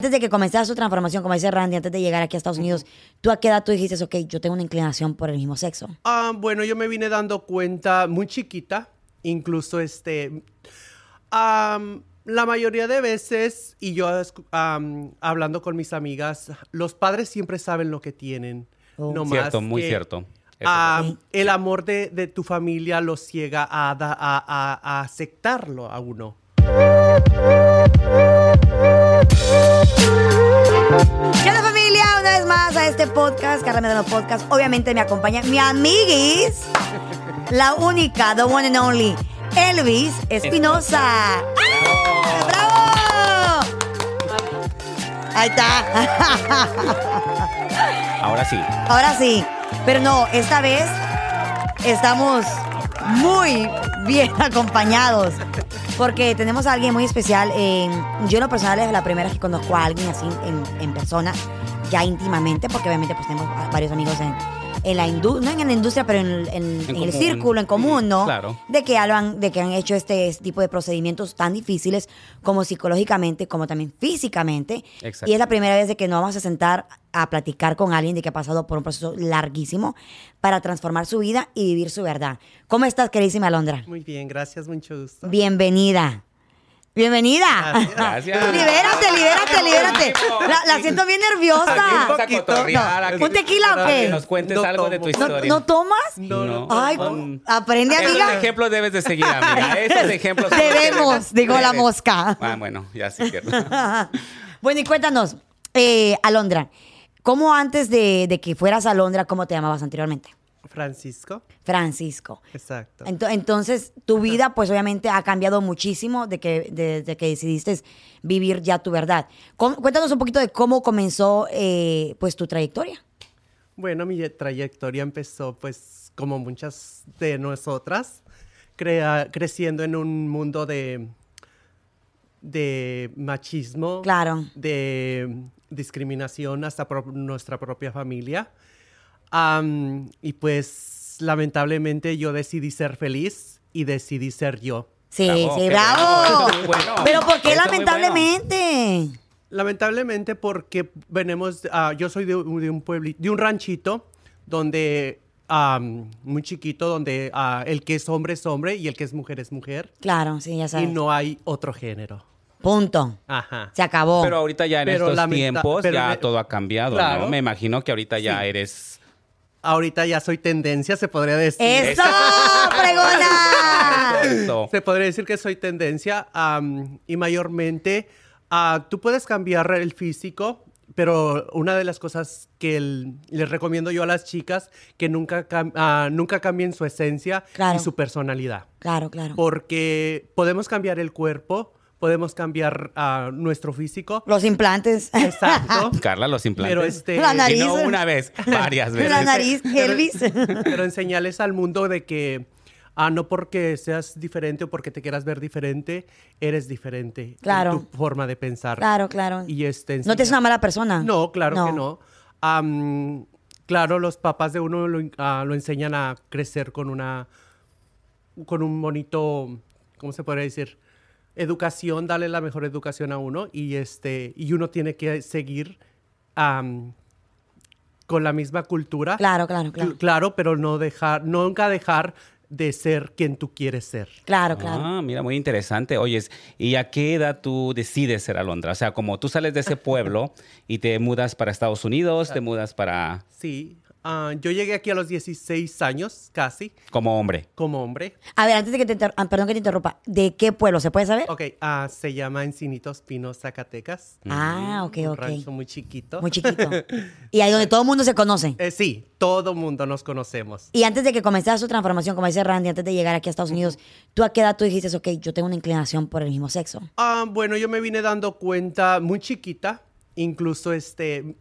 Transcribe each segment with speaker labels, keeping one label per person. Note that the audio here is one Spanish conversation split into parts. Speaker 1: antes de que comenzara su transformación, como dice Randy, antes de llegar aquí a Estados Unidos, ¿tú a qué edad tú dijiste, ok, yo tengo una inclinación por el mismo sexo?
Speaker 2: Ah, bueno, yo me vine dando cuenta muy chiquita, incluso este... am, la mayoría de veces, y yo escu- am, hablando con mis amigas, los padres siempre saben lo que tienen.
Speaker 1: Oh.
Speaker 2: no más
Speaker 3: Cierto, muy
Speaker 2: que,
Speaker 3: cierto. Eso es.
Speaker 2: am, el amor de, de tu familia los ciega a, da- a- a- a aceptarlo a uno.
Speaker 1: ¿Qué onda familia? Una vez más a este podcast, Carla Medrano Podcast. Obviamente me acompaña mi amiguis, la única, the one and only, Elvis Espinosa. ¡Ah! ¡Bravo! Ahí está.
Speaker 3: Ahora sí.
Speaker 1: Ahora sí. Pero no, esta vez estamos muy bien acompañados. Porque tenemos a alguien muy especial. eh, yo en lo personal es la primera vez que conozco a alguien así en, en persona, ya íntimamente, porque obviamente pues tenemos a- varios amigos en, en la industria, no en la industria, pero en, el- en- en
Speaker 3: común.
Speaker 1: el círculo, en común, ¿no?
Speaker 3: Claro.
Speaker 1: De que, hablan, de que han hecho este, este tipo de procedimientos tan difíciles, como psicológicamente, como también físicamente.
Speaker 3: Exacto.
Speaker 1: Y es la primera vez de que nos vamos a sentar a platicar con alguien de que ha pasado por un proceso larguísimo para transformar su vida y vivir su verdad. ¿Cómo estás, queridísima Alondra?
Speaker 2: Muy bien, gracias, mucho gusto.
Speaker 1: Bienvenida. Bienvenida.
Speaker 3: Gracias.
Speaker 1: libérate, libérate, libérate. La, la siento bien
Speaker 3: Aquí
Speaker 1: nerviosa.
Speaker 3: vas a cotorrear,
Speaker 1: No,
Speaker 3: a que-
Speaker 1: ¿un tequila o
Speaker 3: a
Speaker 1: qué?
Speaker 3: Que nos cuentes
Speaker 2: No
Speaker 3: algo de tu
Speaker 2: tomo.
Speaker 1: ¿No,
Speaker 3: historia.
Speaker 1: no tomas?
Speaker 2: No, no.
Speaker 1: Ay,
Speaker 3: Mm.
Speaker 1: aprende,
Speaker 3: Esos
Speaker 1: amiga.
Speaker 3: ejemplos debes de seguir, amiga. Esos ejemplos. son los que
Speaker 1: Debemos,
Speaker 3: debes-
Speaker 1: dijo la
Speaker 3: debes.
Speaker 1: mosca.
Speaker 3: Ah, bueno, ya sí, cierto.
Speaker 1: Bueno, y cuéntanos, eh, Alondra, ¿cómo antes de, de que fueras Alondra, cómo te llamabas anteriormente?
Speaker 2: Francisco,
Speaker 1: Francisco.
Speaker 2: exacto.
Speaker 1: Ento- entonces, tu vida, pues obviamente ha cambiado muchísimo de que, de- de que decidiste vivir ya tu verdad. Com- Cuéntanos un poquito de cómo comenzó eh, pues tu trayectoria.
Speaker 2: Bueno, mi trayectoria empezó, pues, como muchas de nosotras, crea- creciendo en un mundo de, de machismo,
Speaker 1: Claro.
Speaker 2: de discriminación hasta pro- nuestra propia familia. Am, y pues, lamentablemente, yo decidí ser feliz y decidí ser yo.
Speaker 1: Sí,
Speaker 3: Bravo,
Speaker 1: sí,
Speaker 3: qué
Speaker 1: bravo.
Speaker 3: bravo, eso es muy bueno.
Speaker 1: Pero ¿por qué
Speaker 3: Eso es muy bueno.
Speaker 1: lamentablemente?
Speaker 2: Lamentablemente porque venimos, ah, yo soy de, un- de un pueblito, de un ranchito donde am, muy chiquito, donde ah, el que es hombre es hombre y el que es mujer es mujer
Speaker 1: Claro, sí, ya
Speaker 2: y
Speaker 1: sabes.
Speaker 2: no hay otro género.
Speaker 1: Punto.
Speaker 2: Ajá.
Speaker 1: Se acabó.
Speaker 3: Pero ahorita ya en
Speaker 2: Pero
Speaker 3: estos
Speaker 2: lamenta-
Speaker 3: tiempos
Speaker 2: pero
Speaker 3: ya
Speaker 2: me-
Speaker 3: todo ha cambiado,
Speaker 2: Claro.
Speaker 3: ¿no? Me imagino que ahorita ya
Speaker 2: Sí.
Speaker 3: eres.
Speaker 2: Ahorita ya soy tendencia, se podría decir.
Speaker 1: ¡Eso, fregona!
Speaker 3: Eso.
Speaker 2: Se podría decir que soy tendencia am, y mayormente ah, tú puedes cambiar el físico, pero una de las cosas que el- les recomiendo yo a las chicas que nunca, cam- ah, nunca cambien su esencia
Speaker 1: Claro.
Speaker 2: y su personalidad.
Speaker 1: Claro, claro.
Speaker 2: Porque podemos cambiar el cuerpo, podemos cambiar ah, nuestro físico.
Speaker 1: Los implantes.
Speaker 2: Exacto.
Speaker 3: Carla, los implantes.
Speaker 2: pero este
Speaker 1: La nariz.
Speaker 3: Y no una vez, varias veces.
Speaker 1: La nariz,
Speaker 2: Pero-
Speaker 1: Elvis.
Speaker 2: Pero enseñarles al mundo de que ah, no porque seas diferente o porque te quieras ver diferente, eres diferente. en
Speaker 1: Claro.
Speaker 2: tu forma de pensar.
Speaker 1: Claro, claro.
Speaker 2: Y este,
Speaker 1: ¿No te es una mala persona?
Speaker 2: No, claro que no. Am, claro, los papás de uno lo, ah, lo enseñan a crecer con una. con un bonito. ¿Cómo se podría decir? Educación, darle la mejor educación a uno y este. y uno tiene que seguir. am, con la misma cultura.
Speaker 1: Claro, claro, claro.
Speaker 2: Cl- pero no dejar, nunca dejar de ser quien tú quieres ser.
Speaker 1: Claro, claro.
Speaker 3: Ah, mira, muy interesante. Oyes, ¿y a qué edad tú decides ser Alondra? O sea, como tú sales de ese pueblo y te mudas para Estados Unidos, te mudas para
Speaker 2: Sí. Ah, yo llegué aquí a los 16 años, casi,
Speaker 3: como hombre.
Speaker 2: como hombre.
Speaker 1: A ver, antes de que te interrumpa, perdón que te interrumpa, ¿de qué pueblo? ¿Se puede saber?
Speaker 2: Ok, ah, se llama Encinitos Pinos, Zacatecas.
Speaker 1: Ah, ok,
Speaker 2: Un rancho
Speaker 1: ok.
Speaker 2: muy chiquito.
Speaker 1: Muy chiquito. y ahí donde todo el mundo se conoce.
Speaker 2: Eh, sí, todo mundo nos conocemos.
Speaker 1: Y antes de que comenzara su transformación, como dice Randy, antes de llegar aquí a Estados Unidos, ¿tú a qué edad tú dijiste, ok, yo tengo una inclinación por el mismo sexo?
Speaker 2: Ah, bueno, yo me vine dando cuenta muy chiquita, incluso este,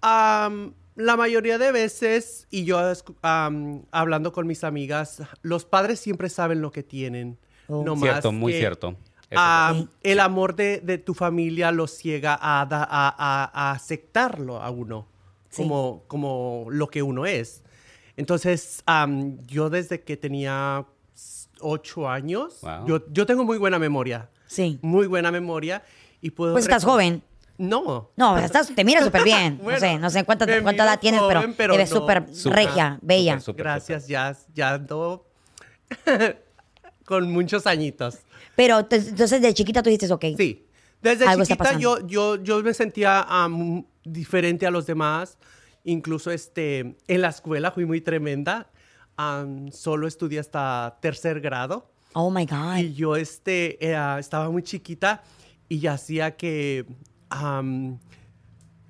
Speaker 2: am, la mayoría de veces, y yo escu- am, hablando con mis amigas, los padres siempre saben lo que tienen.
Speaker 1: Oh.
Speaker 2: No
Speaker 3: Cierto,
Speaker 2: más
Speaker 3: muy
Speaker 2: que,
Speaker 3: cierto. Eso es.
Speaker 2: am, el amor de, de tu familia los ciega a, da- a- a- a aceptarlo a uno
Speaker 1: Sí.
Speaker 2: como, como lo que uno es. Entonces, am, yo desde que tenía ocho años,
Speaker 3: Wow.
Speaker 2: yo, yo tengo muy buena memoria
Speaker 1: Sí.
Speaker 2: muy buena memoria y puedo
Speaker 1: Pues estás
Speaker 2: recor-
Speaker 1: joven.
Speaker 2: No.
Speaker 1: No, estás- te mira súper bien.
Speaker 2: Bueno,
Speaker 1: no sé, no sé cuánta,
Speaker 2: me
Speaker 1: cuánta
Speaker 2: miro
Speaker 1: edad tienes, pero,
Speaker 2: joven,
Speaker 1: te ves
Speaker 2: no.
Speaker 1: súper
Speaker 3: Súper,
Speaker 1: regia, bella.
Speaker 3: súper, súper.
Speaker 2: Gracias, ya, ya ando con muchos añitos.
Speaker 1: Pero te- entonces de chiquita tú dijiste, ok.
Speaker 2: Sí. Desde
Speaker 1: Algo está
Speaker 2: chiquita yo,
Speaker 1: pasando.
Speaker 2: yo, yo me sentía am, diferente a los demás. Incluso este, en la escuela fui muy tremenda. Am, solo estudié hasta tercer grado.
Speaker 1: Oh my God.
Speaker 2: Y yo este, era- estaba muy chiquita y ya hacía que am,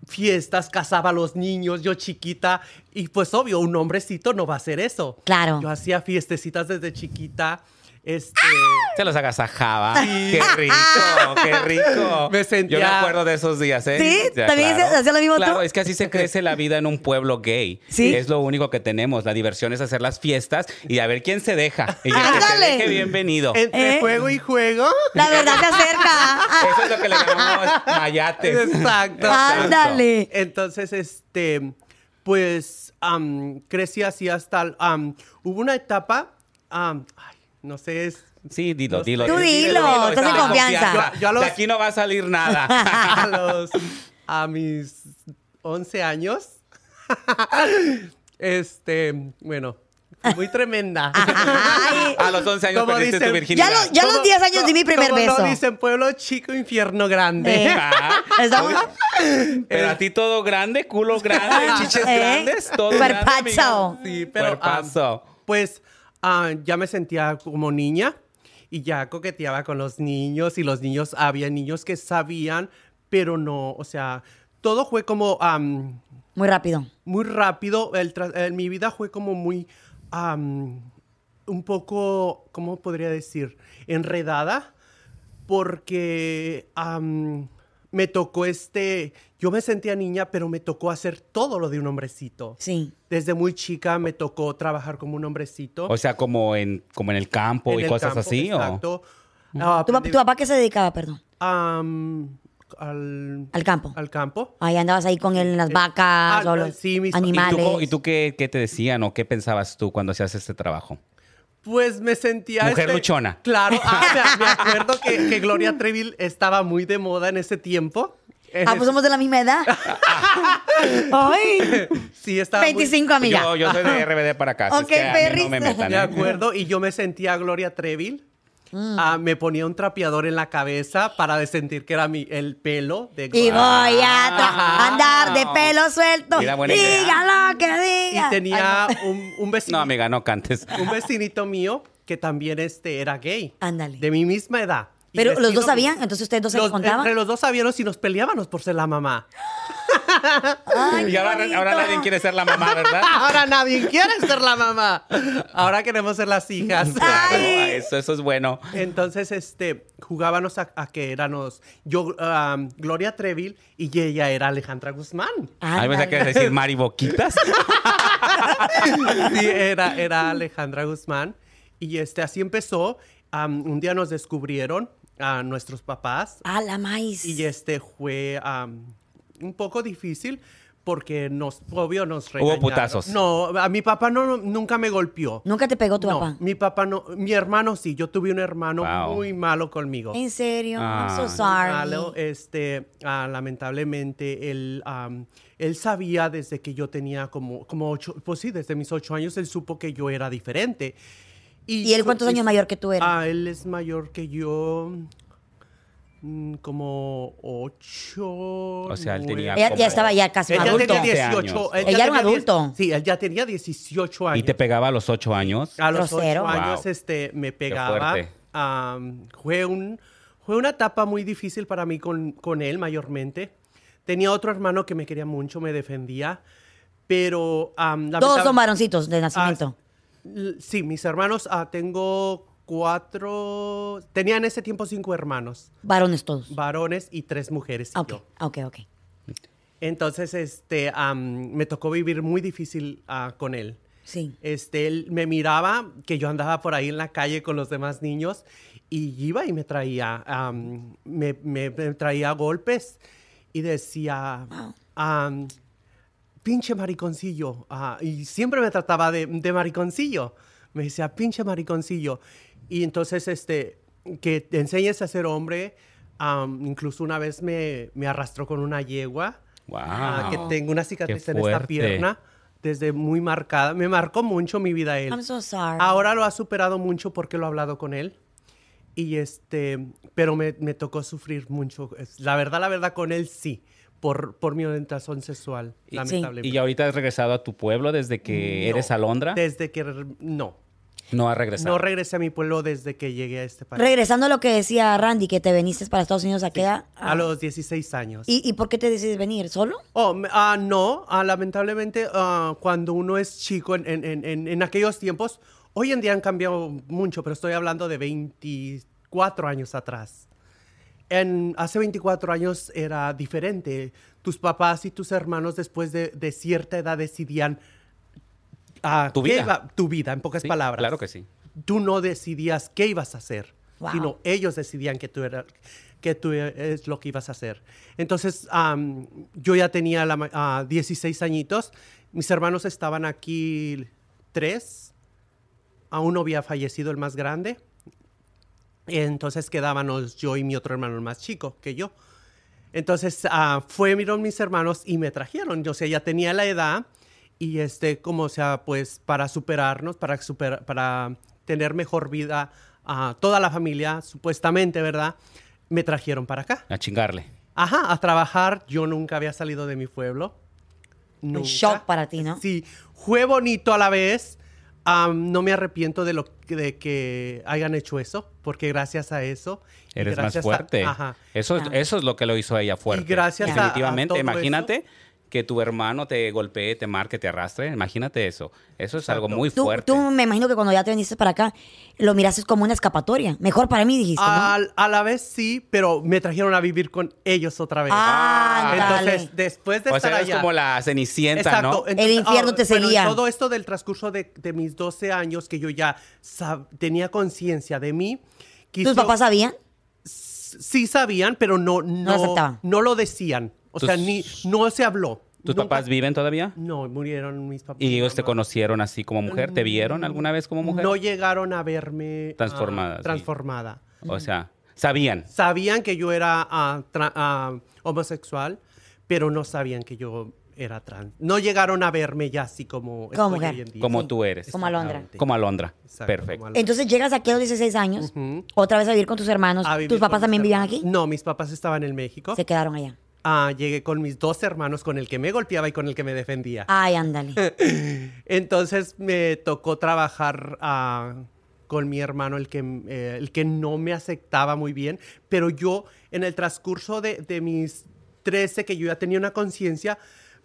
Speaker 2: fiestas, casaba a los niños, yo chiquita. Y pues obvio, un hombrecito no va a hacer eso.
Speaker 1: Claro.
Speaker 2: Yo hacía fiestecitas desde chiquita. Este,
Speaker 1: ¡Ah!
Speaker 3: Se los agasajaba. ¡Qué rico! ¡Qué rico!
Speaker 2: Me sentía-
Speaker 3: Yo me acuerdo de esos días, ¿eh?
Speaker 1: Sí, también se- hacía lo mismo tú.
Speaker 3: Claro, es que así se crece la vida en un pueblo gay.
Speaker 1: Sí.
Speaker 3: Es lo único que tenemos. La diversión es hacer las fiestas y a ver quién se deja. Y el que se
Speaker 1: Ándale.
Speaker 3: deje, bienvenido.
Speaker 2: entre
Speaker 1: ¿Eh?
Speaker 2: juego y juego.
Speaker 1: La verdad te acerca.
Speaker 3: Eso es lo que le llamamos mayates.
Speaker 2: Exacto.
Speaker 1: Ándale.
Speaker 2: Entonces, este, pues am, crecí así hasta. am, hubo una etapa. am, ay, no sé, es.
Speaker 3: Sí, dilo,
Speaker 2: Los-
Speaker 3: dilo.
Speaker 1: Tú dilo, estás en
Speaker 3: está
Speaker 1: confianza.
Speaker 2: Yo- yo a los-
Speaker 3: De aquí no va a salir nada.
Speaker 2: a los- a mis 11 años. este, bueno, fui muy tremenda.
Speaker 1: Ay.
Speaker 3: A los 11 años
Speaker 2: Como
Speaker 3: perdiste
Speaker 2: dicen-
Speaker 3: tu
Speaker 1: Ya
Speaker 3: virginidad.
Speaker 1: lo- ya- a los
Speaker 2: Como-
Speaker 1: 10 años di mi primer
Speaker 2: como
Speaker 1: beso.
Speaker 2: No dicen pueblo chico, infierno grande.
Speaker 1: Eh,
Speaker 3: Ah,
Speaker 1: estamos-
Speaker 3: Pero a ti todo grande, culo grande, chiches
Speaker 1: ¿Eh?
Speaker 3: grandes, todo
Speaker 1: Cuerpazo.
Speaker 3: grande.
Speaker 2: Sí, pero ah,
Speaker 3: Cuerpazo.
Speaker 2: pues ah, ya me sentía como niña y ya coqueteaba con los niños y los niños, había niños que sabían, pero no, o sea, todo fue como am,
Speaker 1: Muy rápido.
Speaker 2: muy rápido, el tra- eh, mi vida fue como muy, am, un poco, ¿cómo podría decir? Enredada, porque am, me tocó este, yo me sentía niña, pero me tocó hacer todo lo de un hombrecito.
Speaker 1: Sí.
Speaker 2: Desde muy chica me tocó trabajar como un hombrecito.
Speaker 3: O sea, como en, como en el campo
Speaker 2: En
Speaker 3: y
Speaker 2: el
Speaker 3: cosas
Speaker 2: campo,
Speaker 3: así, ¿o?
Speaker 2: Exacto. Ah,
Speaker 1: ¿Tu, pap-
Speaker 2: aprendí-
Speaker 1: tu papá qué se dedicaba, perdón?
Speaker 2: am, al,
Speaker 1: Al campo.
Speaker 2: al campo.
Speaker 1: Ahí andabas ahí con él en las
Speaker 2: Eh,
Speaker 1: vacas
Speaker 2: ah,
Speaker 1: o los
Speaker 2: sí, mis-
Speaker 3: ¿Y tú,
Speaker 1: animales.
Speaker 3: co- y tú qué, qué te decían o qué pensabas tú cuando hacías este trabajo?
Speaker 2: Pues me sentía...
Speaker 3: Mujer luchona.
Speaker 2: Claro. ah, me, me acuerdo que, que Gloria Treville estaba muy de moda en ese tiempo. Eh,
Speaker 1: Ah, pues somos de la misma edad. Ay.
Speaker 2: sí, estaba muy-
Speaker 1: 25, amiga.
Speaker 3: Yo, yo soy de RBD para acá. así
Speaker 1: Ok,
Speaker 3: es que a mí
Speaker 1: perris.
Speaker 3: no me metan.
Speaker 2: De
Speaker 3: ¿eh?
Speaker 2: acuerdo, y yo me sentía Gloria Treville.
Speaker 1: Mm.
Speaker 2: Ah, me ponía un trapeador en la cabeza para sentir que era mi, el pelo de
Speaker 1: Y
Speaker 2: Gloria.
Speaker 1: voy a tra- andar de pelo suelto.
Speaker 3: ah, Mira, buena idea.
Speaker 1: Dígalo que diga.
Speaker 2: Y tenía un, un
Speaker 3: No,
Speaker 2: vecino
Speaker 3: amiga, no cantes.
Speaker 2: un vecinito mío que también este, era gay.
Speaker 1: Ándale.
Speaker 2: De mi misma edad. Y
Speaker 1: Pero los
Speaker 2: vestido
Speaker 1: dos sabían,
Speaker 2: con-
Speaker 1: entonces ustedes dos se
Speaker 2: Los-
Speaker 1: contaban.
Speaker 2: Entre los dos sabíamos y nos peleábamos por ser la mamá.
Speaker 1: Ay,
Speaker 3: Y
Speaker 1: qué
Speaker 3: ahora,
Speaker 1: bonito.
Speaker 3: ahora nadie quiere ser la mamá, ¿verdad?
Speaker 2: Ahora nadie quiere ser la mamá. Ahora queremos ser las hijas.
Speaker 1: Ay.
Speaker 3: Claro, eso, eso es bueno.
Speaker 2: Entonces, este, jugábamos a, a que éramos yo, um, Gloria Treville y ella era Alejandra Guzmán.
Speaker 3: pues, A mí me
Speaker 1: Ándale.
Speaker 3: que decir Mari Boquitas.
Speaker 2: Sí, era, era Alejandra Guzmán. Y este, así empezó. Um, un día nos descubrieron a nuestros papás
Speaker 1: A la maíz.
Speaker 2: Y este fue am, un poco difícil porque nos, obvio, nos
Speaker 3: Hubo
Speaker 2: regañaron.
Speaker 3: putazos.
Speaker 2: No, a mi papá no, nunca me golpeó.
Speaker 1: Nunca te pegó tu
Speaker 2: No,
Speaker 1: papá.
Speaker 2: mi papá no, mi hermano sí, yo tuve un hermano
Speaker 3: Wow.
Speaker 2: muy malo conmigo.
Speaker 1: En serio, I'm
Speaker 3: Ah.
Speaker 1: so
Speaker 3: Muy
Speaker 1: sorry.
Speaker 2: Malo, este, ah, lamentablemente, él, am, él sabía desde que yo tenía como, como ocho, pues sí, desde mis ocho años, él supo que yo era diferente. ¿Y,
Speaker 1: ¿Y él cuántos años mayor que tú eras?
Speaker 2: Ah, él es mayor que yo, mm, como ocho.
Speaker 3: O sea, él tenía
Speaker 1: Ella ya
Speaker 3: como-
Speaker 1: estaba ya casi
Speaker 2: Ella
Speaker 1: adulto.
Speaker 2: tenía
Speaker 3: 11
Speaker 2: 18.
Speaker 3: años.
Speaker 2: ya
Speaker 1: Ella era un
Speaker 2: tenía diez-
Speaker 1: adulto.
Speaker 2: Sí, él ya tenía 18 eh, años. Ah,
Speaker 3: Y te pegaba a los ocho años.
Speaker 2: A los
Speaker 1: Grosero.
Speaker 2: ocho años
Speaker 3: Wow.
Speaker 2: este, me pegaba.
Speaker 3: fuerte.
Speaker 2: Am, fue, un, fue una etapa muy difícil para mí con, con él mayormente. Tenía otro hermano que me quería mucho, me defendía, pero... am,
Speaker 1: Todos
Speaker 2: lamentab-
Speaker 1: son varoncitos de
Speaker 2: Ah,
Speaker 1: nacimiento.
Speaker 2: l- sí, mis hermanos, ah, tengo cuatro... Tenía en ese tiempo cinco hermanos,
Speaker 1: Varones todos.
Speaker 2: varones y tres mujeres. y
Speaker 1: Ah, ok,
Speaker 2: yo.
Speaker 1: ah, ok, ok.
Speaker 2: Entonces, este, am, me tocó vivir muy difícil ah, con él.
Speaker 1: Sí.
Speaker 2: Este, él me miraba que yo andaba por ahí en la calle con los demás niños y iba y me traía, am, me, me- me traía golpes y decía, am, pinche mariconcillo. ah, y siempre me trataba de, de mariconcillo. Me decía, pinche mariconcillo. Y entonces, este, que te enseñes a ser hombre, Am, incluso una vez me, me arrastró con una yegua.
Speaker 3: Wow.
Speaker 2: ah, que tengo una cicatriz
Speaker 3: oh, Qué
Speaker 2: en esta
Speaker 3: fuerte.
Speaker 2: pierna desde muy marcada. Me marcó mucho mi vida él.
Speaker 1: I'm so sorry.
Speaker 2: Ahora lo ha superado mucho porque lo he hablado con él. Y este, pero me, me tocó sufrir mucho. Es- La verdad, la verdad, con él sí. Por, por mi orientación sexual,
Speaker 3: Y-
Speaker 2: lamentablemente.
Speaker 3: ¿Y ahorita has regresado a tu pueblo desde que eres Alondra?
Speaker 2: Desde que re- no.
Speaker 3: No has regresado.
Speaker 2: No regresé a mi pueblo desde que llegué a este país.
Speaker 1: Regresando a lo que decía Randy, que te veniste para Estados Unidos a qué edad?
Speaker 2: a los 16 años.
Speaker 1: ¿Y, ¿Y por qué te decides venir? ¿Solo?
Speaker 2: Oh, me- ah, no, ah, lamentablemente ah, cuando uno es chico en, en- en- en- en aquellos tiempos, hoy en día han cambiado mucho, pero estoy hablando de 24 años atrás. En, hace 24 años era diferente. Tus papás y tus hermanos después de, de cierta edad decidían ah,
Speaker 3: Tu
Speaker 2: qué
Speaker 3: vida.
Speaker 2: iba- tu vida, en pocas
Speaker 3: Sí,
Speaker 2: palabras.
Speaker 3: Claro que sí.
Speaker 2: Tú no decidías qué ibas a hacer,
Speaker 1: Wow.
Speaker 2: sino ellos decidían que tú era, que tú es lo que ibas a hacer. Entonces, am, yo ya tenía la ma- ah, 16 añitos, mis hermanos estaban aquí tres, aún no había fallecido el más grande, entonces quedábamos yo y mi otro hermano el más chico que yo. Entonces ah, fueron mis hermanos y me trajeron. Yo, o sea, ya tenía la edad y este, como sea, pues para superarnos, para, supera- para tener mejor vida a toda la familia, supuestamente, ¿verdad? Me trajeron para acá.
Speaker 3: A chingarle.
Speaker 2: Ajá, a trabajar. Yo nunca había salido de mi pueblo.
Speaker 1: Un
Speaker 2: Nunca.
Speaker 1: shock para ti, ¿no?
Speaker 2: Sí, fue bonito a la vez. Am, no me arrepiento de lo que- de que hayan hecho eso, porque gracias a eso y
Speaker 3: Eres más
Speaker 2: gracias a-
Speaker 3: fuerte.
Speaker 2: ajá.
Speaker 3: Eso, es-
Speaker 1: Ah.
Speaker 3: eso es lo que lo hizo ella fuerte.
Speaker 2: Y gracias a- a
Speaker 3: Definitivamente.
Speaker 2: todo
Speaker 3: imagínate que tu hermano te golpee, te marque, te arrastre. Imagínate eso. Eso es algo
Speaker 2: Exacto.
Speaker 3: muy
Speaker 1: Tú,
Speaker 3: fuerte.
Speaker 1: tú me imagino que cuando ya te viniste para acá, lo miraste como una escapatoria. Mejor para mí, dijiste, ¿no?
Speaker 2: Al- a la vez sí, pero me trajeron a vivir con ellos otra vez.
Speaker 1: Ah,
Speaker 2: Entonces,
Speaker 1: ándale.
Speaker 2: después de
Speaker 3: o
Speaker 2: estar
Speaker 3: sea, eres
Speaker 2: allá- ah,
Speaker 3: como la cenicienta, ¿no?
Speaker 1: El infierno te
Speaker 2: bueno,
Speaker 1: seguía.
Speaker 2: todo esto del transcurso de, de mis 12 años que yo ya sab- tenía conciencia de mí.
Speaker 1: ¿Tus papás sabían?
Speaker 2: sí sabían, pero no, no,
Speaker 1: aceptaban.
Speaker 2: no, lo decían. O sea,
Speaker 3: Tus-
Speaker 2: ni, no se habló.
Speaker 3: ¿Tus
Speaker 2: Nunca-
Speaker 3: papás viven todavía?
Speaker 2: No, murieron mis papás.
Speaker 3: ¿Y ellos te
Speaker 2: mamá.
Speaker 3: conocieron así como mujer? ¿Te vieron alguna vez como mujer?
Speaker 2: No llegaron a verme. ah,
Speaker 3: Transformada, sí.
Speaker 2: transformada.
Speaker 3: o sea, sabían.
Speaker 2: Sabían que yo era ah, tra- ah, homosexual, pero no sabían que yo era trans. No llegaron a verme ya así como,
Speaker 1: Como
Speaker 2: estoy
Speaker 1: mujer.
Speaker 2: hoy en día.
Speaker 3: Como
Speaker 2: Sí.
Speaker 3: tú eres.
Speaker 1: Como Alondra.
Speaker 3: Como Alondra.
Speaker 2: Exacto,
Speaker 3: Perfecto.
Speaker 2: como Alondra.
Speaker 1: Entonces llegas aquí a los 16 años,
Speaker 2: Ujú.
Speaker 1: otra vez a vivir con tus hermanos.
Speaker 2: A vivir
Speaker 1: ¿Tus
Speaker 2: con
Speaker 1: papás
Speaker 2: mis
Speaker 1: también vivían
Speaker 2: hermanos.
Speaker 1: aquí?
Speaker 2: No, mis papás estaban en México.
Speaker 1: Se quedaron allá.
Speaker 2: Ah, llegué con mis dos hermanos, con el que me golpeaba y con el que me defendía.
Speaker 1: Ay, ándale.
Speaker 2: Entonces me tocó trabajar ah, con mi hermano, el que, eh, el que no me aceptaba muy bien, pero yo en el transcurso de, de mis 13, que yo ya tenía una conciencia,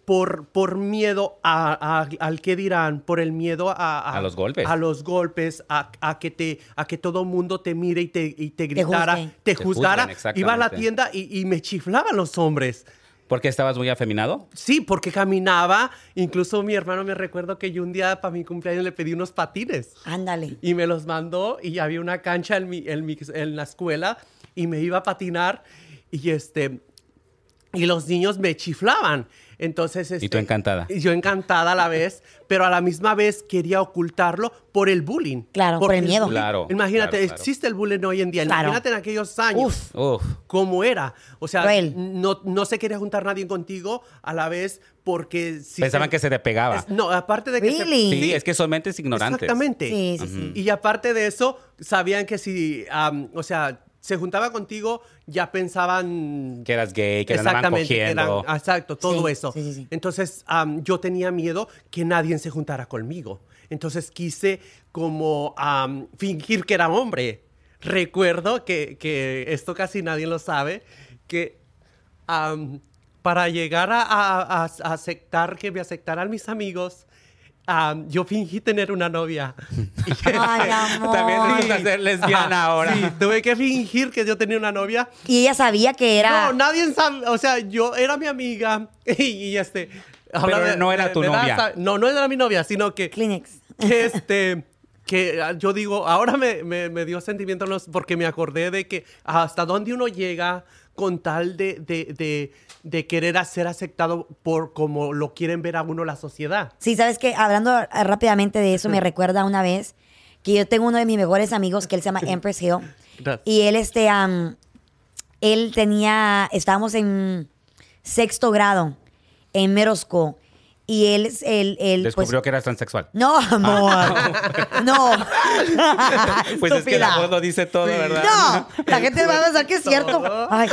Speaker 2: por, por miedo a, a- al que dirán, por el miedo a,
Speaker 3: A los golpes.
Speaker 2: a los golpes, a, a que te, a que todo mundo te mire y te, y te gritara,
Speaker 1: juzgue.
Speaker 2: te,
Speaker 3: Te juzgan,
Speaker 2: juzgara. Iba a la
Speaker 3: exactamente.
Speaker 2: tienda y, y me chiflaban los hombres.
Speaker 3: ¿Por qué estabas muy afeminado?
Speaker 2: Sí, porque caminaba. Incluso mi hermano me recuerdo que yo un día para mi cumpleaños le pedí unos patines
Speaker 1: Ándale.
Speaker 2: y me los mandó y había una cancha en, mi- en, mi- en la escuela y me iba a patinar y este y los niños me chiflaban. Entonces este,
Speaker 3: tú encantada.
Speaker 2: y Yo encantada a la vez, pero a la misma vez quería ocultarlo por el bullying.
Speaker 1: Claro, por
Speaker 2: Porque
Speaker 1: el miedo.
Speaker 2: bullying-
Speaker 3: Claro,
Speaker 2: Imagínate,
Speaker 3: claro, claro.
Speaker 2: existe el bullying hoy en día.
Speaker 1: Claro.
Speaker 2: Imagínate en aquellos años
Speaker 1: Uf.
Speaker 3: Uf.
Speaker 2: cómo era. O sea,
Speaker 1: Cruel.
Speaker 2: no, no se quería juntar nadie contigo a la vez porque... Si
Speaker 3: Pensaban que se te pegaba.
Speaker 2: Es- No, aparte de que... se-
Speaker 1: Really?
Speaker 3: Sí, es que son mentes ignorantes.
Speaker 2: Exactamente.
Speaker 1: Sí, sí, sí.
Speaker 2: Y aparte de eso, sabían que si, am, o sea, se juntaba contigo, ya pensaban...
Speaker 3: Que eras gay, que andaban
Speaker 2: que eran-
Speaker 3: cogiendo.
Speaker 2: exacto, todo
Speaker 1: Sí,
Speaker 2: eso.
Speaker 1: sí, sí, sí.
Speaker 2: Entonces, am, yo tenía miedo que nadie se juntara conmigo. Entonces, quise como am, fingir que era hombre. Recuerdo que, que esto casi nadie lo sabe, que am, para llegar a, a- a- a aceptar, que me aceptaran mis amigos, am, yo fingí tener una novia.
Speaker 1: Ay, amor.
Speaker 3: También te gusta ser lesbiana
Speaker 2: Ajá,
Speaker 3: ahora.
Speaker 2: sí, tuve que fingir que yo tenía una novia
Speaker 1: Y ella sabía que era.
Speaker 2: no, nadie sabe. O sea, yo era mi amiga y, y este. habla
Speaker 3: no era tu
Speaker 2: edad,
Speaker 3: novia.
Speaker 2: sabe- no, no era mi novia, sino que.
Speaker 1: Kleenex.
Speaker 2: que, este. Que ah, yo digo, ahora me, me- me dio sentimiento no sé, porque me acordé de que hasta dónde uno llega con tal de, de, de- de querer ser aceptado por como lo quieren ver a uno la sociedad.
Speaker 1: Sí, sabes que hablando ah, rápidamente de eso, me recuerda una vez que yo tengo uno de mis mejores amigos que él se llama Empress Hill.
Speaker 2: Gracias.
Speaker 1: Y él, este, am, él tenía, estábamos en sexto grado, en Merosco, y él, él, él pues,
Speaker 3: Descubrió Ah. que eras transexual.
Speaker 1: no, amor, no,
Speaker 3: Pues es que la
Speaker 1: Ah, Estúpida.
Speaker 3: voz lo dice todo, ¿verdad?
Speaker 1: No, la gente va a pensar que es cierto. Ay.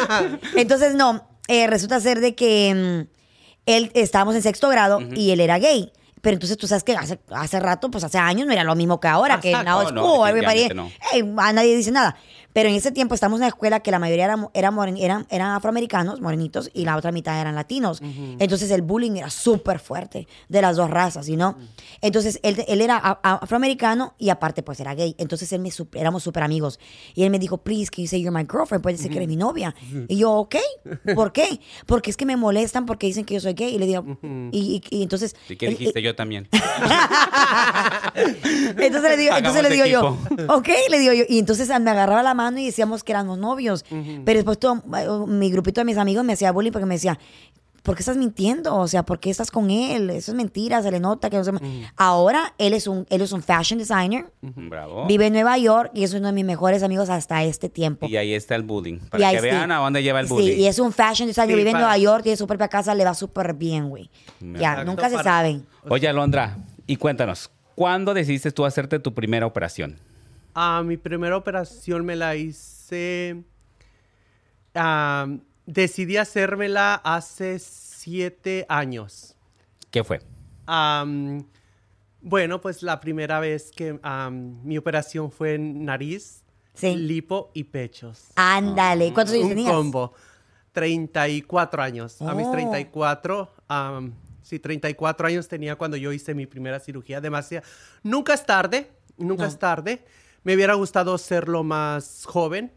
Speaker 1: Entonces, no, eh, resulta ser de que mm, él estábamos en sexto grado y él era gay. Pero entonces tú sabes que hace, hace rato, pues hace años no era lo mismo que ahora, que
Speaker 2: Exacto.
Speaker 1: now it's
Speaker 3: No, no,
Speaker 1: cool, everybody-
Speaker 3: definitivamente
Speaker 1: eh, a nadie dice nada. Pero en ese tiempo estamos en una escuela que la mayoría eran, eran, moren- eran, eran afroamericanos, morenitos, y la otra mitad eran latinos. Entonces el bullying era súper fuerte de las dos razas, ¿y no? Entonces él, él era a- a- afroamericano y aparte pues era gay. Entonces él me, sup- éramos súper amigos. Y él me dijo, please, can you say you're my girlfriend? Puedes decir que eres mi novia. Y yo, ok, ¿por qué? Porque es que me molestan porque dicen que yo soy gay. Y le digo, y, y- y entonces...
Speaker 3: ¿Y qué
Speaker 1: él-
Speaker 3: dijiste? Yo también.
Speaker 1: entonces le digo, entonces le digo yo,
Speaker 3: Hagamos
Speaker 1: ok, le digo yo. Y entonces me agarraba la mano y decíamos que éramos novios. Pero después todo, eh, mi grupito de mis amigos me hacía bullying porque me decía, ¿por qué estás mintiendo? O sea, ¿por qué estás con él? Eso es mentira, se le nota que no se- Ahora él es un, él es un fashion designer,
Speaker 3: Bravo.
Speaker 1: vive en Nueva York y es uno de mis mejores amigos hasta este tiempo.
Speaker 3: Y ahí está el bullying.
Speaker 1: Y
Speaker 3: Para
Speaker 1: ahí
Speaker 3: que
Speaker 1: sí.
Speaker 3: vean a dónde lleva el
Speaker 1: Sí, y
Speaker 3: bullying.
Speaker 1: es un fashion designer,
Speaker 2: Sí,
Speaker 1: vive en
Speaker 2: para-
Speaker 1: Nueva York, tiene su propia casa, le va súper bien, güey. Ya,
Speaker 2: Exacto,
Speaker 1: nunca se
Speaker 2: para-
Speaker 1: saben.
Speaker 3: Oye, Alondra, y cuéntanos, ¿cuándo decidiste tú hacerte tu primera operación?
Speaker 2: Ah, mi primera operación me la hice. ah, decidí hacérmela hace siete años.
Speaker 3: ¿Qué fue?
Speaker 2: Am, bueno, pues la primera vez que am, mi operación fue en nariz,
Speaker 1: Sí.
Speaker 2: lipo y pechos.
Speaker 1: Ándale,
Speaker 3: Ah.
Speaker 1: ¿cuántos años
Speaker 2: Un
Speaker 1: tenías?
Speaker 2: combo. 34 años. A mis
Speaker 1: Oh.
Speaker 2: 34, am, sí, 34 años tenía cuando yo hice mi primera cirugía. Demasiado. Nunca es tarde, nunca
Speaker 1: No.
Speaker 2: es tarde. Me hubiera gustado serlo más joven,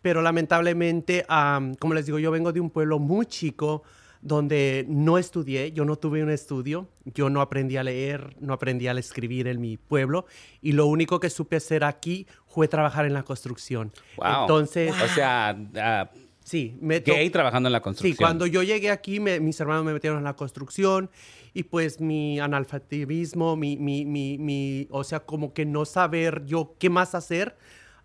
Speaker 2: pero lamentablemente, am, como les digo, yo vengo de un pueblo muy chico donde no estudié, yo no tuve un estudio, yo no aprendí a leer, no aprendí a escribir en mi pueblo y lo único que supe hacer aquí fue trabajar en la construcción.
Speaker 3: Wow.
Speaker 2: Entonces,
Speaker 3: O sea, ah,
Speaker 2: Sí, me to-
Speaker 3: gay trabajando en la construcción.
Speaker 2: Sí, cuando yo llegué aquí, me- mis hermanos me metieron en la construcción y pues mi analfabetismo, mi, mi, mi, mi- o sea, como que no saber yo qué más hacer,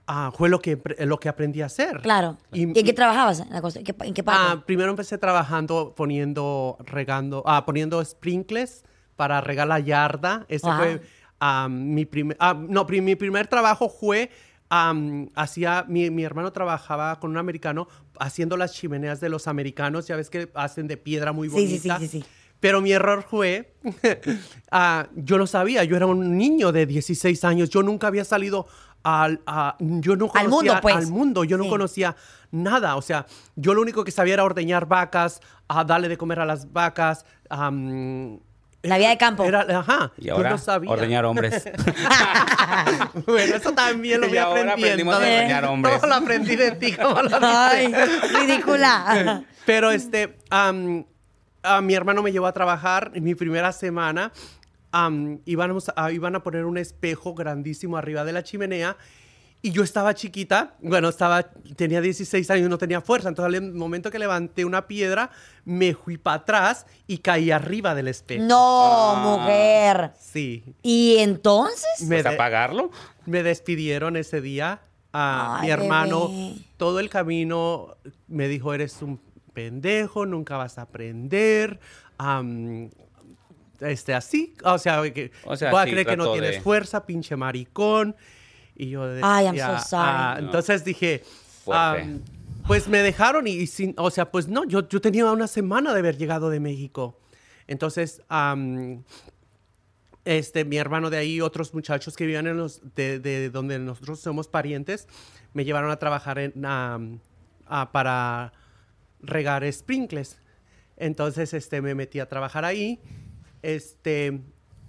Speaker 2: ah, fue lo que, pre- lo que aprendí a hacer.
Speaker 1: Claro. ¿Y,
Speaker 2: Y-
Speaker 1: en qué trabajabas? ¿En, la constru- en qué, pa- en qué parte?
Speaker 2: Ah, primero empecé trabajando poniendo, regando, ah, poniendo sprinkles para regar la yarda. Ese
Speaker 1: Wow.
Speaker 2: fue ah, mi primer, ah, no, pri- mi primer trabajo fue, am, hacía, mi, mi hermano trabajaba con un americano haciendo las chimeneas de los americanos, ya ves que hacen de piedra muy
Speaker 1: Sí, sí,
Speaker 2: bonita.
Speaker 1: sí, sí, sí.
Speaker 2: Pero mi error fue, ah, yo no sabía, yo era un niño de 16 años, yo nunca había salido al, a- yo no
Speaker 1: Al mundo,
Speaker 2: conocía
Speaker 1: pues.
Speaker 2: al mundo, yo no
Speaker 1: Sí.
Speaker 2: conocía nada, o sea, yo lo único que sabía era ordeñar vacas, a darle de comer a las vacas, am,
Speaker 1: La vida de campo.
Speaker 2: era, ajá,
Speaker 3: Y
Speaker 2: yo Pues
Speaker 3: ahora,
Speaker 2: no sabía.
Speaker 3: ordeñar hombres.
Speaker 2: Ah. Bueno, eso también lo
Speaker 3: Y
Speaker 2: voy
Speaker 3: ahora
Speaker 2: aprendiendo.
Speaker 3: aprendimos a
Speaker 2: de-
Speaker 3: ordeñar hombres.
Speaker 2: Todo lo aprendí de ti, como lo
Speaker 1: Ay,
Speaker 2: dices.
Speaker 1: ridícula.
Speaker 2: Pero este, am, a mi hermano me llevó a trabajar en mi primera semana. am, íbamos a- iban a poner un espejo grandísimo arriba de la chimenea. Y yo estaba chiquita, bueno, estaba, tenía 16 años, no tenía fuerza. Entonces, al momento que levanté una piedra, me fui para atrás y caí arriba del espejo.
Speaker 1: No,
Speaker 2: Ah.
Speaker 1: mujer.
Speaker 2: Sí.
Speaker 1: ¿Y entonces?
Speaker 2: Me
Speaker 3: Pues
Speaker 2: de-
Speaker 3: apagarlo.
Speaker 2: me despidieron ese día. A
Speaker 1: Ay,
Speaker 2: mi hermano,
Speaker 1: bebé.
Speaker 2: todo el camino me dijo: Eres un pendejo, nunca vas a aprender. am, este, así. O sea, que,
Speaker 3: O sea,
Speaker 2: voy a
Speaker 3: sí,
Speaker 2: creer que no
Speaker 3: trató
Speaker 2: tienes
Speaker 3: de-
Speaker 2: fuerza, pinche maricón. Y yo de-
Speaker 1: Ay, I'm
Speaker 2: ya,
Speaker 1: so sorry.
Speaker 2: ah,
Speaker 3: No.
Speaker 2: Entonces dije:
Speaker 3: Fuerte.
Speaker 2: am, Pues me dejaron y, y sin. O sea, pues no, yo, yo tenía una semana de haber llegado de México. Entonces, am, este, mi hermano de ahí, otros muchachos que vivían en los, de, de donde nosotros somos parientes, me llevaron a trabajar en, am, a- para regar sprinkles. Entonces, este, me metí a trabajar ahí, este,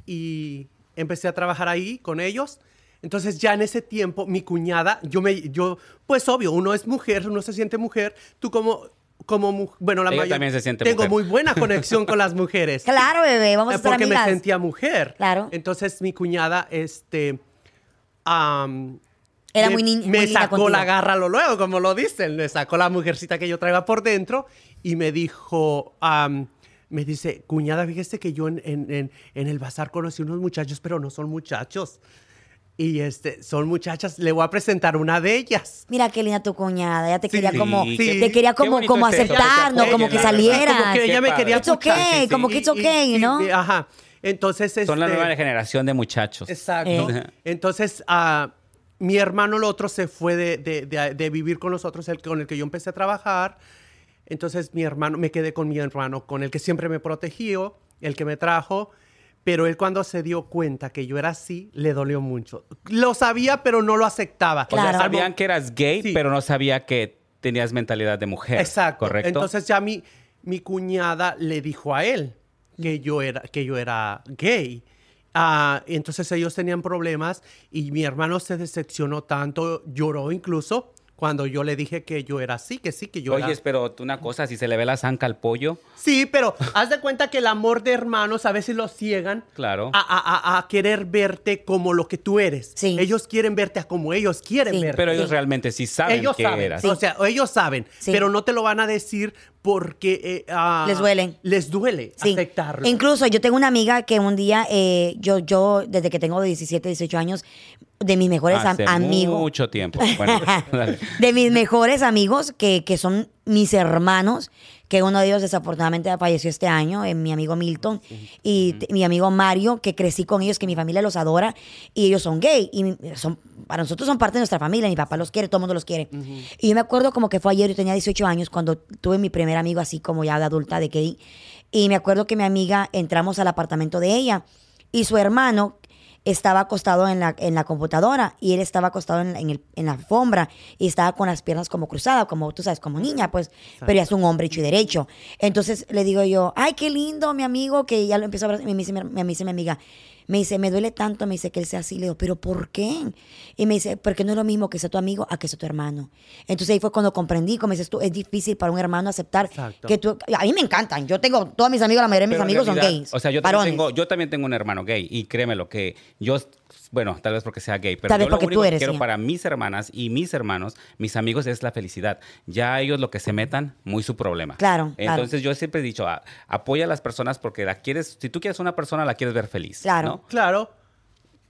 Speaker 2: y empecé a trabajar ahí con ellos. Entonces, ya en ese tiempo, mi cuñada, yo me, yo, pues obvio, uno es mujer, uno se siente mujer, tú como, como, mu- bueno, la
Speaker 3: Ella
Speaker 2: mayor-
Speaker 3: también se siente
Speaker 2: tengo
Speaker 3: mujer.
Speaker 2: muy buena conexión con las mujeres.
Speaker 1: Claro, bebé, vamos a
Speaker 2: Eh,
Speaker 1: estar
Speaker 2: porque
Speaker 1: amigas.
Speaker 2: me sentía mujer.
Speaker 1: Claro.
Speaker 2: Entonces mi cuñada, este. am,
Speaker 1: Era
Speaker 2: me,
Speaker 1: muy ni-
Speaker 2: me
Speaker 1: muy linda
Speaker 2: sacó
Speaker 1: contigo.
Speaker 2: la garra lo luego, como lo dicen. Me sacó la mujercita que yo traía por dentro y me dijo. am, me dice, cuñada, fíjese que yo en, en- en- en el bazar conocí unos muchachos, pero no son muchachos. Y este, son muchachas, le voy a presentar una de ellas.
Speaker 1: Mira qué linda tu cuñada, ya te
Speaker 2: Sí,
Speaker 1: quería
Speaker 2: sí,
Speaker 1: como,
Speaker 2: sí.
Speaker 1: te quería
Speaker 3: Qué
Speaker 1: como,
Speaker 3: bonito
Speaker 1: como
Speaker 3: es eso,
Speaker 1: aceptarnos,
Speaker 3: que te
Speaker 1: como que
Speaker 3: apoyen, la verdad.
Speaker 1: salieras.
Speaker 2: Como que ella me
Speaker 3: Qué
Speaker 2: quería
Speaker 1: padre. It's
Speaker 2: escuchar,
Speaker 1: okay,
Speaker 2: sí, sí.
Speaker 1: como que it's
Speaker 2: Y-
Speaker 1: okay,
Speaker 2: y-
Speaker 1: ¿no?
Speaker 2: y- Ajá. Entonces,
Speaker 3: Son la
Speaker 2: este,
Speaker 3: nueva generación de muchachos.
Speaker 2: Exacto.
Speaker 3: Eh.
Speaker 2: Entonces, ah, mi hermano, el otro, se fue de, de- de- de vivir con nosotros, el con el que yo empecé a trabajar. Entonces, mi hermano, me quedé con mi hermano, con el que siempre me protegió, el que me trajo. Pero él cuando se dio cuenta que yo era así, le dolió mucho. Lo sabía, pero no lo aceptaba.
Speaker 1: Claro.
Speaker 3: O sea, sabían que eras gay,
Speaker 2: Sí.
Speaker 3: pero no sabía que tenías mentalidad de mujer.
Speaker 2: Exacto.
Speaker 3: ¿Correcto?
Speaker 2: Entonces ya mi, mi cuñada le dijo a él
Speaker 3: Mm.
Speaker 2: que yo era, que yo era gay. Ah, entonces ellos tenían problemas y mi hermano se decepcionó tanto, lloró incluso cuando yo le dije que yo era así, que sí, que yo era...
Speaker 3: Oye, pero tú una cosa, si se le ve la zanca al pollo,
Speaker 2: Sí, pero haz de cuenta que el amor de hermanos a veces los ciegan
Speaker 3: Claro.
Speaker 2: a, a- a- a querer verte como lo que tú eres.
Speaker 1: Sí.
Speaker 2: Ellos quieren verte a como ellos quieren
Speaker 1: Sí.
Speaker 2: verte.
Speaker 3: pero ellos
Speaker 1: Sí.
Speaker 3: realmente sí saben
Speaker 2: ellos
Speaker 3: que
Speaker 2: saben.
Speaker 3: eras.
Speaker 2: O sea, ellos saben,
Speaker 1: Sí.
Speaker 2: pero no te lo van a decir porque eh, ah,
Speaker 1: Les duelen.
Speaker 2: Les duele
Speaker 1: Sí.
Speaker 2: aceptarlo.
Speaker 1: Incluso yo tengo una amiga que un día, eh, yo, yo desde que tengo 17, 18 años, de mis mejores am-
Speaker 3: Hace
Speaker 1: amigos.
Speaker 3: mucho tiempo. Bueno, dale.
Speaker 1: de mis mejores amigos, que, que son mis hermanos, que uno de ellos desafortunadamente falleció este año, eh, mi amigo Milton, y t- mi amigo Mario, que crecí con ellos, que mi familia los adora, y ellos son gay, y mi- son, para nosotros son parte de nuestra familia, mi papá los quiere, todo el mundo los quiere. Y yo me acuerdo como que fue ayer, yo tenía 18 años, cuando tuve mi primer amigo así como ya de adulta, de gay, y me acuerdo que mi amiga, entramos al apartamento de ella, y su hermano estaba acostado en la, en la computadora y él estaba acostado en, la- en el- en la alfombra y estaba con las piernas como cruzadas, como tú sabes, como niña, pues, pero ya es un hombre hecho y derecho. Entonces le digo yo, ay, qué lindo, mi amigo, que ya lo empiezo a abrazar. Y me dice mi, me dice mi amiga, me dice, me duele tanto, me dice que él sea así. Le digo, pero ¿por qué? Y me dice, porque no es lo mismo que sea tu amigo a que sea tu hermano. Entonces ahí fue cuando comprendí, como dices tú, es difícil para un hermano aceptar
Speaker 2: Exacto.
Speaker 1: que tú... A mí me encantan, yo tengo, todos mis amigos, la mayoría de mis
Speaker 3: Pero en
Speaker 1: amigos son
Speaker 3: realidad,
Speaker 1: gays.
Speaker 3: O sea, yo
Speaker 1: varones.
Speaker 3: también, tengo, yo también tengo un hermano gay y créeme lo que yo, bueno, tal vez porque sea gay, pero
Speaker 1: Tal vez
Speaker 3: yo lo
Speaker 1: porque
Speaker 3: único
Speaker 1: tú
Speaker 3: que
Speaker 1: eres,
Speaker 3: quiero
Speaker 1: sí.
Speaker 3: para mis hermanas y mis hermanos, mis amigos, es la felicidad. Ya ellos lo que se metan, muy su problema.
Speaker 1: Claro, claro.
Speaker 3: Entonces yo siempre he dicho, a- apoya a las personas porque la quieres, si tú quieres una persona, la quieres ver feliz.
Speaker 1: Claro.
Speaker 3: ¿no?
Speaker 2: Claro.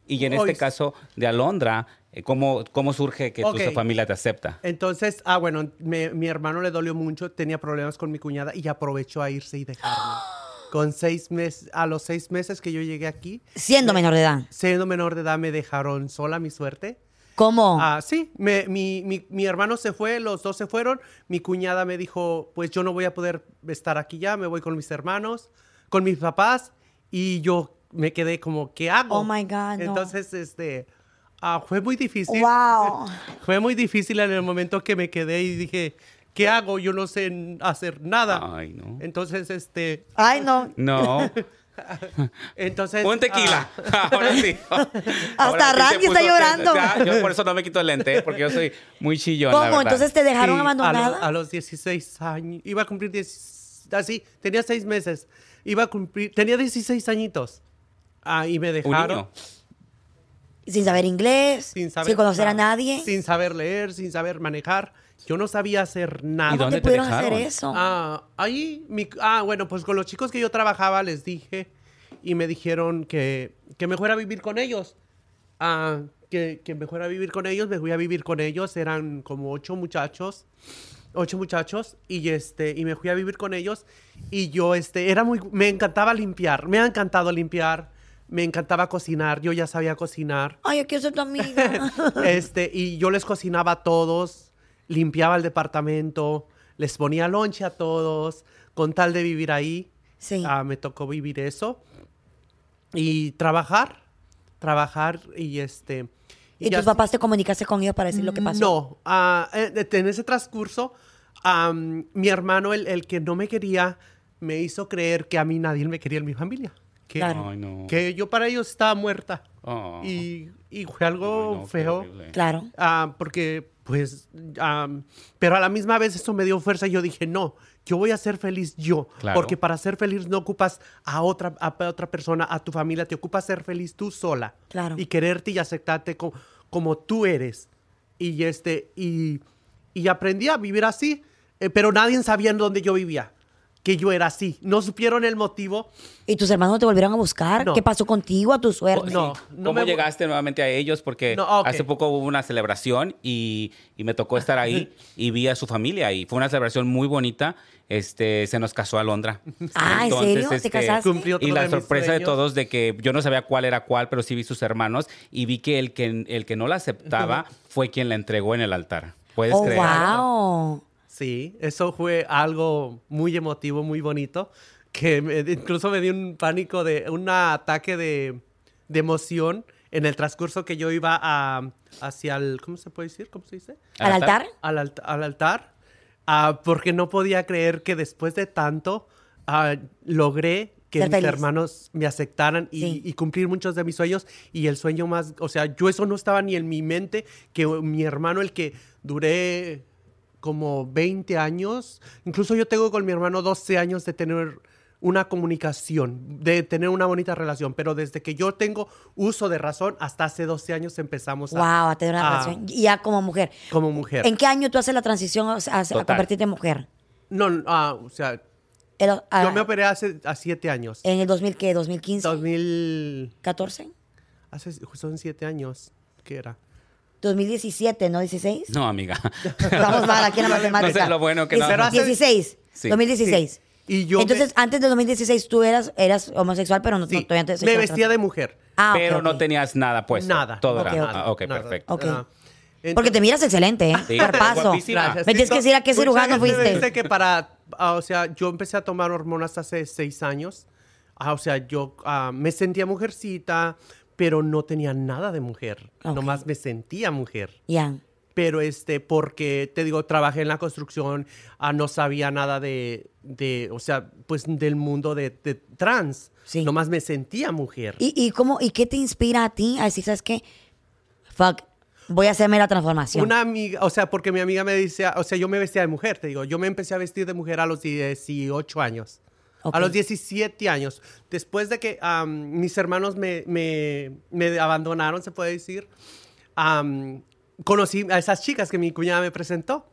Speaker 3: Y en
Speaker 2: Hoy-
Speaker 3: este caso de Alondra, eh, ¿cómo, cómo surge que
Speaker 2: Ok.
Speaker 3: tu familia te acepta?
Speaker 2: Entonces, ah, bueno, me- mi hermano le dolió mucho, tenía problemas con mi cuñada y aprovechó a irse y dejarme. Con seis meses, a los seis meses que yo llegué aquí,
Speaker 1: Siendo menor de edad.
Speaker 2: siendo menor de edad, me dejaron sola, mi suerte.
Speaker 1: ¿Cómo?
Speaker 2: Ah, sí, me- mi, mi- mi hermano se fue, los dos se fueron. Mi cuñada me dijo, pues yo no voy a poder estar aquí ya, me voy con mis hermanos, con mis papás. Y yo me quedé como, ¿qué hago?
Speaker 1: Oh, my God, no.
Speaker 2: Entonces, este, ah, fue muy difícil.
Speaker 1: Wow.
Speaker 2: Fue muy difícil en el momento que me quedé y dije, ¿qué hago? Yo no sé n- hacer nada.
Speaker 3: Ay, no.
Speaker 2: Entonces, este,
Speaker 1: Ay, no.
Speaker 3: No.
Speaker 2: entonces...
Speaker 3: Un tequila.
Speaker 2: ah,
Speaker 3: Ahora sí.
Speaker 1: Hasta
Speaker 3: sí se
Speaker 1: Randy está
Speaker 3: puso
Speaker 1: llorando.
Speaker 3: tensa. Ya, Yo por eso no me quito el lente, eh, porque yo soy muy chillón. la
Speaker 1: ¿Cómo?
Speaker 3: verdad.
Speaker 1: Entonces te dejaron
Speaker 2: Sí, a lo-
Speaker 1: abandonada.
Speaker 2: A, los 16 años. Iba a cumplir 10, así, tenía 6 meses. Iba a cumplir, tenía 16 añitos. Ah, y me
Speaker 3: Un
Speaker 2: dejaron
Speaker 3: niño.
Speaker 1: Sin saber inglés, sin,
Speaker 2: sin saber
Speaker 1: conocer a
Speaker 2: nada,
Speaker 1: nadie.
Speaker 2: Sin saber leer, sin saber manejar. Yo no sabía hacer
Speaker 3: ¿Y
Speaker 1: ¿Cómo
Speaker 2: nada.
Speaker 3: dónde
Speaker 1: te
Speaker 3: te
Speaker 1: pudieron
Speaker 3: dejaron?
Speaker 1: hacer eso?
Speaker 2: Ah, ahí, mi- ah, bueno, pues con los chicos que yo trabajaba les dije y me dijeron que, que me fuera a vivir con ellos. Ah, que, que me fuera a vivir con ellos, me fui a vivir con ellos. Eran como ocho muchachos, ocho muchachos y este y me fui a vivir con ellos y yo este era muy, me encantaba limpiar, me ha encantado limpiar, me encantaba cocinar, yo ya sabía cocinar
Speaker 1: Ay, yo quiero ser tu amiga.
Speaker 2: este, y yo les cocinaba a todos, limpiaba el departamento, les ponía lonche a todos, con tal de vivir ahí.
Speaker 1: Sí.
Speaker 2: Ah, me tocó vivir eso. Y trabajar, trabajar y este...
Speaker 1: ¿Y
Speaker 2: ya
Speaker 1: tus papás te comunicaste con ellos para decir lo que pasó?
Speaker 2: no, ah, en en ese transcurso, am, mi hermano, el, el que no me quería, me hizo creer que a mí nadie me quería en mi familia. Que,
Speaker 1: Claro.
Speaker 3: Ay, no.
Speaker 2: que yo para ellos estaba muerta.
Speaker 3: Oh.
Speaker 2: Y, y fue
Speaker 3: Ay,
Speaker 2: algo
Speaker 3: no, qué
Speaker 2: feo.
Speaker 3: horrible.
Speaker 1: Claro.
Speaker 2: Ah, porque, pues, am, pero a la misma vez eso me dio fuerza y yo dije, no, yo voy a ser feliz yo.
Speaker 3: Claro.
Speaker 2: Porque para ser feliz no ocupas a otra, a pa- otra persona, a tu familia, te ocupas ser feliz tú sola.
Speaker 1: Claro.
Speaker 2: Y quererte y aceptarte co- como tú eres. Y, este, y, y aprendí a vivir así, eh, pero nadie sabía en dónde yo vivía. que yo era así. No supieron el motivo.
Speaker 1: ¿Y tus hermanos no te volvieron a buscar?
Speaker 2: No.
Speaker 1: ¿Qué pasó contigo, a tu suerte?
Speaker 2: Oh, No, no
Speaker 3: ¿Cómo
Speaker 2: me-
Speaker 3: llegaste nuevamente a ellos? Porque
Speaker 2: No, ah, ok.
Speaker 3: hace poco hubo una celebración y, y me tocó estar ahí y vi a su familia y fue una celebración muy bonita. Este, se nos casó Alondra.
Speaker 1: Ah, ¿en serio?
Speaker 3: este,
Speaker 1: ¿Te casaste?
Speaker 2: Cumplió
Speaker 3: Y
Speaker 2: otro de
Speaker 3: la
Speaker 2: mis
Speaker 3: sorpresa de
Speaker 2: sueños.
Speaker 3: todos de que yo no sabía cuál era cuál, pero sí vi sus hermanos y vi que el que, el que no la aceptaba fue quien la entregó en el altar. ¿Puedes
Speaker 1: Oh,
Speaker 3: creer?
Speaker 1: wow.
Speaker 2: Sí, eso fue algo muy emotivo, muy bonito, que me- incluso me dio un pánico de un ataque de, de emoción en el transcurso que yo iba a, hacia el, ¿cómo se puede decir? ¿Cómo se dice?
Speaker 1: ¿Al altar?
Speaker 2: Al, alt- al altar, ah, porque no podía creer que después de tanto ah, logré que
Speaker 1: Ser
Speaker 2: mis
Speaker 1: feliz.
Speaker 2: hermanos me aceptaran y,
Speaker 1: Sí.
Speaker 2: y cumplir muchos de mis sueños y el sueño más, o sea, yo eso no estaba ni en mi mente, que mi hermano, el que duré como 20 años, incluso yo tengo con mi hermano 12 años de tener una comunicación, de tener una bonita relación, pero desde que yo tengo uso de razón, hasta hace 12 años empezamos
Speaker 1: wow, a tener una
Speaker 2: a-
Speaker 1: relación. Y ya como mujer.
Speaker 2: como mujer.
Speaker 1: ¿En qué año tú haces la transición a, a- a
Speaker 3: Total.
Speaker 1: convertirte en mujer?
Speaker 2: No, no, ah, o sea,
Speaker 1: El- ah, Eh,
Speaker 2: yo me operé hace a siete años.
Speaker 1: ¿En el 2000 qué? ¿2015?
Speaker 2: 2000,
Speaker 1: ¿14?
Speaker 2: hace, son siete años, ¿qué era?
Speaker 1: ¿2017, no 16?
Speaker 3: No, amiga.
Speaker 1: Vamos mal aquí en la matemática.
Speaker 3: No sé lo bueno que
Speaker 1: Dice-
Speaker 3: no.
Speaker 2: Pero hace-
Speaker 1: 16.
Speaker 3: Sí.
Speaker 1: 2016.
Speaker 2: Sí. Y yo
Speaker 1: Entonces,
Speaker 2: me,
Speaker 1: antes de 2016 tú eras, eras homosexual, pero no, no,
Speaker 2: sí,
Speaker 1: todavía no te-
Speaker 2: me vestía de mujer.
Speaker 1: Ah, ok,
Speaker 3: pero
Speaker 1: ok.
Speaker 3: no tenías nada puesto.
Speaker 2: Nada.
Speaker 3: Todo
Speaker 1: Ok, ok.
Speaker 3: era. Pues, Ah, ok,
Speaker 2: Nada.
Speaker 3: perfecto.
Speaker 1: Ok.
Speaker 2: Ah, entonces-
Speaker 1: Porque te miras excelente, ¿eh?
Speaker 3: Sí,
Speaker 1: Cuerpazo.
Speaker 3: guapísima.
Speaker 2: Gracias.
Speaker 1: Me tienes que decir a qué
Speaker 2: Mucha
Speaker 1: cirujano
Speaker 2: gente me
Speaker 1: fuiste.
Speaker 2: dice pues, que para, ah, o sea, yo empecé a tomar hormonas hace seis años. Ah, o sea, yo ah, me sentía mujercita, pero no tenía nada de mujer.
Speaker 1: Ok.
Speaker 2: Nomás me sentía mujer.
Speaker 1: Ya.
Speaker 2: Pero este, porque te digo, trabajé en la construcción, ah, no sabía nada de, de, o sea, pues del mundo de, de trans.
Speaker 1: Sí.
Speaker 2: Nomás me sentía mujer.
Speaker 1: ¿Y, y cómo, ¿Y qué te inspira a ti a decir, sabes qué? Fuck, voy a hacerme la transformación.
Speaker 2: Una amiga, o sea, porque mi amiga me dice, o sea, yo me vestía de mujer, te digo, yo me empecé a vestir de mujer a los 18 años.
Speaker 1: Ok.
Speaker 2: A los 17 años. Después de que am, mis hermanos me, me- me abandonaron, se puede decir, am, conocí a esas chicas que mi cuñada me presentó.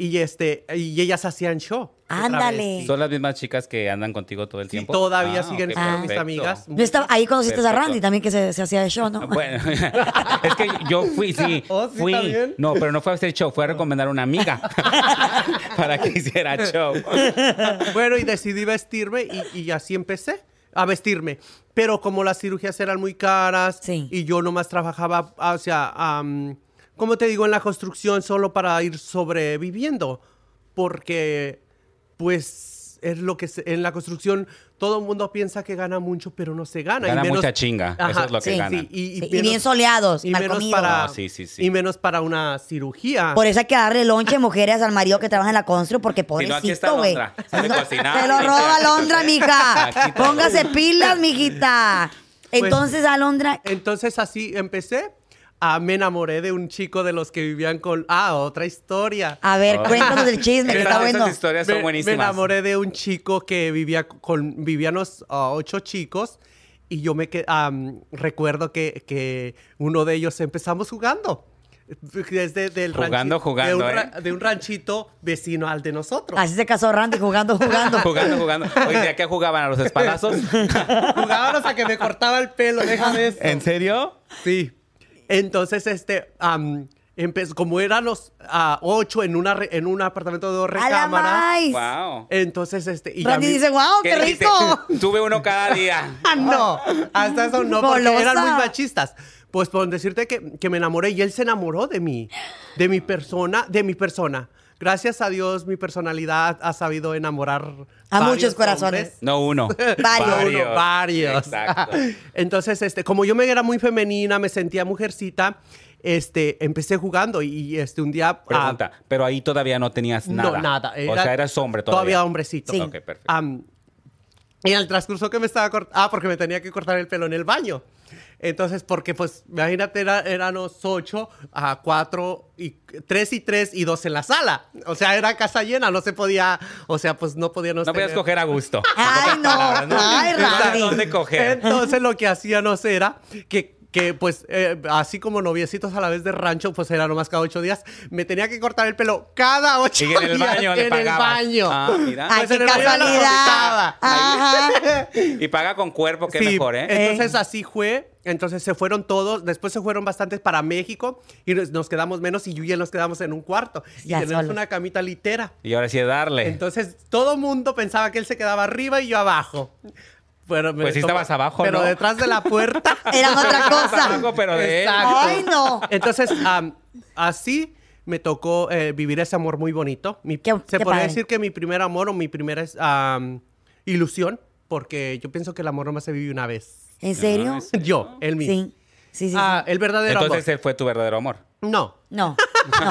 Speaker 2: Y, este, y ellas hacían show. de
Speaker 1: Ándale.
Speaker 2: travesti.
Speaker 3: ¿Son las mismas chicas que andan contigo todo el
Speaker 2: Sí,
Speaker 3: tiempo?
Speaker 2: todavía
Speaker 3: Ah,
Speaker 2: siguen
Speaker 3: ok,
Speaker 2: siendo mis
Speaker 3: perfecto.
Speaker 2: amigas.
Speaker 1: No estaba, ahí conociste a
Speaker 3: Perfecto.
Speaker 1: Randy también, que se, se hacía de show, ¿no?
Speaker 3: Ah, Bueno, es que yo fui, sí,
Speaker 2: Oh, sí,
Speaker 3: fui.
Speaker 2: también.
Speaker 3: No, pero no fue a hacer show, fue a recomendar a una amiga para que hiciera show.
Speaker 2: Bueno, y decidí vestirme y, y así empecé a vestirme. Pero como las cirugías eran muy caras
Speaker 1: Sí.
Speaker 2: y yo nomás trabajaba, ah, o sea, am, como te digo, en la construcción solo para ir sobreviviendo. Porque, pues, es lo que se- en la construcción todo el mundo piensa que gana mucho, pero no se gana.
Speaker 3: Gana mucha chinga, eso es lo que
Speaker 1: Sí. ganan. Sí,
Speaker 2: y,
Speaker 1: y bien soleados,
Speaker 2: y
Speaker 1: mal
Speaker 2: menos
Speaker 1: comidos.
Speaker 2: para,
Speaker 3: No, sí, sí, sí.
Speaker 2: Y menos para una cirugía.
Speaker 1: Por eso hay que darle lonche mujeres al marido que trabaja en la constru, porque
Speaker 3: no, aquí está
Speaker 1: pobrecito, güey.
Speaker 3: Alondra. Sabe cocinar,
Speaker 1: se lo
Speaker 3: limpia.
Speaker 1: roba Alondra, mija.
Speaker 3: Aquí todo.
Speaker 1: Póngase pilas, mijita. Entonces, Alondra,
Speaker 2: Entonces así empecé. Ah, me enamoré de un chico de los que vivían con... Ah, otra historia.
Speaker 1: a ver, cuéntanos el chisme, que
Speaker 3: Esas-
Speaker 1: está bueno.
Speaker 3: Esas historias
Speaker 2: me,
Speaker 3: son buenísimas.
Speaker 2: me enamoré de un chico que vivía con... Vivíanos ah, ocho chicos. Y yo me que, am, recuerdo que, que uno de ellos empezamos jugando. Desde del
Speaker 3: Jugando,
Speaker 2: ranchi-
Speaker 3: jugando,
Speaker 2: de un, ra-
Speaker 3: ¿eh?
Speaker 2: de un ranchito vecino al de nosotros.
Speaker 1: Así se casó Randy jugando, jugando.
Speaker 3: Jugando, jugando. Oye, ¿de qué jugaban a los espadazos?
Speaker 2: Jugábamos a que me cortaba el pelo, déjame eso.
Speaker 3: ¿En serio?
Speaker 2: Sí. Entonces, este, am, empe- como eran los ah, ocho en, una re- en un apartamento de dos
Speaker 1: ¡A la
Speaker 2: recámaras,
Speaker 1: mais!
Speaker 3: Wow.
Speaker 2: entonces, este... Y
Speaker 1: Randy
Speaker 2: a mí-
Speaker 1: dice, wow, qué
Speaker 3: dijiste?
Speaker 1: rico.
Speaker 3: Tuve uno cada día.
Speaker 2: Ah, no, hasta eso no, porque
Speaker 1: Golosa.
Speaker 2: eran muy machistas. Pues por decirte que, que me enamoré y él se enamoró de mí, de mi persona, de mi persona. Gracias a Dios, mi personalidad ha sabido enamorar
Speaker 1: A
Speaker 2: varios
Speaker 1: muchos corazones.
Speaker 2: hombres.
Speaker 3: No uno.
Speaker 1: Varios.
Speaker 2: Uno, varios.
Speaker 3: Exacto.
Speaker 2: Entonces, este, como yo me era muy femenina, me sentía mujercita, este, empecé jugando y, y, este, un día... ah,
Speaker 3: Pregunta, pero ahí todavía no tenías nada.
Speaker 2: No, nada.
Speaker 3: o
Speaker 2: Era-
Speaker 3: sea, eras hombre todavía.
Speaker 2: hombrecito.
Speaker 1: Sí.
Speaker 3: Ok, perfecto.
Speaker 2: Am, y en el transcurso que me estaba cortando... Ah, porque me tenía que cortar el pelo en el baño. Entonces, porque pues, imagínate, era, eran los ocho a cuatro y tres y tres y dos en la sala. O sea, era casa llena, no se podía... O sea, pues no podían...
Speaker 3: no podías coger a gusto.
Speaker 2: Ah,
Speaker 1: Ay,
Speaker 3: En
Speaker 1: no.
Speaker 3: pocas palabras,
Speaker 1: Ay,
Speaker 3: No sabías
Speaker 1: Randy.
Speaker 3: dónde coger.
Speaker 2: Entonces lo que hacíamos era que que pues eh, así como noviecitos a la vez de rancho, pues era nomás cada ocho días, me tenía que cortar el pelo cada ocho
Speaker 3: Y en el
Speaker 2: días
Speaker 3: baño le
Speaker 2: en el
Speaker 3: pagabas.
Speaker 2: baño.
Speaker 3: Ah, mira.
Speaker 1: ¡Ay,
Speaker 2: Pues
Speaker 1: qué
Speaker 2: en el baño la
Speaker 1: casualidad!
Speaker 2: vomitaba.
Speaker 1: Ajá.
Speaker 3: Y paga con cuerpo, que
Speaker 2: Sí,
Speaker 3: mejor, ¿eh?
Speaker 2: Entonces así fue. Entonces se fueron todos, después se fueron bastantes para México y nos nos quedamos menos y yo y él nos quedamos en un cuarto. Y
Speaker 1: Ya
Speaker 2: tenemos
Speaker 1: solos.
Speaker 2: una camita litera.
Speaker 3: Y ahora sí, darle.
Speaker 2: Entonces todo mundo pensaba que él se quedaba arriba y yo abajo. Pero me
Speaker 3: Pues sí
Speaker 2: tocó-
Speaker 3: estabas abajo,
Speaker 2: Pero
Speaker 3: ¿no?
Speaker 2: detrás de la puerta.
Speaker 1: Era otra cosa.
Speaker 3: Abajo, pero de él.
Speaker 2: Exacto.
Speaker 1: ¡Ay, no!
Speaker 2: Entonces am, así me tocó eh, vivir ese amor muy bonito. Mi-
Speaker 1: Qué-
Speaker 2: se
Speaker 1: qué
Speaker 2: podría
Speaker 1: padre.
Speaker 2: decir que mi primer amor o mi primera es, am, ilusión, porque yo pienso que el amor nomás se vive una vez.
Speaker 1: ¿En serio?
Speaker 3: No,
Speaker 1: Sí,
Speaker 3: es-
Speaker 2: Yo, él mismo.
Speaker 1: sí, sí. sí.
Speaker 2: Ah, el verdadero
Speaker 3: Entonces eh,
Speaker 2: amor.
Speaker 3: él fue tu verdadero amor.
Speaker 2: No.
Speaker 1: No, no,
Speaker 3: Te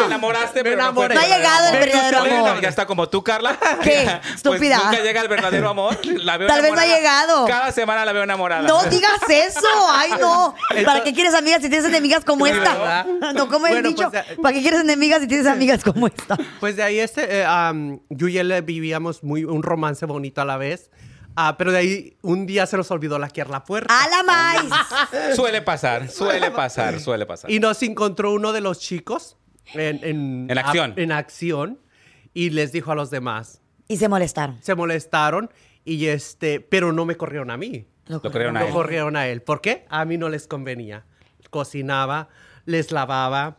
Speaker 1: no.
Speaker 3: enamoraste,
Speaker 2: Me
Speaker 3: pero no, fue
Speaker 2: enamoré.
Speaker 3: tu
Speaker 1: No ha llegado el
Speaker 3: verdadero amor.
Speaker 1: verdadero
Speaker 3: Oye,
Speaker 1: amor.
Speaker 3: no, ya está como tú, Carla.
Speaker 1: ¿Qué?
Speaker 3: Pues
Speaker 1: Estúpida.
Speaker 3: nunca llega el verdadero amor. La veo
Speaker 1: Tal vez no ha
Speaker 3: enamorada.
Speaker 1: llegado.
Speaker 3: Cada semana la veo enamorada.
Speaker 1: No digas eso, ay no. ¿Para
Speaker 2: Entonces-
Speaker 1: qué quieres amigas si tienes enemigas como
Speaker 2: Sí,
Speaker 1: esta?
Speaker 2: ¿verdad?
Speaker 1: No, como he
Speaker 2: Bueno,
Speaker 1: dicho,
Speaker 2: pues, eh,
Speaker 1: ¿para qué quieres enemigas si tienes amigas como esta?
Speaker 2: Pues de ahí este, eh, am, yo y él eh, vivíamos muy, un romance bonito a la vez. Ah, pero de ahí un día se nos olvidó laquear la puerta.
Speaker 1: ¡A la maíz!
Speaker 3: Suele pasar, suele pasar, suele pasar.
Speaker 2: Y nos encontró uno de los chicos en,
Speaker 3: En acción.
Speaker 2: a- en acción y les dijo a los demás.
Speaker 1: Y se molestaron.
Speaker 2: Se molestaron y este, pero no me corrieron a mí.
Speaker 3: Lo corrieron a
Speaker 2: Lo
Speaker 3: él.
Speaker 2: corrieron a él. ¿Por qué? A mí no les convenía. Cocinaba, les lavaba,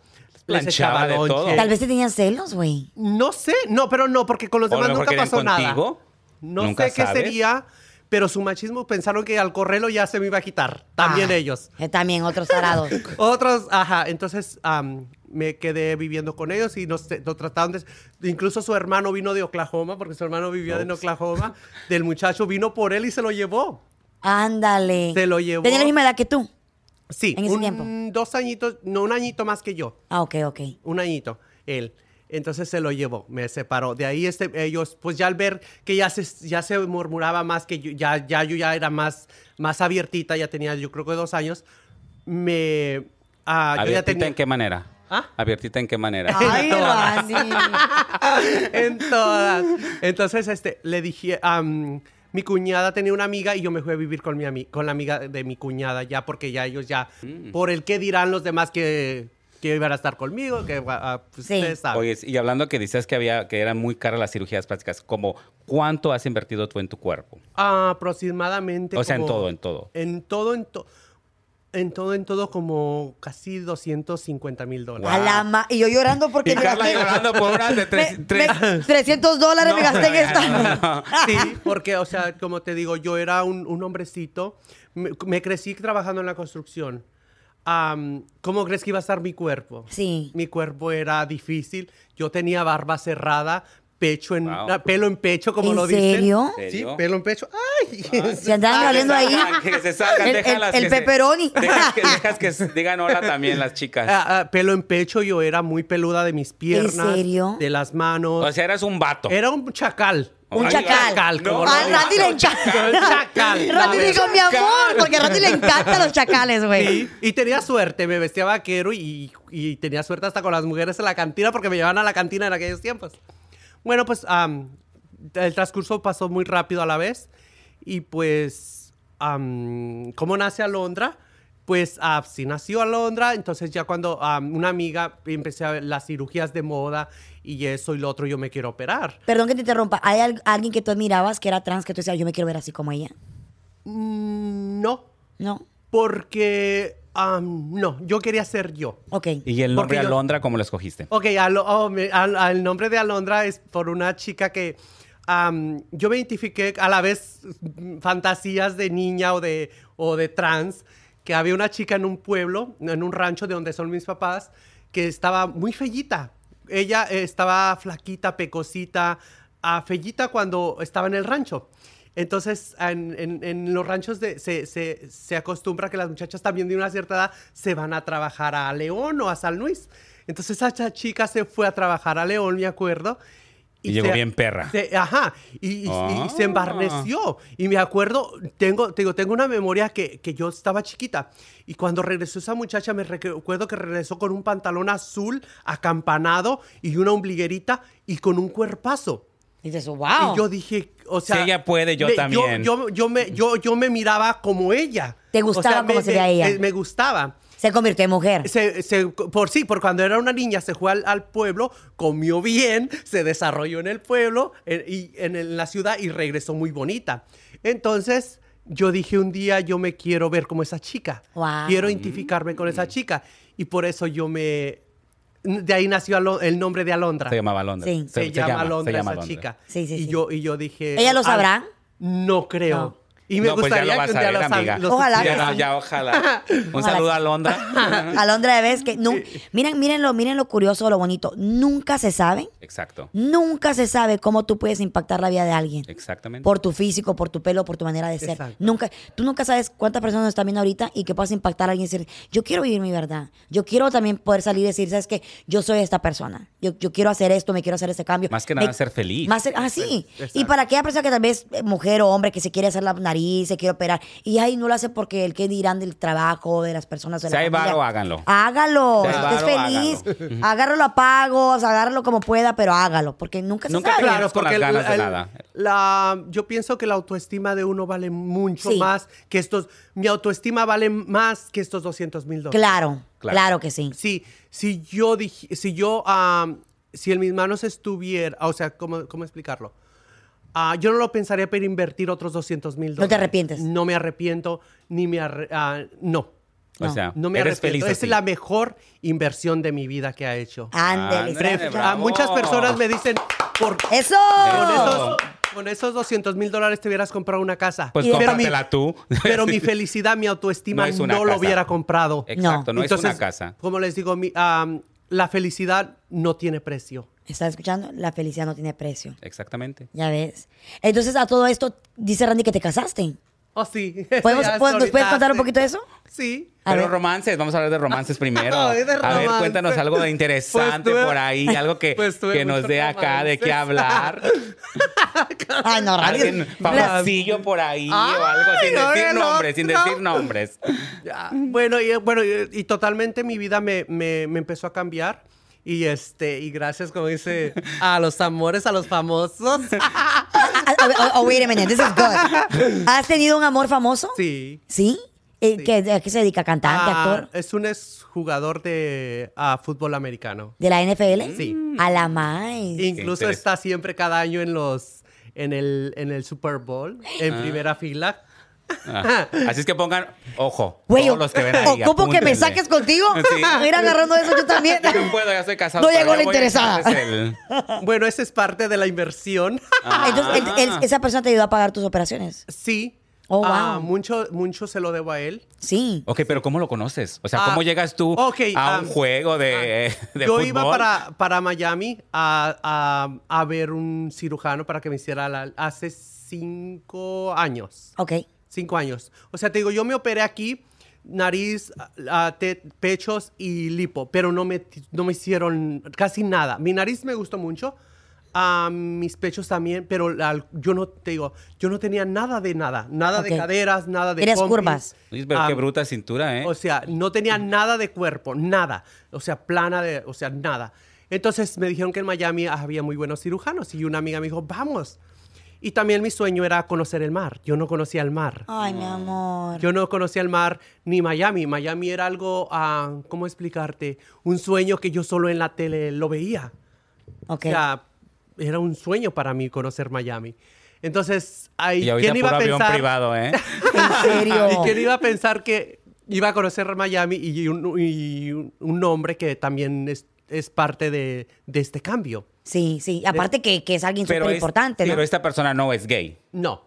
Speaker 2: les
Speaker 3: Planchaba
Speaker 2: echaba
Speaker 3: de todo.
Speaker 2: lonche.
Speaker 1: Tal vez te tenían celos, güey.
Speaker 2: No sé, no, pero no, porque con los
Speaker 3: O a lo
Speaker 2: demás
Speaker 3: mejor
Speaker 2: pues, nunca
Speaker 3: querían
Speaker 2: pasó nada. Ah,
Speaker 3: contigo.
Speaker 2: No
Speaker 3: Nunca
Speaker 2: sé qué
Speaker 3: sabes.
Speaker 2: sería, pero su machismo pensaron que al correrlo ya se me iba a quitar. También
Speaker 1: Ah,
Speaker 2: ellos.
Speaker 1: eh, También otros tarados.
Speaker 2: Otros, ajá, entonces am, me quedé viviendo con ellos y nos, nos trataron de... Incluso su hermano vino de Oklahoma, porque su hermano vivía en
Speaker 3: Ups.
Speaker 2: Oklahoma, del muchacho vino por él y se lo llevó.
Speaker 1: Ándale.
Speaker 2: Se lo llevó.
Speaker 1: Tenía la misma edad que tú.
Speaker 2: Sí,
Speaker 1: En ese
Speaker 2: un-
Speaker 1: tiempo.
Speaker 2: dos añitos, no, un añito más que yo.
Speaker 1: Ah, ok, ok.
Speaker 2: un añito, él. Entonces se lo llevó, me separó. De ahí este, ellos, pues ya al ver que ya se, ya se murmuraba más, que yo, ya, ya yo ya era más, más abiertita, ya tenía yo creo que dos años, me... ah, yo ya
Speaker 3: ¿Abiertita
Speaker 2: tenía...
Speaker 3: en qué manera?
Speaker 2: ¿Ah?
Speaker 3: ¿Abiertita en qué manera?
Speaker 1: Ay,
Speaker 2: todas.
Speaker 1: Randy.
Speaker 2: en todas. Entonces este, le dije, am, mi cuñada tenía una amiga y yo me fui a vivir con, mi ami- con la amiga de mi cuñada ya, porque ya ellos ya,
Speaker 3: Mm.
Speaker 2: por el qué dirán los demás que, que iban a estar conmigo, que ah, pues,
Speaker 1: Sí.
Speaker 2: ustedes saben.
Speaker 3: Oye, y hablando que dices que había que eran muy caras las cirugías plásticas, como ¿cuánto has invertido tú en tu cuerpo?
Speaker 2: Aproximadamente.
Speaker 3: O sea, en
Speaker 2: como-
Speaker 3: todo, en todo.
Speaker 2: En todo, en todo. En todo, en todo, como casi 250 mil dólares.
Speaker 1: A la ma- Y yo llorando porque
Speaker 3: Y
Speaker 1: me
Speaker 3: Carla
Speaker 1: gasté.
Speaker 3: llorando por unas de
Speaker 1: me-
Speaker 3: tres,
Speaker 1: me-
Speaker 3: tres-
Speaker 1: 300 dólares me
Speaker 3: No,
Speaker 1: gasté en
Speaker 3: ya,
Speaker 1: esta.
Speaker 3: no, no.
Speaker 2: Sí, porque, o sea, como te digo, yo era un, un hombrecito. Me, me crecí trabajando en la construcción. Am, ¿Cómo crees que iba a estar mi cuerpo?
Speaker 1: Sí.
Speaker 2: Mi cuerpo era difícil. Yo tenía barba cerrada, pecho en,
Speaker 3: Wow.
Speaker 2: ah, pelo en pecho, como
Speaker 1: ¿En
Speaker 2: lo dicen.
Speaker 1: serio?
Speaker 3: ¿En
Speaker 2: Sí,
Speaker 3: serio?
Speaker 2: pelo en pecho. ¡Ay!
Speaker 1: Se andaban oliendo ahí.
Speaker 3: Ah, Que se salgan,
Speaker 1: El- el-
Speaker 3: déjalas
Speaker 1: el
Speaker 3: que se-
Speaker 1: pepperoni.
Speaker 3: Dejas que, dejas que se digan hola también las chicas.
Speaker 2: Ah, ah, pelo en pecho, yo era muy peluda de mis piernas.
Speaker 1: serio?
Speaker 2: De las manos.
Speaker 3: O sea, eras un vato.
Speaker 2: era un chacal.
Speaker 1: Un
Speaker 3: Ay,
Speaker 1: chacal.
Speaker 2: chacal, como
Speaker 1: Ah,
Speaker 2: lo
Speaker 1: Randy
Speaker 2: digo.
Speaker 1: le encanta.
Speaker 2: Un chacal.
Speaker 1: Randy
Speaker 2: Dame.
Speaker 1: dijo, mi amor, porque a Randy le encantan los chacales, güey.
Speaker 2: Sí, y tenía suerte, me vestía vaquero y, y tenía suerte hasta con las mujeres en la cantina porque me llevaban a la cantina en aquellos tiempos. Bueno, pues am, el transcurso pasó muy rápido a la vez y pues, am, ¿cómo nace Alondra? Pues ah, sí nació Alondra, entonces ya cuando am, una amiga empecé a ver las cirugías de moda y eso y lo otro, yo me quiero operar.
Speaker 1: Perdón que te interrumpa. ¿Hay al- alguien que tú admirabas que era trans que tú decías, yo me quiero ver así como ella?
Speaker 2: Mm, no,
Speaker 1: No.
Speaker 2: porque am, no, yo quería ser yo.
Speaker 1: Ok.
Speaker 3: ¿Y el nombre
Speaker 2: Porque yo-
Speaker 3: Alondra cómo lo escogiste?
Speaker 2: Ok, Alo- oh, me- al, al nombre de Alondra es por una chica que am, yo me identifiqué a la vez mm, fantasías de niña o de, o de trans, que había una chica en un pueblo, en un rancho de donde son mis papás, que estaba muy fellita. Ella eh, estaba flaquita, pecosita, a fellita cuando estaba en el rancho. Entonces, en, en- en los ranchos de- se, se- se acostumbra que las muchachas también de una cierta edad se van a trabajar a León o a San Luis. Entonces, esa cha- chica se fue a trabajar a León, me acuerdo.
Speaker 3: Y llegó bien perra.
Speaker 2: se- ajá, y, y- y
Speaker 3: Ah.
Speaker 2: se embarneció. Y me acuerdo, tengo, te digo, tengo una memoria que, que yo estaba chiquita. Y cuando regresó esa muchacha, me recuerdo que regresó con un pantalón azul acampanado y una ombliguerita y con un cuerpazo.
Speaker 1: Dices, wow.
Speaker 2: Y yo dije, o sea.
Speaker 3: Si ella puede, yo también.
Speaker 2: Yo, yo me, yo, yo me miraba como ella.
Speaker 1: ¿Te
Speaker 2: O
Speaker 1: gustaba
Speaker 2: me-
Speaker 1: cómo
Speaker 2: me-
Speaker 1: se veía ella?
Speaker 2: Me, me gustaba.
Speaker 1: Se convirtió en mujer.
Speaker 2: Se- se- por sí, por cuando era una niña se fue al, al pueblo, comió bien, se desarrolló en el pueblo en, y, en, el- en la ciudad y regresó muy bonita. Entonces yo dije un día yo me quiero ver como esa chica,
Speaker 1: Wow.
Speaker 2: quiero identificarme con esa chica y por eso yo me de ahí nació Alo- el nombre de Alondra.
Speaker 3: Se llamaba Londra.
Speaker 1: Sí.
Speaker 2: Se llama Alondra esa chica.
Speaker 1: Sí, sí,
Speaker 2: y
Speaker 1: sí.
Speaker 2: yo y yo dije.
Speaker 1: ¿Ella lo
Speaker 2: "Ah,
Speaker 1: sabrá?
Speaker 2: no creo.
Speaker 1: No.
Speaker 2: Y me
Speaker 3: No, pues ya
Speaker 2: gustaría
Speaker 3: lo vas
Speaker 2: que un
Speaker 3: a
Speaker 2: día
Speaker 3: ver,
Speaker 2: lo sab-
Speaker 3: amiga.
Speaker 2: lo
Speaker 1: Ojalá
Speaker 2: supiera.
Speaker 1: que
Speaker 3: Ya,
Speaker 1: sí.
Speaker 3: ya, ojalá. Un
Speaker 1: Ojalá.
Speaker 3: saludo a Londra.
Speaker 1: Alondra de vez que. nun- miren, miren, lo, miren lo curioso, lo bonito. Nunca se sabe.
Speaker 3: Exacto.
Speaker 1: Nunca se sabe cómo tú puedes impactar la vida de alguien.
Speaker 3: Exactamente.
Speaker 1: Por tu físico, por tu pelo, por tu manera de ser.
Speaker 2: Exacto.
Speaker 1: Nunca, tú nunca sabes cuántas personas están viendo ahorita y que puedas impactar a alguien y decir, yo quiero vivir mi verdad. Yo quiero también poder salir y decir, ¿sabes qué? Yo soy esta persona. Yo, yo quiero hacer esto, me quiero hacer este cambio.
Speaker 3: Más que nada
Speaker 1: Me-
Speaker 3: ser feliz.
Speaker 1: Más ser- ah, sí.
Speaker 2: Exacto.
Speaker 1: Y para aquella persona que tal vez, eh, mujer o hombre, que se quiere hacer la nariz, se quiere operar, y ahí no lo hace porque el que dirán del trabajo, de las personas. de
Speaker 3: Si
Speaker 1: la
Speaker 3: hay
Speaker 1: familia.
Speaker 3: varo, háganlo.
Speaker 1: Hágalo.
Speaker 3: Si hay
Speaker 1: Si usted es feliz,
Speaker 3: varo,
Speaker 1: agárralo a pagos, agárralo como pueda, pero hágalo, porque nunca se
Speaker 3: Nunca
Speaker 1: sabe.
Speaker 3: Claro,
Speaker 2: Claro,
Speaker 3: con
Speaker 2: porque
Speaker 3: las ganas de
Speaker 2: el-
Speaker 3: nada.
Speaker 2: la- yo pienso que la autoestima de uno vale mucho
Speaker 1: Sí.
Speaker 2: más que estos. Mi autoestima vale más que estos 200 mil dólares.
Speaker 1: Claro,
Speaker 3: Claro.
Speaker 1: claro, que sí.
Speaker 2: Si, si yo dij- si yo, am, si en mis manos estuviera, o sea, ¿cómo, cómo explicarlo? Ah, yo no lo pensaría para invertir otros 200 mil
Speaker 1: te
Speaker 2: dólares.
Speaker 1: arrepientes.
Speaker 2: No me arrepiento, ni me arre- ah, no.
Speaker 3: O
Speaker 1: No.
Speaker 3: sea,
Speaker 2: No me
Speaker 3: eres
Speaker 2: arrepiento.
Speaker 3: feliz.
Speaker 2: Es
Speaker 3: así.
Speaker 2: la mejor inversión de mi vida que ha hecho.
Speaker 1: Ándele,
Speaker 3: Ándele,
Speaker 1: ¿sí?
Speaker 2: Pref-
Speaker 3: bravo.
Speaker 2: a muchas personas me dicen, ¿por qué?
Speaker 1: ¡Eso!
Speaker 2: Con
Speaker 3: Eso.
Speaker 2: esos, con esos 200 mil dólares te hubieras comprado una casa.
Speaker 3: Pues
Speaker 1: Y-
Speaker 2: pero mi,
Speaker 3: cómpratela tú.
Speaker 2: pero mi felicidad, mi autoestima
Speaker 3: No es
Speaker 2: no,
Speaker 3: una
Speaker 2: lo
Speaker 3: casa.
Speaker 2: hubiera comprado.
Speaker 3: Exacto, no,
Speaker 2: Entonces,
Speaker 3: es una casa.
Speaker 2: Como les digo, mi- am, la felicidad no tiene precio.
Speaker 1: ¿Estás escuchando? La felicidad no tiene precio.
Speaker 3: Exactamente.
Speaker 1: Ya ves. Entonces, a todo esto, dice Randy que te casaste.
Speaker 2: Oh, sí.
Speaker 1: ¿Podemos-
Speaker 2: Ya,
Speaker 1: pod- ¿Nos
Speaker 2: ahorita,
Speaker 1: puedes contar un
Speaker 2: sí.
Speaker 1: poquito de eso?
Speaker 2: Sí.
Speaker 1: A
Speaker 3: pero
Speaker 1: ver.
Speaker 3: romances, vamos a hablar de romances primero.
Speaker 2: Ay, de
Speaker 3: A ver,
Speaker 2: romance.
Speaker 3: cuéntanos algo de interesante
Speaker 2: Pues tuve-
Speaker 3: por ahí, algo que,
Speaker 2: pues tuve
Speaker 3: que nos
Speaker 2: muchos
Speaker 3: dé acá de qué
Speaker 2: romances.
Speaker 3: hablar.
Speaker 1: Ay, no, Randy.
Speaker 3: Alguien famosillo por ahí o algo, sin
Speaker 2: no,
Speaker 3: decir
Speaker 2: no,
Speaker 3: nombres, sin
Speaker 2: no.
Speaker 3: decir nombres.
Speaker 2: Ya. Bueno, y, bueno, y, y totalmente mi vida me, me- me empezó a cambiar. Y este, y gracias, como dice, a los amores, a los famosos.
Speaker 1: Ah, ah, ah, oh, wait a minute, this is good. ¿Has tenido un amor famoso?
Speaker 2: Sí.
Speaker 1: ¿Sí? Eh,
Speaker 2: Sí.
Speaker 1: ¿qué- ¿A qué se dedica? ¿Cantante,
Speaker 2: Ah,
Speaker 1: actor?
Speaker 2: Es un exjugador de ah, fútbol americano.
Speaker 1: ¿De la NFL?
Speaker 2: Sí.
Speaker 1: A la más.
Speaker 2: Incluso
Speaker 3: interesante.
Speaker 2: está siempre cada año en los en el, en el Super Bowl, en primera fila.
Speaker 3: Ah, Así es que pongan ojo.
Speaker 1: Güey,
Speaker 3: todos
Speaker 1: o-
Speaker 3: los que ven ahí,
Speaker 1: ocupo que me
Speaker 3: apúntenle.
Speaker 1: saques contigo.
Speaker 3: Sí.
Speaker 1: Mira agarrando eso yo también.
Speaker 3: Yo no puedo, ya soy casado.
Speaker 1: No
Speaker 3: pero
Speaker 1: llegó
Speaker 3: ya
Speaker 1: la
Speaker 3: voy a
Speaker 1: interesada.
Speaker 3: echarles el-
Speaker 2: Bueno, esa es parte de la inversión.
Speaker 3: Ah.
Speaker 1: Entonces, el- el- esa persona te ayudó a pagar tus operaciones.
Speaker 2: sí.
Speaker 1: Oh,
Speaker 2: Ah,
Speaker 1: wow.
Speaker 2: mucho, mucho se lo debo a él.
Speaker 1: Sí.
Speaker 3: Ok, pero ¿cómo lo conoces? O sea, ¿cómo
Speaker 2: Ah,
Speaker 3: llegas tú
Speaker 2: ok,
Speaker 3: a
Speaker 2: ah,
Speaker 3: un juego de, de
Speaker 2: Yo
Speaker 3: fútbol?
Speaker 2: iba para, para Miami a, a- a ver un cirujano para que me hiciera la- hace cinco años.
Speaker 1: Ok.
Speaker 2: Cinco años. O sea, te digo, yo me operé aquí, nariz, a- a te- pechos y lipo, pero no me, ti- no me hicieron casi nada. Mi nariz me gustó mucho, a mis pechos también, pero la- yo no, te digo, yo no tenía nada de nada. Nada de
Speaker 1: Ok.
Speaker 2: caderas, nada de
Speaker 1: Eres
Speaker 2: pompis.
Speaker 1: curvas.
Speaker 3: Luis, pero
Speaker 2: Ah,
Speaker 3: qué bruta cintura, ¿eh?
Speaker 2: o sea, no tenía nada de cuerpo, nada. O sea, plana de, o sea, nada. Entonces me dijeron que en Miami había muy buenos cirujanos y una amiga me dijo, vamos. Y también mi sueño era conocer el mar. Yo no conocía el mar.
Speaker 1: Ay, mi amor.
Speaker 2: Yo no conocía el mar ni Miami. Miami era algo, ah, ¿cómo explicarte? Un sueño que yo solo en la tele lo veía.
Speaker 1: ok.
Speaker 2: O sea, era un sueño para mí conocer Miami. Entonces, ahí,
Speaker 3: y ahorita
Speaker 2: ¿quién iba
Speaker 3: puro
Speaker 2: a
Speaker 3: avión
Speaker 2: pensar? Ah,
Speaker 3: privado, ¿eh?
Speaker 1: en serio.
Speaker 2: ¿Y quién iba a pensar que iba a conocer Miami y un, y un- un hombre que también es, es parte de, de este cambio?
Speaker 1: Sí,
Speaker 2: eh,
Speaker 1: sí. Aparte que, que es alguien
Speaker 3: Pero,
Speaker 1: súper
Speaker 3: es-
Speaker 1: importante, ¿no?
Speaker 3: pero esta persona no es gay.
Speaker 2: No,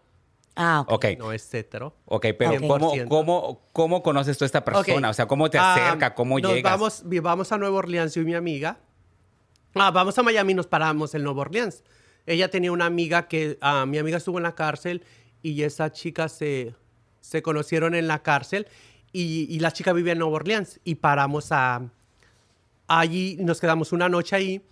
Speaker 1: Ah, ok.
Speaker 3: Ok,
Speaker 2: no es hetero.
Speaker 3: ok, pero
Speaker 1: Ok.
Speaker 3: ¿cómo, cómo, ¿cómo conoces tú a esta persona?
Speaker 2: Ok.
Speaker 3: O sea, ¿cómo te
Speaker 2: Ah,
Speaker 3: acerca? ¿Cómo
Speaker 2: nos
Speaker 3: llegas?
Speaker 2: Vamos, vi- vamos a Nueva Orleans, yo y mi amiga. Ah, vamos a Miami y nos paramos en Nueva Orleans. Ella tenía una amiga que, ah, mi amiga estuvo en la cárcel y esa chica se, se conocieron en la cárcel y, y la chica vive en Nueva Orleans y paramos a, allí, nos quedamos una noche ahí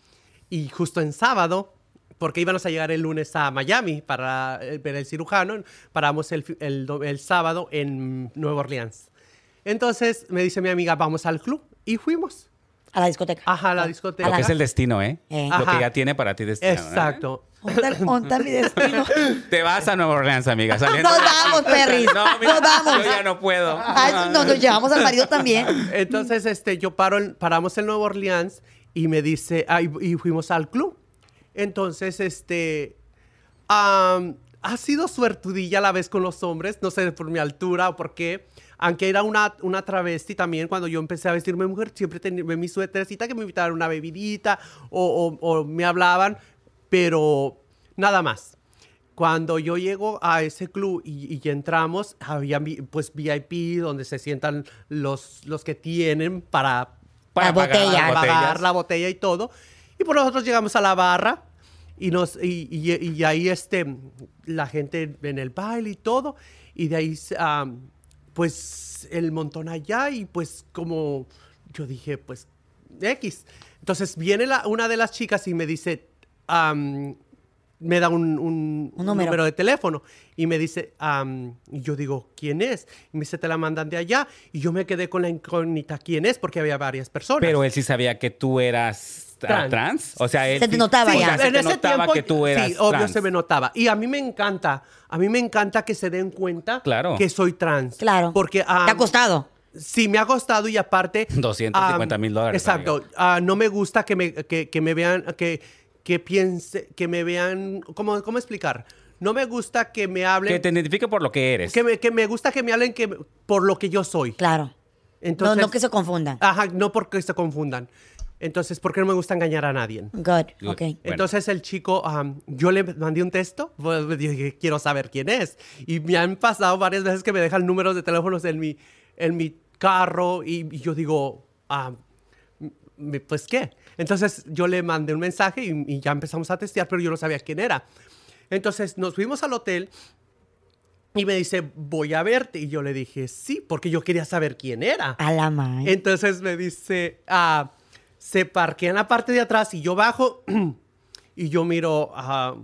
Speaker 2: y justo en sábado, porque íbamos a llegar el lunes a Miami para eh, ver el cirujano, paramos el, fi- el do- el sábado en Nueva Orleans. Entonces me dice mi amiga, vamos al club. Y fuimos.
Speaker 1: A la discoteca.
Speaker 2: Ajá, a la
Speaker 1: Ah,
Speaker 2: discoteca.
Speaker 1: a
Speaker 3: Lo
Speaker 1: la-
Speaker 3: que es el destino, ¿eh?
Speaker 1: Eh.
Speaker 3: Lo que
Speaker 2: Ajá.
Speaker 3: ya tiene para ti destino. ¿eh?
Speaker 2: Exacto.
Speaker 1: ¿Onta, onta mi destino?
Speaker 3: Te vas a Nueva Orleans, amiga. saliendo
Speaker 1: Nos
Speaker 3: de aquí.
Speaker 1: vamos, perris.
Speaker 3: No, mira,
Speaker 1: Nos vamos.
Speaker 3: Yo ya no puedo.
Speaker 1: Ay, no, nos llevamos al marido también.
Speaker 2: Entonces, este, yo paro en- paramos en Nueva Orleans y me dice, ah, y- y fuimos al club. Entonces, este, am, ha sido suertudilla la vez con los hombres, no sé por mi altura o por qué. Aunque era una, una travesti también, cuando yo empecé a vestirme de mujer, siempre tenía mi suétercita que me invitaban a una bebidita o, o- o me hablaban, pero nada más. Cuando yo llego a ese club y, y ya entramos, había vi- pues VIP donde se sientan los, los que tienen para
Speaker 1: Las
Speaker 3: pagar
Speaker 1: botellas.
Speaker 3: las
Speaker 2: para
Speaker 1: botellas.
Speaker 2: pagar la botella y todo. Y por nosotros llegamos a la barra y, nos, y, y- y ahí este, la gente en el baile y todo. Y de ahí, ah, pues, el montón allá y pues como yo dije, pues, X. Entonces viene la- una de las chicas y me dice, am, me da un, un-
Speaker 1: Un
Speaker 2: un
Speaker 1: número.
Speaker 2: número. de teléfono y me dice, am, y yo digo, ¿quién es? Y me dice, te la mandan de allá. Y yo me quedé con la incógnita, ¿quién es? Porque había varias personas.
Speaker 3: Pero él sí sabía que tú eras ah, trans.
Speaker 2: Trans.
Speaker 3: O sea, él
Speaker 1: Se te
Speaker 3: sí-
Speaker 1: notaba
Speaker 3: sí,
Speaker 1: ya.
Speaker 3: o sea, se
Speaker 2: en
Speaker 3: te
Speaker 2: ese
Speaker 3: notaba
Speaker 2: tiempo,
Speaker 3: que tú eras
Speaker 2: sí, obvio
Speaker 3: trans.
Speaker 2: se me notaba. Y a mí me encanta, a mí me encanta que se den cuenta
Speaker 3: Claro.
Speaker 2: que soy trans.
Speaker 1: Claro.
Speaker 2: Porque ah,
Speaker 1: ¿Te ha costado?
Speaker 2: Sí, me ha costado y aparte...
Speaker 3: 250 mil
Speaker 2: ah,
Speaker 3: dólares,
Speaker 2: Exacto. Ah, no me gusta que me, que, que me vean, que, que piense, que me vean... ¿Cómo, cómo explicar? No me gusta que me hablen...
Speaker 3: Que te identifique por lo que eres.
Speaker 2: que me, que me gusta que me hablen que, por lo que yo soy.
Speaker 1: Claro.
Speaker 2: Entonces, ah,
Speaker 1: no, no que se confundan.
Speaker 2: Ajá, no porque se confundan. Entonces, porque no me gusta engañar a nadie.
Speaker 1: Good,
Speaker 3: Good.
Speaker 1: ok.
Speaker 3: Bueno.
Speaker 2: Entonces el chico, am, yo le mandé un texto, pues, le dije, quiero saber quién es. Y me han pasado varias veces que me dejan números de teléfonos en mi, en mi carro y, y yo digo, am, me- pues qué. Entonces yo le mandé un mensaje y, y ya empezamos a testear, pero yo no sabía quién era. Entonces nos fuimos al hotel y me dice, voy a verte. Y yo le dije, sí, porque yo quería saber quién era.
Speaker 1: A la madre.
Speaker 2: Entonces me dice, ah, se parquea en la parte de atrás y yo bajo y yo miro a...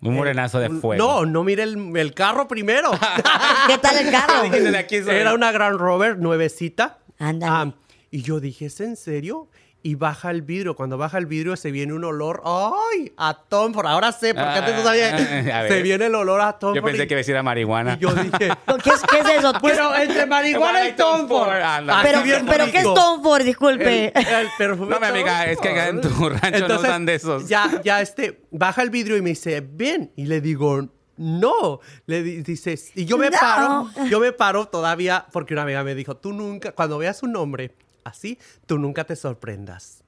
Speaker 3: Un morenazo de fuego.
Speaker 2: No, no mire el, el carro primero.
Speaker 1: ¿Qué tal el carro?
Speaker 3: Dijiste, "De aquí soy".
Speaker 2: Era una Gran Rover nuevecita.
Speaker 1: Ándale.
Speaker 2: Ah, y yo dije, ¿es en serio? Y baja el vidrio. Cuando baja el vidrio se viene un olor, ¡ay! A Tomford. Ahora sé, porque antes no sabía.
Speaker 3: Ah, a ver.
Speaker 2: se viene el olor a Tomford.
Speaker 3: Yo pensé
Speaker 2: y-
Speaker 3: que iba a decir a marihuana.
Speaker 2: Y yo dije...
Speaker 1: ¿Qué es, qué es eso? ¿Qué es-
Speaker 2: Bueno, entre marihuana y Tomford.
Speaker 3: Ándale.
Speaker 2: Así
Speaker 1: pero,
Speaker 2: bien
Speaker 1: pero ¿qué es
Speaker 2: rico.
Speaker 1: Tom Ford? Disculpe.
Speaker 2: El, eh, el perfume.
Speaker 3: No, mi amiga, es que acá en tu rancho no usan de esos.
Speaker 2: Ya, ya, este, baja el vidrio y me dice, ven. Y le digo, no. Le di- dice, y yo me
Speaker 1: No.
Speaker 2: paro, yo me paro todavía, porque una amiga me dijo, tú nunca, cuando veas un hombre así, tú nunca te sorprendas.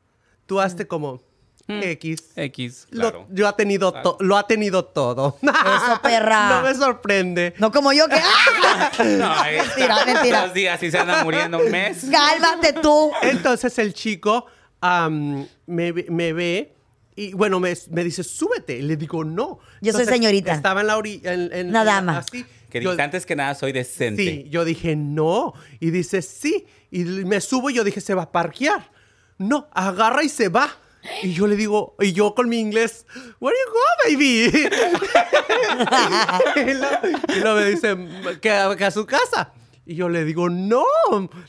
Speaker 2: Tú hazte como X.
Speaker 3: X,
Speaker 2: Lo-
Speaker 3: Mm. claro.
Speaker 2: yo ha tenido to- lo ha tenido todo.
Speaker 1: Eso, perra.
Speaker 2: No me sorprende.
Speaker 1: No como yo que... ¡Ah!
Speaker 3: No, ahí está.
Speaker 1: Mentira, mentira.
Speaker 3: Dos días y se anda muriendo un mes.
Speaker 1: Cálmate tú.
Speaker 2: Entonces el chico am, me, ve- me ve y bueno, me, me dice, súbete. Y le digo, no.
Speaker 1: Yo soy
Speaker 2: Entonces,
Speaker 1: señorita.
Speaker 2: Estaba en la orilla. En, en-
Speaker 1: Una
Speaker 2: en la-
Speaker 1: dama.
Speaker 2: así.
Speaker 3: Que
Speaker 2: Yo-
Speaker 3: dijiste, antes que nada soy decente.
Speaker 2: Sí, yo dije, no. Y dice, sí. Y me subo y yo dije, se va a parquear. No, agarra y se va. Y yo le digo, y yo con mi inglés, where you go, baby? y, lo, y lo me dice, que, a- que a su casa. Y yo le digo, no.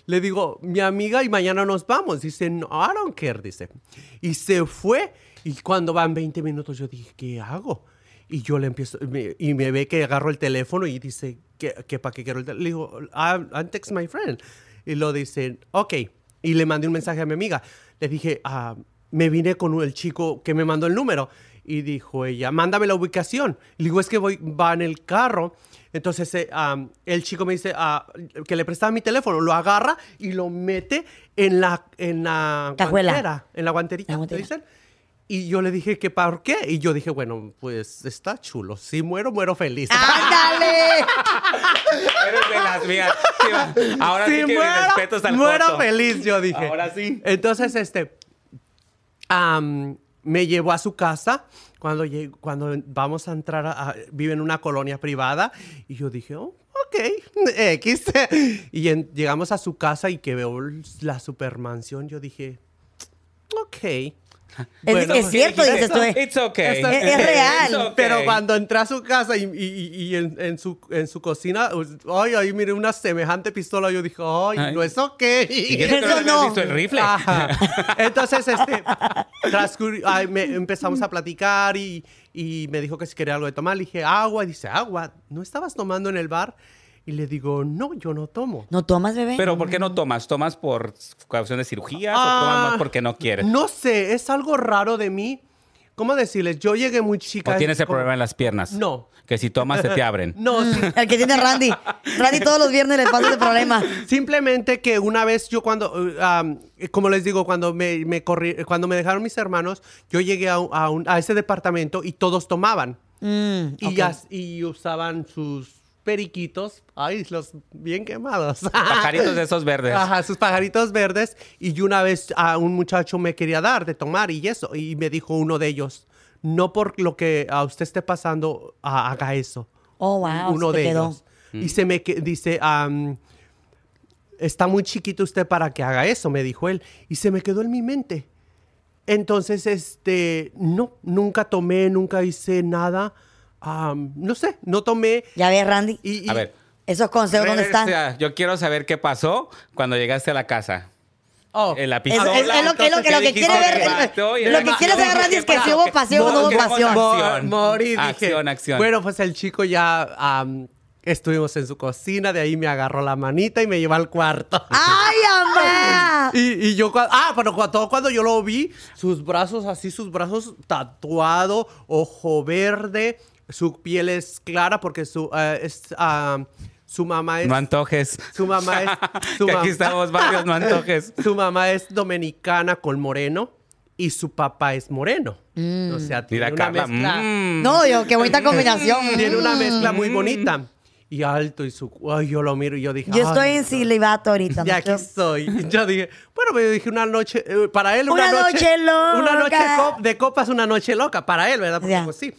Speaker 2: Le digo, mi amiga, y mañana nos vamos. Dice, no, I don't care, dice. Y se fue. Y cuando van 20 minutos, yo dije, ¿qué hago? Y yo le empiezo, me- y me ve que agarro el teléfono y dice, ¿qué, qué para qué quiero el teléfono? Le digo, I'm, I'm text my friend. Y lo dice, ok. Y le mandé un mensaje a mi amiga. Le dije, ah, me vine con el chico que me mandó el número. Y dijo ella, mándame la ubicación. Le digo, es que voy, va en el carro. Entonces eh, am, el chico me dice ah, que le prestaba mi teléfono, lo agarra y lo mete en la, en la
Speaker 1: Cajuela.
Speaker 2: guantera, en la guanterita.
Speaker 1: La
Speaker 2: ¿te
Speaker 1: guantera.
Speaker 2: dicen? Y yo le dije que por qué. Y yo dije, bueno, pues está chulo. Si muero, muero feliz.
Speaker 1: Ah, ¡Ándale!
Speaker 3: Eres de las mías. Sí, va. Ahora sí,
Speaker 2: Si
Speaker 3: que mis respetos al
Speaker 2: muero
Speaker 3: Joto.
Speaker 2: feliz, yo dije.
Speaker 3: Ahora sí.
Speaker 2: Entonces, este, am, me llevó a su casa. Cuando, lleg- cuando vamos a entrar, a, a- vive en una colonia privada. Y yo dije, oh, ok, X. y en- llegamos a su casa y que veo la supermansión. Yo dije, ok.
Speaker 1: Es,
Speaker 2: Bueno, pues,
Speaker 1: es cierto,
Speaker 3: it's-
Speaker 1: dices tú. eh.
Speaker 3: It's okay.
Speaker 2: Está-
Speaker 1: Es- es real.
Speaker 3: It's okay.
Speaker 2: Pero cuando entré a su casa y, y- y- y en, en su, en su cocina, ay, ahí miré una semejante pistola, yo dije, ay,
Speaker 3: Ay.
Speaker 2: no es ok.
Speaker 3: ¿Y qué tal que
Speaker 1: Eso
Speaker 3: habías
Speaker 1: no.
Speaker 3: visto el rifle?
Speaker 2: Ajá. Entonces, este, transcurri- ay, me- empezamos a platicar y, y me dijo que si quería algo de tomar. Le dije, agua. Y dice, agua, ¿no estabas tomando en el bar? Y le digo, no, yo no tomo.
Speaker 1: ¿No tomas, bebé?
Speaker 3: Pero ¿por qué no tomas? ¿Tomas por causa de cirugía o
Speaker 2: Ah,
Speaker 3: tomas más porque no quieres?
Speaker 2: No sé, es algo raro de mí. ¿Cómo decirles? Yo llegué muy chica.
Speaker 3: ¿O tienes el
Speaker 2: como-
Speaker 3: problema en las piernas?
Speaker 2: No.
Speaker 3: Que si tomas se te abren.
Speaker 2: No, sí,
Speaker 1: El que tiene Randy. Randy todos los viernes le pasa ese problema.
Speaker 2: Simplemente que una vez yo cuando, uh, um, como les digo, cuando me, me corri- cuando me dejaron mis hermanos, yo llegué a, un- a un- a ese departamento y todos tomaban
Speaker 1: Mm,
Speaker 2: y,
Speaker 1: ok.
Speaker 2: as- y usaban sus periquitos, ay, los bien quemados.
Speaker 3: Pajaritos de esos verdes.
Speaker 2: Ajá, sus pajaritos verdes. Y yo una vez a un muchacho me quería dar de tomar y eso. Y me dijo uno de ellos, no por lo que a usted esté pasando, a- haga eso.
Speaker 1: Oh, wow,
Speaker 2: Uno
Speaker 1: se te
Speaker 2: de
Speaker 1: quedó.
Speaker 2: ellos. Y se me que- dice, am, está muy chiquito usted para que haga eso, me dijo él. Y se me quedó en mi mente. Entonces, este, no, nunca tomé, nunca hice nada. Am, no sé, no tomé.
Speaker 1: Ya ves, Randy.
Speaker 2: Y, y-
Speaker 3: A ver.
Speaker 1: Esos consejos, ¿dónde están?
Speaker 3: Regresa. Yo quiero saber qué pasó cuando llegaste a la casa.
Speaker 2: oh.
Speaker 3: En la
Speaker 1: Es, es-
Speaker 3: pizarra.
Speaker 1: es lo, que- es lo que, lo que
Speaker 3: ¿Qué
Speaker 1: quiere
Speaker 3: dijiste?
Speaker 1: ver, eh,
Speaker 3: Exacto, y
Speaker 1: lo
Speaker 3: era-
Speaker 1: que quiere saber Randy es que si hubo paseo o no
Speaker 3: No,
Speaker 1: hubo
Speaker 3: queremos
Speaker 1: pasión.
Speaker 3: amor.
Speaker 2: Mor-
Speaker 3: Acción.
Speaker 2: morí, dije.
Speaker 3: Acción, acción.
Speaker 2: Bueno, pues el chico ya am, estuvimos en su cocina, de ahí me agarró la manita y me llevó al cuarto.
Speaker 1: ¡Ay, mamá!
Speaker 2: Y, y yo, cua- ah, pero cua- todo cuando yo lo vi, sus brazos así, sus brazos tatuado, ojo verde, su piel es clara porque su, ah, es, ah, su mamá es...
Speaker 3: No antojes.
Speaker 2: Su mamá es- su
Speaker 3: Que aquí
Speaker 2: mamá-
Speaker 3: estamos varios, no antojes.
Speaker 2: Su mamá es dominicana con moreno y su papá es moreno.
Speaker 1: Mm.
Speaker 2: O sea, tiene
Speaker 3: Mira,
Speaker 2: una
Speaker 3: Carla.
Speaker 2: mezcla...
Speaker 3: mm.
Speaker 1: No, yo, qué bonita combinación. Mm.
Speaker 2: Tiene una mezcla muy bonita. Y alto, y su. Ay, yo lo miro y yo dije.
Speaker 1: Yo estoy
Speaker 2: ay,
Speaker 1: en
Speaker 2: no.
Speaker 1: celibato ahorita.
Speaker 2: Y
Speaker 1: ¿no?
Speaker 2: aquí estoy. Y Yo dije, bueno, yo dije una noche, eh, para él una,
Speaker 1: Una noche loca.
Speaker 2: Una noche co- de copas, una noche loca, para él, ¿verdad? Porque
Speaker 1: Ya.
Speaker 2: pues sí.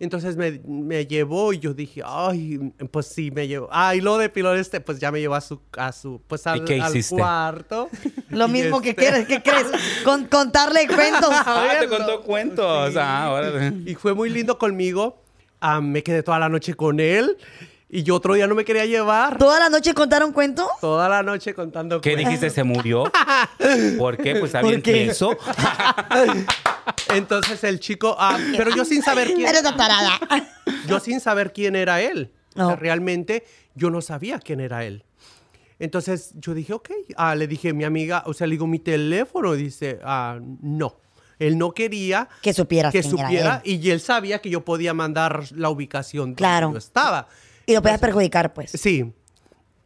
Speaker 2: Entonces me, me llevó y yo dije, ay, pues sí, me llevó. Ay, lo de pilón este, pues ya me llevó a su, a su pues al,
Speaker 3: qué
Speaker 2: al
Speaker 3: hiciste?
Speaker 2: cuarto.
Speaker 1: Lo
Speaker 2: Y
Speaker 1: mismo que
Speaker 2: este-
Speaker 1: quieres, ¿qué crees? Con, contarle cuentos.
Speaker 3: Ah, te
Speaker 2: verlo.
Speaker 3: contó cuentos. Ah, ahora-
Speaker 2: Y fue muy lindo conmigo. Ah, me quedé toda la noche con él y yo otro día no me quería llevar.
Speaker 1: ¿Toda la noche contaron cuentos?
Speaker 2: Toda la noche contando
Speaker 3: ¿Qué
Speaker 2: cuentos.
Speaker 3: dijiste? ¿Se murió? ¿Por qué? Pues está
Speaker 1: ¿Por
Speaker 3: bien
Speaker 1: qué?
Speaker 3: tieso.
Speaker 2: Entonces el chico, ah, pero yo sin saber quién,
Speaker 1: Eres una tarada.
Speaker 2: yo sin saber quién era él. O sea,
Speaker 1: No.
Speaker 2: realmente yo no sabía quién era él. Entonces yo dije, ok, Ah, le dije mi amiga, o sea, le digo mi teléfono, dice, ah, no. Él no quería
Speaker 1: Que supieras
Speaker 2: que
Speaker 1: quién era
Speaker 2: supiera y él sabía que yo podía mandar la ubicación donde
Speaker 1: Claro.
Speaker 2: yo estaba.
Speaker 1: Y lo podías perjudicar, pues.
Speaker 2: Sí.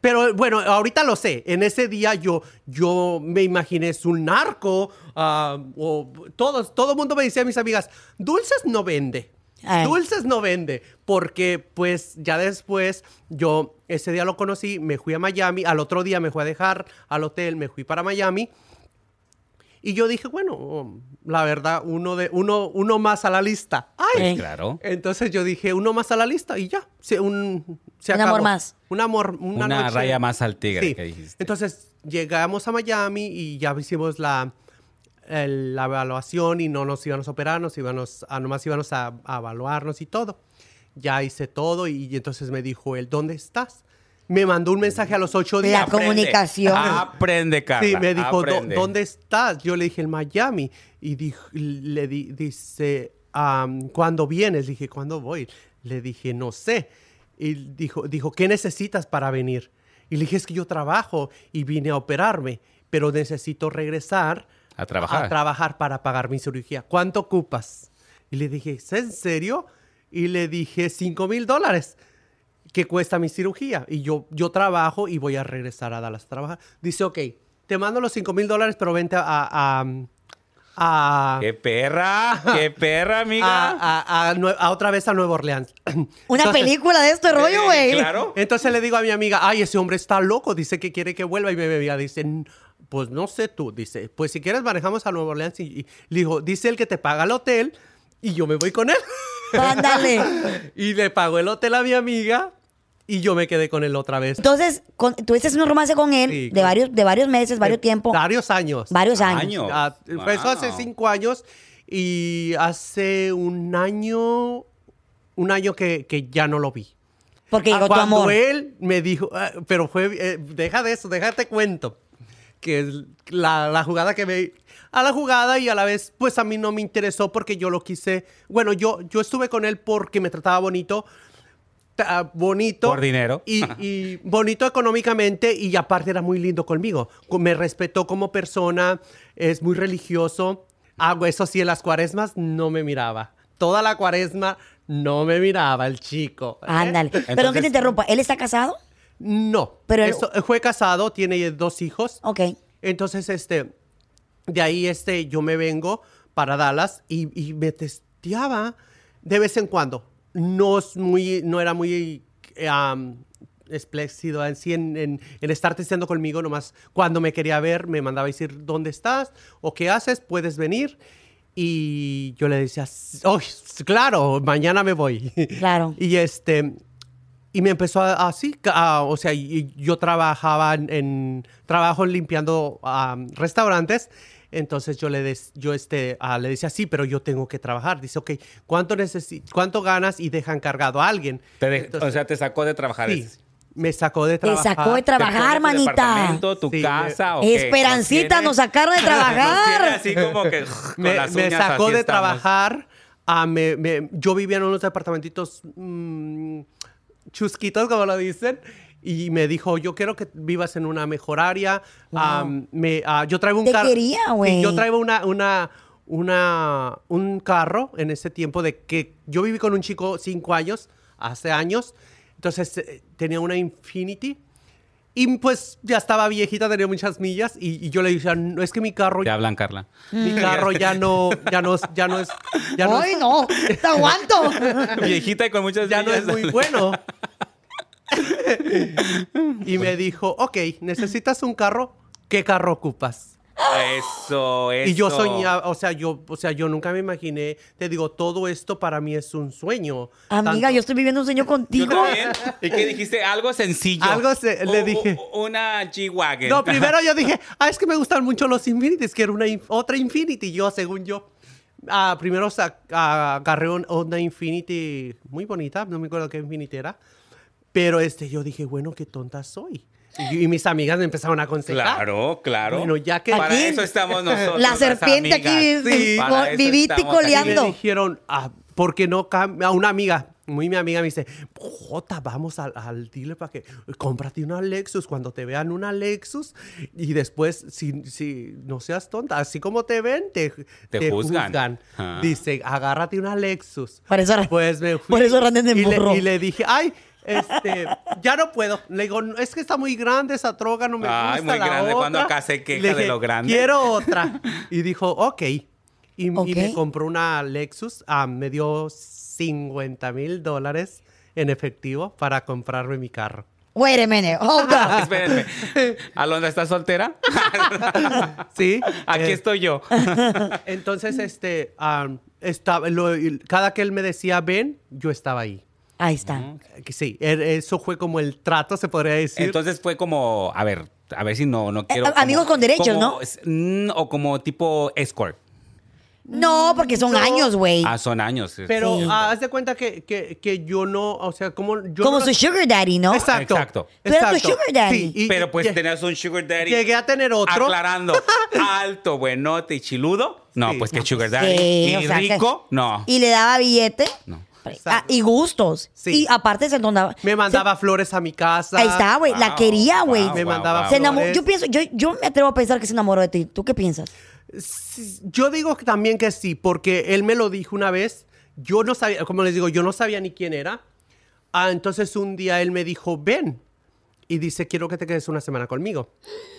Speaker 2: Pero bueno, ahorita lo sé. En ese día yo, yo me imaginé es un narco. ah, o todos, todo el mundo me decía a mis amigas, dulces no vende.
Speaker 1: Ay.
Speaker 2: Dulces no vende. Porque pues ya después yo ese día lo conocí, me fui a Miami, al otro día me fui a dejar al hotel, me fui para Miami. Y yo dije, bueno, oh, la verdad, uno, de, uno, uno más a la lista. ¡Ay!
Speaker 1: Ey.
Speaker 3: Pues claro.
Speaker 2: Entonces yo dije, uno más a la lista y ya. Se, un, se
Speaker 1: Un amor
Speaker 2: acabó.
Speaker 1: más.
Speaker 2: Un amor, una,
Speaker 3: Una
Speaker 2: noche.
Speaker 3: raya más al tigre
Speaker 2: Sí.
Speaker 3: que dijiste.
Speaker 2: Entonces llegamos a Miami y ya hicimos la, el- la evaluación y no nos íbamos a operar, nos íbamos a, nomás íbamos a, a evaluarnos y todo. Ya hice todo y, y entonces me dijo él, ¿dónde estás? Me mandó un mensaje a los ocho días.
Speaker 1: La comunicación.
Speaker 3: Aprende, Carla.
Speaker 2: Sí, me dijo, "¿Dó-
Speaker 3: aprende".
Speaker 2: ¿dónde estás? Yo le dije, en Miami. Y dij- le di- dice, am, ¿cuándo vienes? Dije, ¿cuándo voy? Le dije, no sé. Y dijo, dijo, ¿qué necesitas para venir? Y le dije, es que yo trabajo y vine a operarme, pero necesito regresar
Speaker 3: A trabajar.
Speaker 2: a trabajar para pagar mi cirugía. ¿Cuánto ocupas? Y le dije, ¿es en serio? Y le dije, 5 mil dólares que cuesta mi cirugía. Y yo, yo trabajo y voy a regresar a Dallas a trabajar. Dice, ok, te mando los 5 mil dólares, pero vente a... a, a- a-
Speaker 3: ¡Qué perra! ¡Qué perra, amiga!
Speaker 2: a- a- a Nue- a otra vez a Nueva Orleans.
Speaker 1: Una
Speaker 2: Entonces-
Speaker 1: película de este rollo,
Speaker 3: Eh,
Speaker 1: güey.
Speaker 3: Claro.
Speaker 2: Entonces le digo a mi amiga, ay, ese hombre está loco, dice que quiere que vuelva. Y mi amiga dice, "N- pues no sé tú, dice, pues si quieres manejamos a Nueva Orleans. Y, y le dijo, dice el que te paga el hotel y yo me voy con él.
Speaker 1: Ándale.
Speaker 2: y le pagó el hotel a mi amiga y yo me quedé con él otra vez.
Speaker 1: Entonces, con- tuviste un romance con él
Speaker 2: Sí,
Speaker 1: de,
Speaker 2: con-
Speaker 1: varios, de varios meses, varios
Speaker 2: Eh,
Speaker 1: tiempo,
Speaker 2: Varios años.
Speaker 1: varios años.
Speaker 3: Años.
Speaker 2: Ah, Empezó
Speaker 3: Wow.
Speaker 2: hace cinco años y hace un año, un año que, que ya no lo vi.
Speaker 1: Porque llegó tu
Speaker 2: Ah, Cuando ¿eh?
Speaker 1: amor.
Speaker 2: él me dijo, ah, pero fue, eh, deja de eso, déjate cuento. Que el- la, la jugada que me... A la jugada y a la vez, pues a mí no me interesó porque yo lo quise... Bueno, yo, yo estuve con él porque me trataba bonito. ta- bonito.
Speaker 3: Por dinero.
Speaker 2: Y, y bonito económicamente y aparte era muy lindo conmigo. Co- Me respetó como persona, es muy religioso. Hago eso sí, en las cuaresmas no me miraba. Toda la cuaresma no me miraba el chico. ¿eh?
Speaker 1: Ándale. Perdón que te
Speaker 3: Entonces-
Speaker 1: interrumpa. ¿Él está casado?
Speaker 2: No,
Speaker 1: Pero- Oh.
Speaker 2: pero fue casado, tiene dos hijos.
Speaker 1: Ok.
Speaker 2: Entonces, este, de ahí este, yo me vengo para Dallas y, y me testeaba de vez en cuando. No es muy, no era muy eh, am, esplécido así en, en- en estar testeando conmigo, nomás cuando me quería ver me mandaba a decir, ¿dónde estás? ¿O qué haces? ¿Puedes venir? Y yo le decía, "Oh, claro, mañana me voy.
Speaker 1: Claro.
Speaker 2: Y este, y me empezó a- así, ca- a- o sea, y- yo trabajaba en, en- trabajo limpiando am, restaurantes, entonces yo le des- yo este ah, le decía, "Sí, pero yo tengo que trabajar." Dice, ok, ¿cuánto necesi- cuánto ganas y dejan cargado a alguien?"
Speaker 3: Te de-
Speaker 2: Entonces,
Speaker 3: o sea, te sacó de trabajar.
Speaker 2: sí,
Speaker 3: Es-
Speaker 2: me sacó de
Speaker 1: Te
Speaker 2: trabajar.
Speaker 1: sacó de
Speaker 3: te
Speaker 1: trabajar,
Speaker 3: pone Tu
Speaker 1: manita.
Speaker 3: departamento, tu
Speaker 2: Sí, eh,
Speaker 3: casa. ¿o qué?
Speaker 1: Esperancita, nos
Speaker 3: Nos
Speaker 1: sacaron de
Speaker 3: tiene
Speaker 1: trabajar.
Speaker 3: así como que con
Speaker 2: me,
Speaker 3: las
Speaker 2: me
Speaker 3: uñas
Speaker 2: sacó
Speaker 3: así
Speaker 2: de
Speaker 3: estamos.
Speaker 2: trabajar. ah, me- me- yo vivía en unos departamentitos mm, chusquitos, como lo dicen. Y me dijo, yo quiero que vivas en una mejor área. Ah, me, ah, yo traigo un
Speaker 1: Te
Speaker 2: carro.
Speaker 1: quería, güey.
Speaker 2: yo traigo una, una, una, un carro en ese tiempo de que yo viví con un chico cinco años, hace años. Entonces eh, tenía una Infinity. Y pues ya estaba viejita, tenía muchas millas. Y, y yo le dije, no, es que mi carro
Speaker 3: Te hablan, Carla.
Speaker 2: mi carro ya no, ya no, es- ya no es, ya no,
Speaker 1: Ay,
Speaker 2: es,
Speaker 1: no. Te aguanto.
Speaker 3: Viejita y con muchas
Speaker 2: ya no es
Speaker 3: millas.
Speaker 2: muy bueno. y me dijo, ok, necesitas un carro, ¿qué carro ocupas?
Speaker 3: Eso, eso.
Speaker 2: Y yo soñaba, o sea, yo, o sea, yo nunca me imaginé, te digo, todo esto para mí es un sueño.
Speaker 1: Amiga,
Speaker 2: Tanto-
Speaker 1: yo estoy viviendo un sueño
Speaker 3: Yo
Speaker 1: contigo.
Speaker 3: también. ¿Y qué dijiste? Algo sencillo.
Speaker 2: Algo se- le
Speaker 3: U-
Speaker 2: dije.
Speaker 3: u- Una G-Wagon.
Speaker 2: No, primero yo dije, ah, es que me gustan mucho los Infinities, que era una inf- otra Infinity, yo, según yo. ah, primero sa- ah, agarré un- una Infinity muy bonita, no me acuerdo qué Infinity era. Pero este, yo dije, bueno, qué tonta soy. Y, y mis amigas me empezaron a aconsejar.
Speaker 3: Claro, claro.
Speaker 2: Bueno, ya que-
Speaker 3: Para
Speaker 1: Aquí,
Speaker 3: eso estamos nosotros.
Speaker 1: la
Speaker 3: las
Speaker 1: serpiente
Speaker 3: amigas.
Speaker 1: aquí, vi-
Speaker 3: Para
Speaker 1: con-
Speaker 3: eso
Speaker 1: vivita y
Speaker 3: estamos aquí.
Speaker 2: Y
Speaker 1: coleando.
Speaker 2: me dijeron, ah, ¿por qué no cam- A una amiga, muy mi amiga, me dice, Jota, vamos al, al dealer para que cómprate una Lexus. Cuando te vean una Lexus y después, si, si no seas tonta, así como te ven, te, te
Speaker 3: juzgan.
Speaker 2: juzgan.
Speaker 3: Ah.
Speaker 2: Dice, agárrate una Lexus.
Speaker 1: Por eso-
Speaker 2: pues me fui.
Speaker 1: por eso Randy es de
Speaker 2: y
Speaker 1: burro.
Speaker 2: le, y le dije, ay... Este, ya no puedo. Le digo, es que está muy grande esa troca, no me
Speaker 3: Ay,
Speaker 2: gusta
Speaker 3: muy
Speaker 2: la
Speaker 3: grande, cuando
Speaker 2: otra".
Speaker 3: acá se queja
Speaker 2: Le
Speaker 3: de
Speaker 2: dije,
Speaker 3: lo grande.
Speaker 2: Quiero otra. Y dijo, ok. Y, y
Speaker 1: Ok.
Speaker 2: me compró una Lexus. ah, me dio 50 mil dólares en efectivo para comprarme mi carro.
Speaker 1: Wait a minute. Hold up.
Speaker 3: Espérenme. Alondra, ¿estás soltera?
Speaker 2: Sí.
Speaker 3: Aquí
Speaker 2: eh,
Speaker 3: estoy yo.
Speaker 2: Entonces, este, ah, estaba, lo- y cada que él me decía ven, yo estaba ahí.
Speaker 1: Ahí está.
Speaker 2: Eh, que Sí, e- eso fue como el trato, se podría decir.
Speaker 3: Entonces fue como, a ver, a ver si no, no quiero.
Speaker 1: Eh, a-
Speaker 3: como-
Speaker 1: amigos con derechos,
Speaker 3: como-
Speaker 1: ¿no?
Speaker 3: es- mm, o como tipo escort.
Speaker 1: No, porque son
Speaker 2: No.
Speaker 1: años, güey.
Speaker 3: Ah, son años. es
Speaker 2: pero
Speaker 1: Sí.
Speaker 3: cierto.
Speaker 2: ah, haz de cuenta que, que- que yo no, o sea, como yo
Speaker 1: Como
Speaker 2: no-
Speaker 1: su sugar daddy, ¿no?
Speaker 2: Exacto.
Speaker 3: Exacto.
Speaker 1: Tú eras tu sugar daddy.
Speaker 2: y-
Speaker 3: pero pues
Speaker 2: y-
Speaker 3: tenías un sugar daddy.
Speaker 2: Llegué a tener otro.
Speaker 3: Aclarando, alto, buenote y chiludo. No,
Speaker 2: Sí.
Speaker 3: pues que sugar daddy.
Speaker 1: Sí,
Speaker 3: y
Speaker 1: o sea, que-
Speaker 3: rico, no.
Speaker 1: Y le daba billete.
Speaker 3: No.
Speaker 1: Ah, y gustos.
Speaker 2: Sí.
Speaker 1: Y aparte se mandaba.
Speaker 2: Me mandaba flores a mi casa.
Speaker 1: Ahí está, güey. La
Speaker 3: Wow,
Speaker 1: quería, güey.
Speaker 3: wow,
Speaker 2: Me
Speaker 3: wow,
Speaker 2: mandaba
Speaker 3: wow.
Speaker 1: Se enamoró.
Speaker 2: flores.
Speaker 1: Yo pienso, yo, yo me atrevo a pensar que se enamoró de ti. ¿Tú qué piensas?
Speaker 2: Sí, Yo digo que también que sí, porque él me lo dijo una vez. Yo no sabía, como les digo, yo no sabía ni quién era. Ah, entonces un día él me dijo, ven. Y dice, quiero que te quedes una semana conmigo.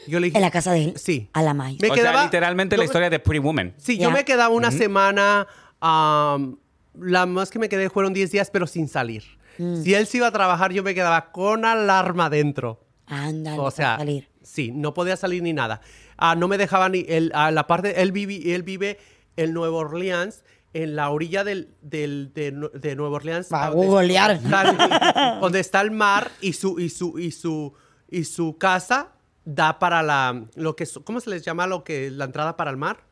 Speaker 2: Yo le dije,
Speaker 1: ¿En la casa de él?
Speaker 2: Sí.
Speaker 1: A la May.
Speaker 2: Me
Speaker 3: o sea,
Speaker 2: quedaba-
Speaker 3: literalmente la
Speaker 2: yo-
Speaker 3: historia de Pretty Woman.
Speaker 2: Sí,
Speaker 1: Ya.
Speaker 2: yo me quedaba una semana. am, la más que me quedé fueron 10 días, pero sin salir.
Speaker 1: Mm.
Speaker 2: Si él se iba a trabajar, yo me quedaba con alarma dentro.
Speaker 1: Ándale,
Speaker 2: O sea,
Speaker 1: para salir.
Speaker 2: sí, no podía salir ni nada. Ah, no me dejaba ni el, a la parte, él vive, él vive en Nueva Orleans, en la orilla del, del- de, Nu- de Nueva Orleans.
Speaker 1: Va a
Speaker 2: ah, donde-
Speaker 1: googlear.
Speaker 2: está- donde está el mar y su, y su, y su, y su casa da para la, lo que, es- ¿cómo se les llama lo que, la entrada para el mar?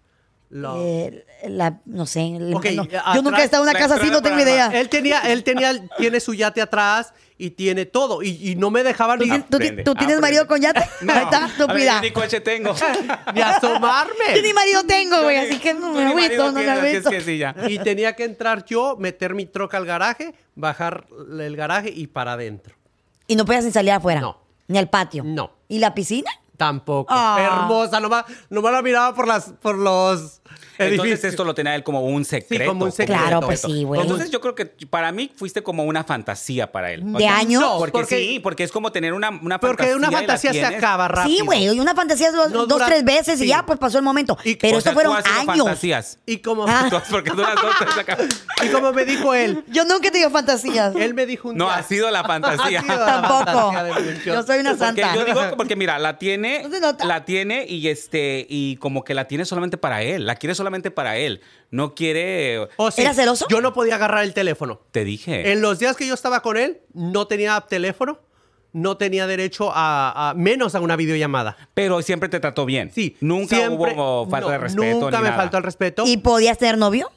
Speaker 2: Love.
Speaker 1: Eh, la, no sé. el-
Speaker 2: Ok,
Speaker 1: no. yo
Speaker 2: atrás-
Speaker 1: nunca he estado en una
Speaker 4: la
Speaker 1: casa así,
Speaker 4: entrada
Speaker 1: no tengo
Speaker 4: para-
Speaker 1: idea.
Speaker 2: Él tenía, él tenía, tiene su yate atrás y tiene todo. Y, y no me dejaban
Speaker 1: ¿Tú,
Speaker 2: ni,
Speaker 1: ti- tú ti-
Speaker 3: Aprende,
Speaker 1: tú tienes
Speaker 3: aprende.
Speaker 1: marido con yate? Ahí está,
Speaker 3: A ver,
Speaker 1: estúpida.
Speaker 3: yo ni coche tengo.
Speaker 2: ni
Speaker 1: Yo ni
Speaker 2: asomarme.
Speaker 1: marido tengo, güey, así que no
Speaker 3: Tú
Speaker 1: me
Speaker 3: ni
Speaker 1: he
Speaker 3: marido
Speaker 1: visto, no me
Speaker 3: tienes,
Speaker 1: he
Speaker 3: así es
Speaker 1: visto.
Speaker 3: que sí, ya.
Speaker 2: Y tenía que entrar yo, meter mi troca al garaje, bajar el garaje y para adentro.
Speaker 1: Y no podías ni salir afuera.
Speaker 2: No.
Speaker 1: Ni al patio.
Speaker 2: No.
Speaker 1: ¿Y la piscina?
Speaker 2: Tampoco.
Speaker 1: Ah.
Speaker 2: Hermosa, nomás, nomás la miraba por las, por los edificios.
Speaker 3: Entonces esto lo tenía él como un secreto.
Speaker 2: como un secreto.
Speaker 1: Claro, pues sí, güey.
Speaker 3: Entonces yo creo que para mí fuiste como una fantasía para él.
Speaker 1: ¿De años?
Speaker 2: no,
Speaker 3: Porque,
Speaker 2: porque-
Speaker 3: sí, porque es como tener una, una fantasía.
Speaker 2: Porque una
Speaker 3: y la
Speaker 2: fantasía se
Speaker 3: tienes.
Speaker 2: acaba rápido.
Speaker 1: Sí, güey, y una fantasía dos,
Speaker 2: No
Speaker 1: dos,
Speaker 2: dura-
Speaker 1: tres veces y
Speaker 2: sí.
Speaker 1: ya, pues pasó el momento.
Speaker 2: Y-
Speaker 1: Pero
Speaker 3: O sea,
Speaker 1: esto
Speaker 3: tú
Speaker 1: fueron
Speaker 3: has sido
Speaker 1: años.
Speaker 3: fantasías.
Speaker 2: Y como,
Speaker 1: Ah.
Speaker 3: Tú has- Porque tú las dos te has acabado.
Speaker 2: y como me dijo él,
Speaker 1: Yo nunca he tenido fantasías.
Speaker 2: él me dijo un
Speaker 3: No,
Speaker 2: día-
Speaker 3: ha sido la fantasía.
Speaker 2: Ha sido la
Speaker 1: Tampoco.
Speaker 2: fantasía de Melchor.
Speaker 1: Yo soy una
Speaker 3: Porque
Speaker 1: santa.
Speaker 3: yo digo, porque mira, la tiene,
Speaker 1: ¿No se nota?
Speaker 3: la tiene y este, y como que la tiene solamente para él, la quiere solamente para él. No quiere,
Speaker 2: O sea,
Speaker 1: ¿Era celoso?
Speaker 2: "Oh, Yo no podía agarrar el teléfono.
Speaker 3: te dije.
Speaker 2: En los días que yo estaba con él, no tenía teléfono, no tenía derecho a, a- menos a una videollamada.
Speaker 3: pero siempre te trató bien.
Speaker 2: Sí,
Speaker 3: Nunca
Speaker 2: siempre-
Speaker 3: hubo falta de
Speaker 2: no,
Speaker 3: respeto.
Speaker 2: Nunca
Speaker 3: ni
Speaker 2: me
Speaker 3: nada.
Speaker 2: faltó el respeto.
Speaker 1: ¿Y podías tener novio?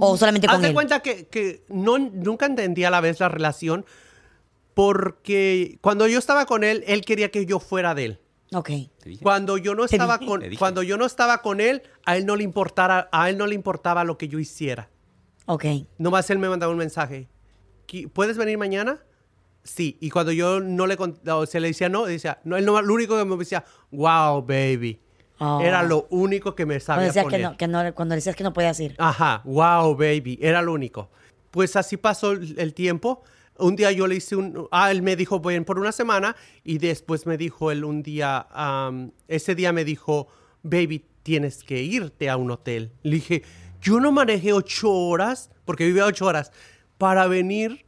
Speaker 1: ¿O solamente con
Speaker 2: Hazte
Speaker 1: él?
Speaker 2: Mm, cuenta que, que no, nunca entendí a la vez la relación porque cuando yo estaba con él, él quería que yo fuera de él.
Speaker 1: Ok.
Speaker 3: Te dije.
Speaker 2: Cuando yo no
Speaker 1: Te
Speaker 2: estaba
Speaker 1: dije.
Speaker 2: con
Speaker 3: Te dije.
Speaker 2: cuando yo no estaba con él, a él no le importara, a él no le importaba lo que yo hiciera.
Speaker 1: Ok.
Speaker 2: Nomás él me mandaba un mensaje. "Qui- ¿Puedes venir mañana? Sí. Y cuando yo no le cont- o sea, le decía no, decía, no, él nomás- lo único que me decía, wow, baby.
Speaker 1: Oh.
Speaker 2: Era lo único que me
Speaker 1: Cuando
Speaker 2: sabía
Speaker 1: decías, que
Speaker 2: poner.
Speaker 1: no, que no- cuando decías que no podías ir.
Speaker 2: Ajá, wow, baby, era lo único. Pues así pasó el el tiempo. Un día yo le hice un... Ah, él me dijo, ven por una semana. Y después me dijo él un día... am, ese día me dijo, baby, tienes que irte a un hotel. Le dije, yo no manejé ocho horas, porque vivía ocho horas, para venir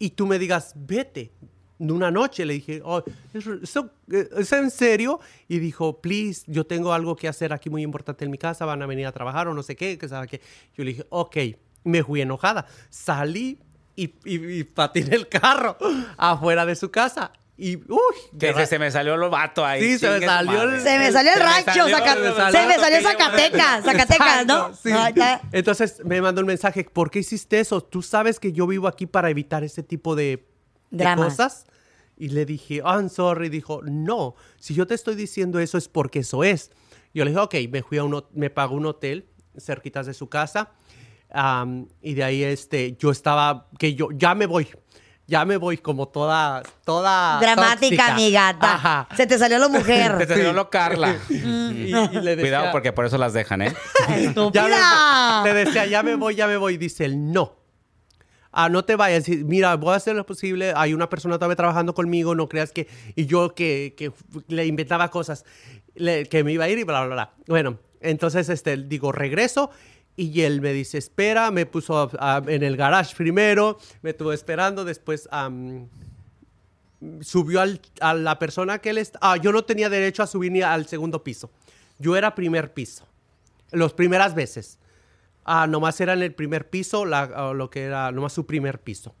Speaker 2: y tú me digas, vete. De una noche le dije, oh, ¿es, eso- eh, ¿es en serio? Y dijo, please, yo tengo algo que hacer aquí muy importante en mi casa, van a venir a trabajar o no sé qué, que sabe qué. Yo le dije, ok, me fui enojada. Salí y, y- y patiné el carro afuera de su casa. Y, uy,
Speaker 3: Que
Speaker 2: de-
Speaker 3: se, se me salió el vato ahí.
Speaker 2: Sí, se me
Speaker 3: chingue su
Speaker 2: salió el-
Speaker 3: madre.
Speaker 1: Se me salió el
Speaker 3: Se me
Speaker 1: rancho,
Speaker 3: salió-
Speaker 1: Zaca-
Speaker 3: se me
Speaker 1: se
Speaker 3: salió
Speaker 1: me
Speaker 3: lo
Speaker 1: salió
Speaker 3: que yo-
Speaker 1: Zacatecas, Zacatecas, ¿no?
Speaker 2: Exacto, sí.
Speaker 1: No, ahí está.
Speaker 2: Entonces me mandó un mensaje, ¿por qué hiciste eso? Tú sabes que yo vivo aquí para evitar ese tipo de, de
Speaker 1: Dramas.
Speaker 2: cosas. Y le dije, "Oh, I'm sorry. Dijo, no, si yo te estoy diciendo eso es porque eso es. Yo le dije, ok, me fui a un, hot- me pagó un hotel cerquitas de su casa. Am, y de ahí este, yo estaba, que yo ya me voy. Ya me voy como toda, toda
Speaker 1: Dramática,
Speaker 2: Ah, tóxica.
Speaker 1: mi gata.
Speaker 2: Ajá.
Speaker 1: Se te salió la
Speaker 3: Se
Speaker 1: mujer.
Speaker 3: te salió lo Carla.
Speaker 1: Mm.
Speaker 2: Y- y le
Speaker 3: Cuidado
Speaker 2: decía-
Speaker 3: porque por eso las dejan, ¿eh?
Speaker 2: Ya me-
Speaker 1: ¡Estúpida!
Speaker 2: le decía, ya me voy, ya me voy. Dice él, no. Ah, no te vayas. Y, Mira, voy a hacer lo posible. Hay una persona todavía trabajando conmigo. No creas que... Y yo que, que le inventaba cosas. le- que me iba a ir y bla, bla, bla. Bueno, entonces este, digo, regreso. Y él me dice, espera. Me puso ah, en el garage primero. Me estuvo esperando. Después am, subió al- a la persona que él... est- Ah, yo no tenía derecho a subir ni al segundo piso. Yo era primer piso. Las primeras veces. Ah, nomás era en el primer piso, la- ah, lo que era, nomás su primer piso.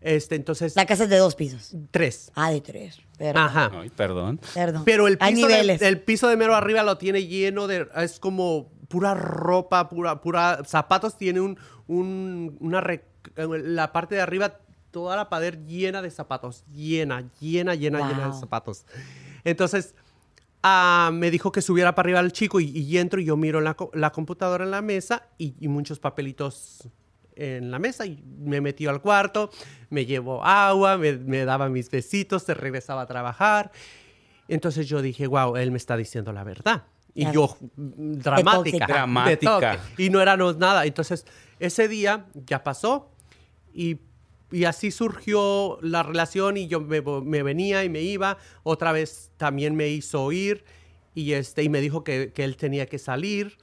Speaker 2: Este, entonces,
Speaker 1: La casa es de dos pisos.
Speaker 2: tres.
Speaker 1: Ah, de tres. Perdón.
Speaker 2: Ajá.
Speaker 3: Ay, perdón.
Speaker 1: perdón.
Speaker 2: Pero el
Speaker 1: Hay
Speaker 2: piso, de-
Speaker 1: niveles.
Speaker 2: el piso de mero arriba lo tiene lleno de... Es como pura ropa, pura, pura zapatos. Tiene un, un- una... re- la parte de arriba, toda la pared llena de zapatos. Llena, llena, llena, llena de
Speaker 1: Wow.
Speaker 2: zapatos. Entonces, ah, me dijo que subiera para arriba el chico y, y entro y yo miro la, co- la computadora en la mesa y, y muchos papelitos en la mesa y me metí al cuarto, me llevó agua, me, me daba mis besitos, se regresaba a trabajar. Entonces yo dije, wow, él me está diciendo la verdad. Y
Speaker 1: Ya
Speaker 2: yo, mm, dramática.
Speaker 1: tóxica.
Speaker 2: de
Speaker 3: Dramática.
Speaker 2: toque. Y no éramos nada. Entonces, ese día ya pasó y, y así surgió la relación y yo me, vo- me venía y me iba. Otra vez también me hizo ir y, este, y me dijo que, que él tenía que salir.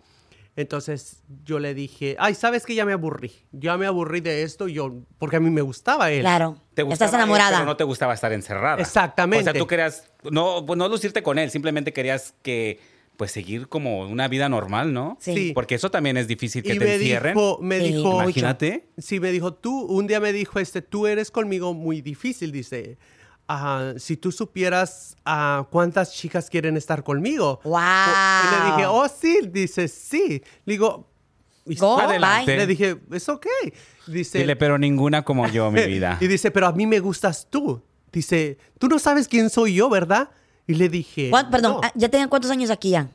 Speaker 2: Entonces yo le dije, ay, ¿sabes que Ya me aburrí. Ya me aburrí de esto yo, porque a mí me gustaba él.
Speaker 1: Claro.
Speaker 3: Te gustaba
Speaker 1: Estás
Speaker 3: él,
Speaker 1: enamorada.
Speaker 3: pero no te gustaba estar encerrada.
Speaker 2: Exactamente.
Speaker 3: O sea, tú querías no, pues, no lucirte con él, simplemente querías que pues seguir como una vida normal, ¿no?
Speaker 1: Sí.
Speaker 2: Sí.
Speaker 3: Porque eso también es difícil que
Speaker 2: y
Speaker 3: te
Speaker 2: me
Speaker 3: encierren.
Speaker 2: dijo, me
Speaker 1: Sí.
Speaker 2: dijo,
Speaker 3: Imagínate.
Speaker 2: Sí, me dijo, tú, un día me dijo, este, tú eres conmigo muy difícil, dice, ah, si tú supieras ah, cuántas chicas quieren estar conmigo.
Speaker 1: ¡Wow!
Speaker 2: Y le dije, oh, sí. Dice, sí. Le digo, "Y
Speaker 1: Go,
Speaker 2: está-
Speaker 3: bye.
Speaker 2: Le dije, es ok. Dice,
Speaker 3: Dile, pero ninguna como yo, mi vida.
Speaker 2: y dice, pero a mí me gustas tú. Dice, tú no sabes quién soy yo, ¿verdad? Y le dije,
Speaker 1: ¿Cuán- Perdón,
Speaker 2: "No". Ah,
Speaker 1: ah, ¿ya tenían cuántos años aquí ya?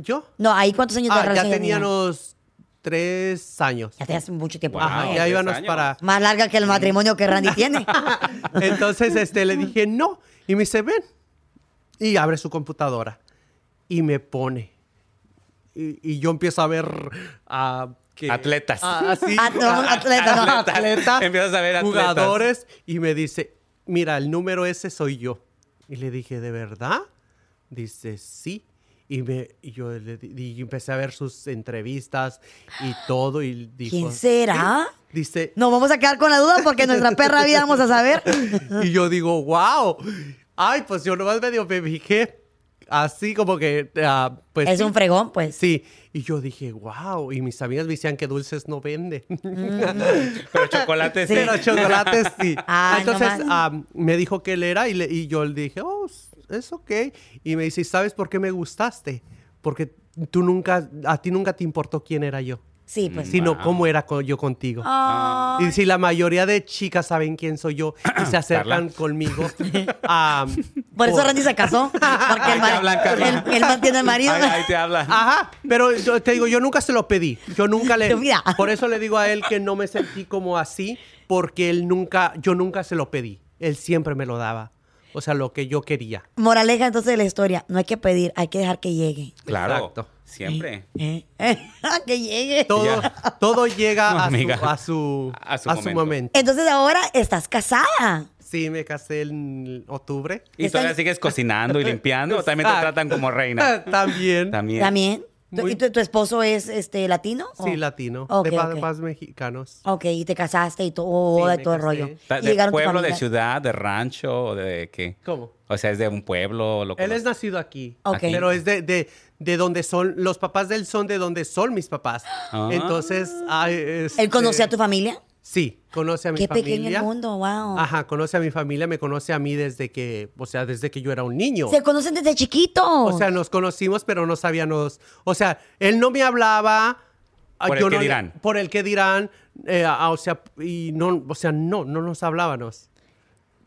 Speaker 2: ¿Yo?
Speaker 1: No, ahí cuántos años de
Speaker 2: Ah, ya
Speaker 1: relación
Speaker 2: tenía
Speaker 1: tenían?
Speaker 2: unos tres años.
Speaker 1: Ya tenías mucho tiempo.
Speaker 3: Wow.
Speaker 2: Ajá,
Speaker 1: Ajá.
Speaker 2: ya
Speaker 3: tres
Speaker 2: íbamos
Speaker 3: años.
Speaker 2: para...
Speaker 1: Más larga que el matrimonio que Randy tiene.
Speaker 2: Entonces este, le dije no. Y me dice, ven. Y abre su computadora. Y me pone. Y, y yo empiezo a ver ah, que-
Speaker 3: Atletas.
Speaker 2: Ah, ah, sí.
Speaker 1: At- no,
Speaker 2: Ah,
Speaker 1: atleta, no.
Speaker 2: atletas, atletas,
Speaker 3: Empiezas a ver atletas.
Speaker 2: Jugadores. Y me dice, mira, el número ese soy yo. Y le dije, ¿de verdad? Dice, sí. Y, me, y yo le di- y empecé a ver sus entrevistas y todo. Y dijo,
Speaker 1: ¿Quién será?
Speaker 2: "Sí". Dice,
Speaker 1: Nos vamos a quedar con la duda porque nuestra perra vida vamos a saber.
Speaker 2: y yo digo, wow. Ay, pues yo nomás medio me fijé. Así como que, ah, pues.
Speaker 1: es
Speaker 2: sí.
Speaker 1: un fregón, pues.
Speaker 2: Sí. Y yo dije, wow. Y mis amigas me decían que dulces no venden.
Speaker 3: Pero chocolate sí.
Speaker 2: Pero chocolates sí.
Speaker 1: Ah,
Speaker 2: Entonces
Speaker 1: nomás.
Speaker 2: ah, me dijo que él era y, le- y yo le dije, oh, es ok. Y me dice, ¿sabes por qué me gustaste? Porque tú nunca, a ti nunca te importó quién era yo,
Speaker 1: Sí, pues.
Speaker 2: sino
Speaker 3: Wow.
Speaker 2: cómo era co- yo contigo.
Speaker 1: Ah.
Speaker 2: Y si la mayoría de chicas saben quién soy yo y se acercan
Speaker 3: Carla.
Speaker 2: conmigo. am,
Speaker 1: Por eso
Speaker 2: por-
Speaker 1: Randy se casó. Porque
Speaker 3: Ahí
Speaker 1: el
Speaker 3: te
Speaker 1: mar-
Speaker 3: hablan, Carla.
Speaker 1: él- él mantiene el marido.
Speaker 3: Ahí, ahí te habla.
Speaker 2: Ajá, pero yo te digo, yo nunca se lo pedí. Yo nunca le.
Speaker 1: Tu vida.
Speaker 2: Por eso le digo a él que no me sentí como así, porque él nunca, yo nunca se lo pedí. Él siempre me lo daba. O sea, lo que yo quería.
Speaker 1: Moraleja entonces de la historia, no hay que pedir, hay que dejar que llegue.
Speaker 3: Claro.
Speaker 2: Exacto.
Speaker 3: Siempre.
Speaker 1: Eh, eh, que llegue.
Speaker 2: Todo, todo llega
Speaker 3: No,
Speaker 2: a, su,
Speaker 3: amiga.
Speaker 2: a, su,
Speaker 3: A su
Speaker 2: a su
Speaker 3: momento.
Speaker 2: momento.
Speaker 1: Entonces ahora estás casada.
Speaker 2: Sí, me casé en octubre.
Speaker 3: ¿Y
Speaker 1: Están-
Speaker 3: todavía sigues cocinando y limpiando? ¿O también te
Speaker 2: Exacto.
Speaker 3: tratan como reina?
Speaker 2: También.
Speaker 3: También.
Speaker 1: También. ¿Tu-
Speaker 2: Muy-
Speaker 1: ¿Y tu, tu esposo es este latino? o?
Speaker 2: Sí, latino.
Speaker 1: Ok,
Speaker 2: de pa-
Speaker 1: ok.
Speaker 2: paz mexicanos.
Speaker 1: Ok, y te casaste y todo,
Speaker 2: Sí,
Speaker 1: de
Speaker 2: me
Speaker 1: todo el
Speaker 2: casé.
Speaker 1: rollo.
Speaker 3: Ta-
Speaker 1: Y
Speaker 3: ¿De
Speaker 1: llegaron tu
Speaker 3: pueblo, de
Speaker 1: familia.
Speaker 3: ciudad, de rancho o de qué?
Speaker 2: ¿Cómo?
Speaker 3: O sea, es de un pueblo. Lo
Speaker 2: Él es
Speaker 3: conoces.
Speaker 2: nacido aquí,
Speaker 1: Ok.
Speaker 2: pero es de, de, de donde son, los papás de él son de donde son mis papás.
Speaker 3: Ah.
Speaker 2: Entonces, ay, este,
Speaker 1: ¿Él conocía a tu familia?
Speaker 2: Sí, conoce a mi
Speaker 1: Qué
Speaker 2: familia.
Speaker 1: pequeño el mundo, wow.
Speaker 2: Ajá, conoce a mi familia, me conoce a mí desde que, o sea, desde que yo era un niño.
Speaker 1: Se conocen desde chiquito.
Speaker 2: O sea, nos conocimos, pero no sabíamos. O sea, él no me hablaba. ah,
Speaker 3: Por el
Speaker 2: no
Speaker 3: que
Speaker 2: le-
Speaker 3: dirán.
Speaker 2: Por el que dirán. eh, ah, o sea, y no, o sea, no, no nos hablábamos.